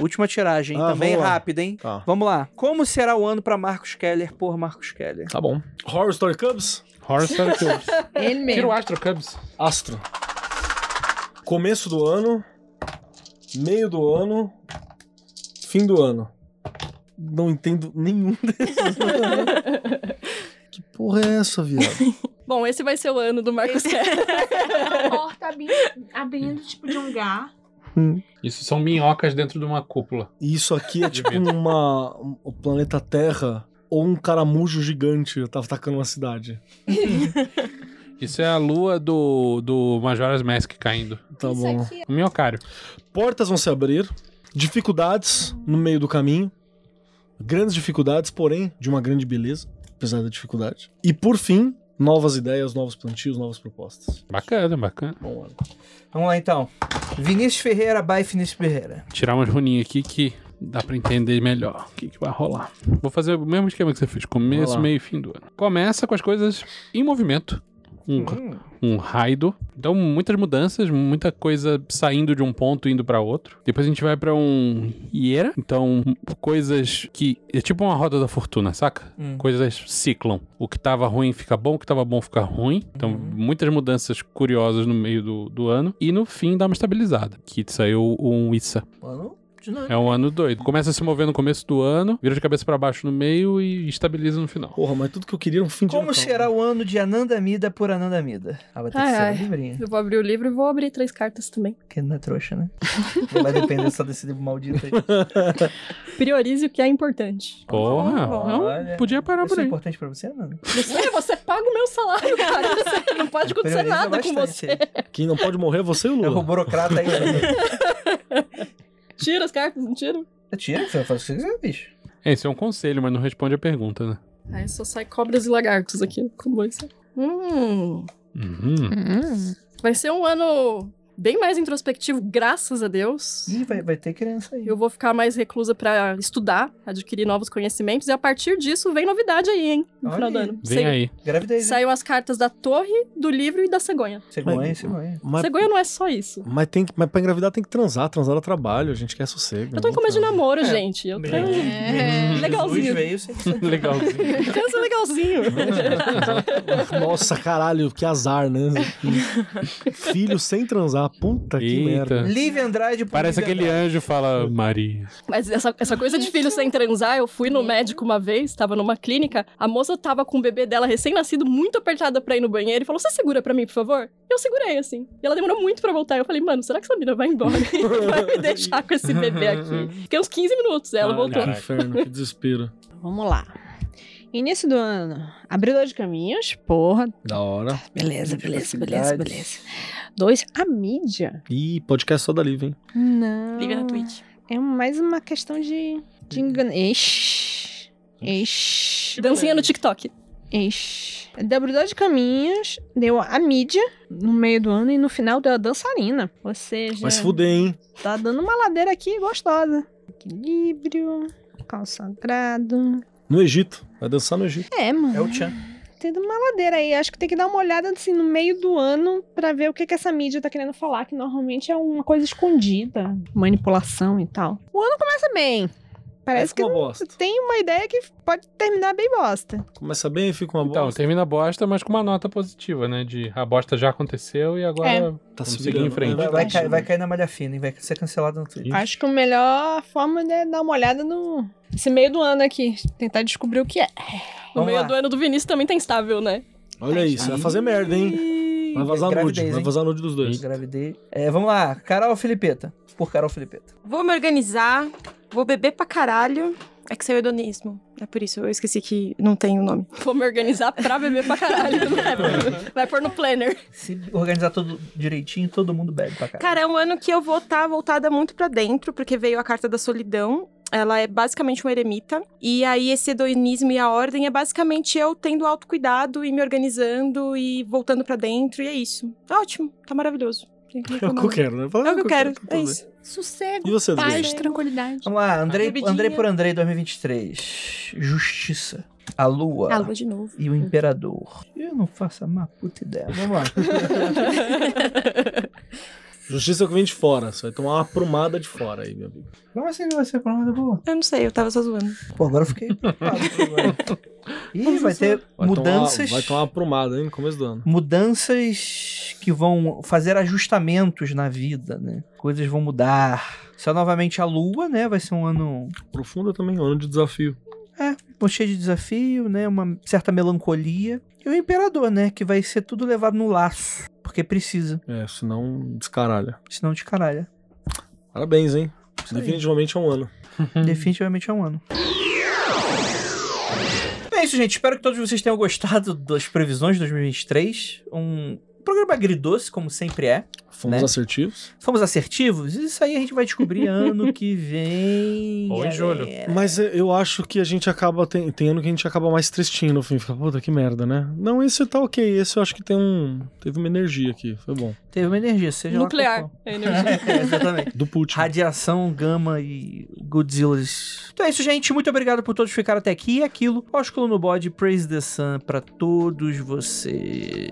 Última tiragem, Ah, também vamos lá. rápida, hein? Tá. Vamos lá. Como será o ano pra Marcos Keller por Marcos Keller? Tá bom. Horror Story Cubs? Horror Story Cubs. Ele Tira o mesmo. Astro Cubs. Astro. Começo do ano, meio do ano, fim do ano. Não entendo nenhum desses. né? que porra é essa, viado? Bom, esse vai ser o ano do Marcos Keller. A porta abrindo, abrindo, tipo, de um lugar. Isso são minhocas dentro de uma cúpula. E isso aqui é tipo uma. um- o planeta Terra ou um caramujo gigante tava atacando uma cidade. Isso é a lua do, do Majora's Mask caindo. Tá bom. O minhocário. Portas vão se abrir, dificuldades no meio do caminho, grandes dificuldades, porém de uma grande beleza, apesar da dificuldade. E por fim, novas ideias, novos plantios, novas propostas. Bacana, bacana. Bom ano. Vamos lá, então. Vinícius Ferreira, by Vinícius Ferreira. Tirar umas runinhas aqui que dá pra entender melhor o que, que vai rolar. Vou fazer o mesmo esquema que você fez. Vai Começo, lá. meio e fim do ano. Começa com as coisas em movimento. Um, Hum, um raido. Então, muitas mudanças, muita coisa saindo de um ponto e indo pra outro. Depois a gente vai pra um hiera. Então, coisas que. É tipo uma roda da fortuna, saca? Hum. Coisas ciclam. O que tava ruim fica bom, o que tava bom fica ruim. Então, Uhum. muitas mudanças curiosas no meio do, do ano. E no fim dá uma estabilizada. Que saiu um Issa. Mano, dinâmico. É um ano doido. Começa a se mover no começo do ano, vira de cabeça pra baixo no meio e estabiliza no final. Porra, mas tudo que eu queria era um fim de Como então. Natal. será o ano de Anandamida por Anandamida? Ah, vai ter que Ai, ser ai. um livrinho. Eu vou abrir o livro e vou abrir três cartas também. Porque não é trouxa, né? Não vai depender só desse livro maldito aí. Priorize o que é importante. Porra, não, Olha. podia parar Isso por é aí. importante pra você, Ananda? Você, você paga o meu salário, cara. Você não pode acontecer Prioriza nada com é bastante você. aí. Quem não pode morrer é você e o É o Lula. burocrata aí. né? Tira as cartas, não tira? Tira, você faz o que você quiser, bicho. É, Isso é um conselho, mas não responde a pergunta, né? Aí Ah, só sai cobras e lagartos aqui. Como isso? Hum. Uhum. Vai ser um ano bem mais introspectivo, graças a Deus. Ih, vai, vai ter criança aí. Eu vou ficar mais reclusa pra estudar, adquirir novos conhecimentos, e a partir disso vem novidade aí, hein? No Olha final do aí. ano. Vem Sim. aí. Gravidez. hein? Saiu as cartas da torre, do livro e da cegonha. Cegonha, cegonha. Mas, Cegonha não é só isso. mas, tem, que- mas pra engravidar tem que transar, transar dá trabalho, a gente quer sossego. né? Então, Eu tô em não tá. É. começo de transa. namoro, gente. Eu tenho. É, Jesus Legalzinho. veio sem Legalzinho. Pensa legalzinho. Nossa, caralho, que azar, né? Filho sem transar, puta que merda. Eita. Live Andrade. pro Parece Liv aquele Andrade. anjo fala, Maria. Mas essa, essa coisa de filho sem transar, eu fui no médico uma vez, tava numa clínica, a moça tava com o bebê dela recém-nascido, muito apertada pra ir no banheiro, e falou, você segura pra mim, por favor? Eu segurei, assim. E ela demorou muito pra voltar, eu falei, mano, será que essa menina vai embora e vai me deixar com esse bebê aqui? Fiquei uns 15 minutos, ela Ah, voltou. Que inferno, que desespero. Vamos lá. Início do ano. Abridor de caminhos. Porra. Da hora. Beleza, beleza, beleza, facilidades. beleza. Dois, a mídia. Ih, podcast só da Liv, hein? Não. Liga na Twitch. É mais uma questão de, de engano. Ixi. Ixi. Dancinha no TikTok. Ixi. Debridor de caminhos. Deu a mídia no meio do ano e no final deu a dançarina. Ou seja, Vai se fuder, hein? tá dando uma ladeira aqui gostosa. Equilíbrio. Calçagrado. No Egito. Vai dançar no Egito. É, mano. É o Chan. Tem uma ladeira aí. Acho que tem que dar uma olhada assim no meio do ano pra ver o que, que essa mídia tá querendo falar, que normalmente é uma coisa escondida, manipulação e tal. O ano começa bem. Parece que fica uma você bosta. tem uma ideia que pode terminar bem bosta. Começa bem, fica uma Então, bosta. termina a bosta, mas com uma nota positiva, né? De a bosta já aconteceu e agora. É. Tá vamos se seguir em virando. frente. É Vai, vai verdade. cair, vai cair na malha fina, hein? Vai ser cancelado no Twitter. Acho que a melhor forma é dar uma olhada no. Esse meio do ano aqui. Tentar descobrir o que é. No Vamos meio lá. do ano do Vinícius também tá instável, né? Olha isso, vai fazer merda, hein? Vai vazar Gravidez, nude. Vai hein? vazar nude dos dois. Gravidez. É, vamos lá. Carol Filipeta. Por Carol Filipeta. Vou me organizar, vou beber pra caralho. É que saiu hedonismo. É por isso, eu esqueci que não tem o nome. Vou me organizar pra beber pra caralho. né? Vai pôr no planner. Se organizar tudo direitinho, todo mundo bebe pra caralho. Cara, é um ano que eu vou estar voltada muito pra dentro, porque veio a carta da solidão. Ela é basicamente um eremita. E aí, esse hedonismo e a ordem é basicamente eu tendo autocuidado e me organizando e voltando pra dentro. E é isso. Tá ótimo, tá maravilhoso. Tem É o que eu quero, né? Fala, É o que eu quero, tá é tudo isso. bem. E Sossego, você, André? paz, tranquilidade. Vamos lá, Andrei, Bebidinha. Andrei por Andrei 2023. Justiça. A lua. Ah, vou de novo. E o imperador. Eu não faço a má puta ideia. Vamos lá. Justiça que vem de fora. Você vai tomar uma aprumada de fora aí, meu amigo. Como assim que vai ser a promessa boa? Eu não sei, eu tava só zoando. Pô, agora eu fiquei. preocupado agora. Ih, vai ter Vai mudanças. Tomar, vai tomar uma aprumada, hein? No começo do ano. mudanças que vão fazer ajustamentos na vida, né? Coisas vão mudar. Só novamente a lua, né? Vai ser um ano Profunda também, um ano de desafio. cheio de desafio, né? Uma certa melancolia. E o imperador, né? Que vai ser tudo levado no laço. Porque precisa, É, senão descaralha. senão de caralho. Parabéns, hein? aí. Definitivamente é um ano. Definitivamente é um ano. É isso, gente. Espero que todos vocês tenham gostado das previsões de 2023. Um programa agridoce, como sempre é. Fomos Né? assertivos. Fomos assertivos? Isso aí a gente vai descobrir ano que vem. Ou em julho. galera. Mas é, eu acho que a gente acaba. Tem, tem ano que a gente acaba mais tristinho no fim. Fica, puta que merda, né? Não, esse tá ok. Esse eu acho que tem um. Teve uma energia aqui. Foi bom. Teve uma energia, seja lá qual Nuclear. for. É energia. É, exatamente. Tipo. Do Putin. Radiação, gama e Godzillas. Então é isso, gente. Muito obrigado por todos ficar até aqui. E aquilo, ósculo no bode, praise the sun pra todos vocês.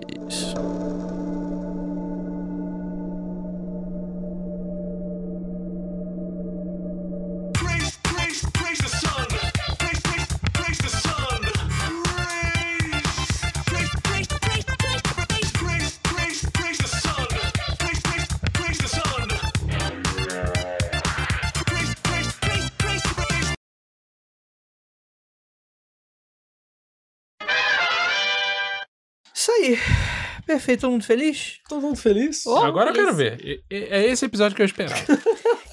Isso aí. Perfeito, todo mundo feliz? Todo mundo Então feliz? Agora eu quero ver. E- e- É esse episódio que eu esperava.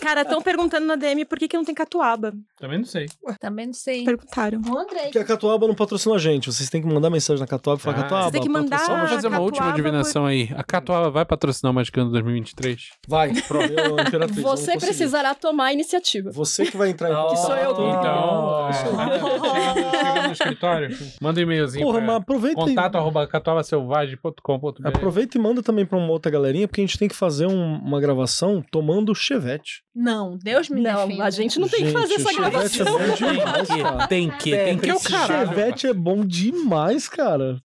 Cara, estão Tá perguntando na DM por que, que não tem catuaba. Também não sei. Também não sei. Perguntaram. Andrei. Porque a Catuaba não patrocina a gente. Vocês têm que mandar mensagem na Catuaba e falar: Ah, Catuaba. vocês têm que mandar- patrocina a Vamos gente." fazer uma Catuaba última foi- adivinhação aí. A Catuaba vai patrocinar o Magicano 2023? Vai, pronto. eu, Imperatriz, eu não Você consegui. precisará tomar a iniciativa. Você que vai entrar em Oh. contato. Que sou eu que- Então, é. chegamos, chegamos, escritório? Manda um e-mailzinho Porra, mas pra aproveita e- contato arroba catuavaselvagem.com.br. Aproveita e manda também pra uma outra galerinha, porque a gente tem que fazer um- uma gravação tomando chevette. Não, Deus me Não, defenda. a gente não tem que fazer essa Gente, gravação. Chevette é bom demais, cara. Tem que, tem que, tem que. que é o caralho, Chevette é bom demais, cara.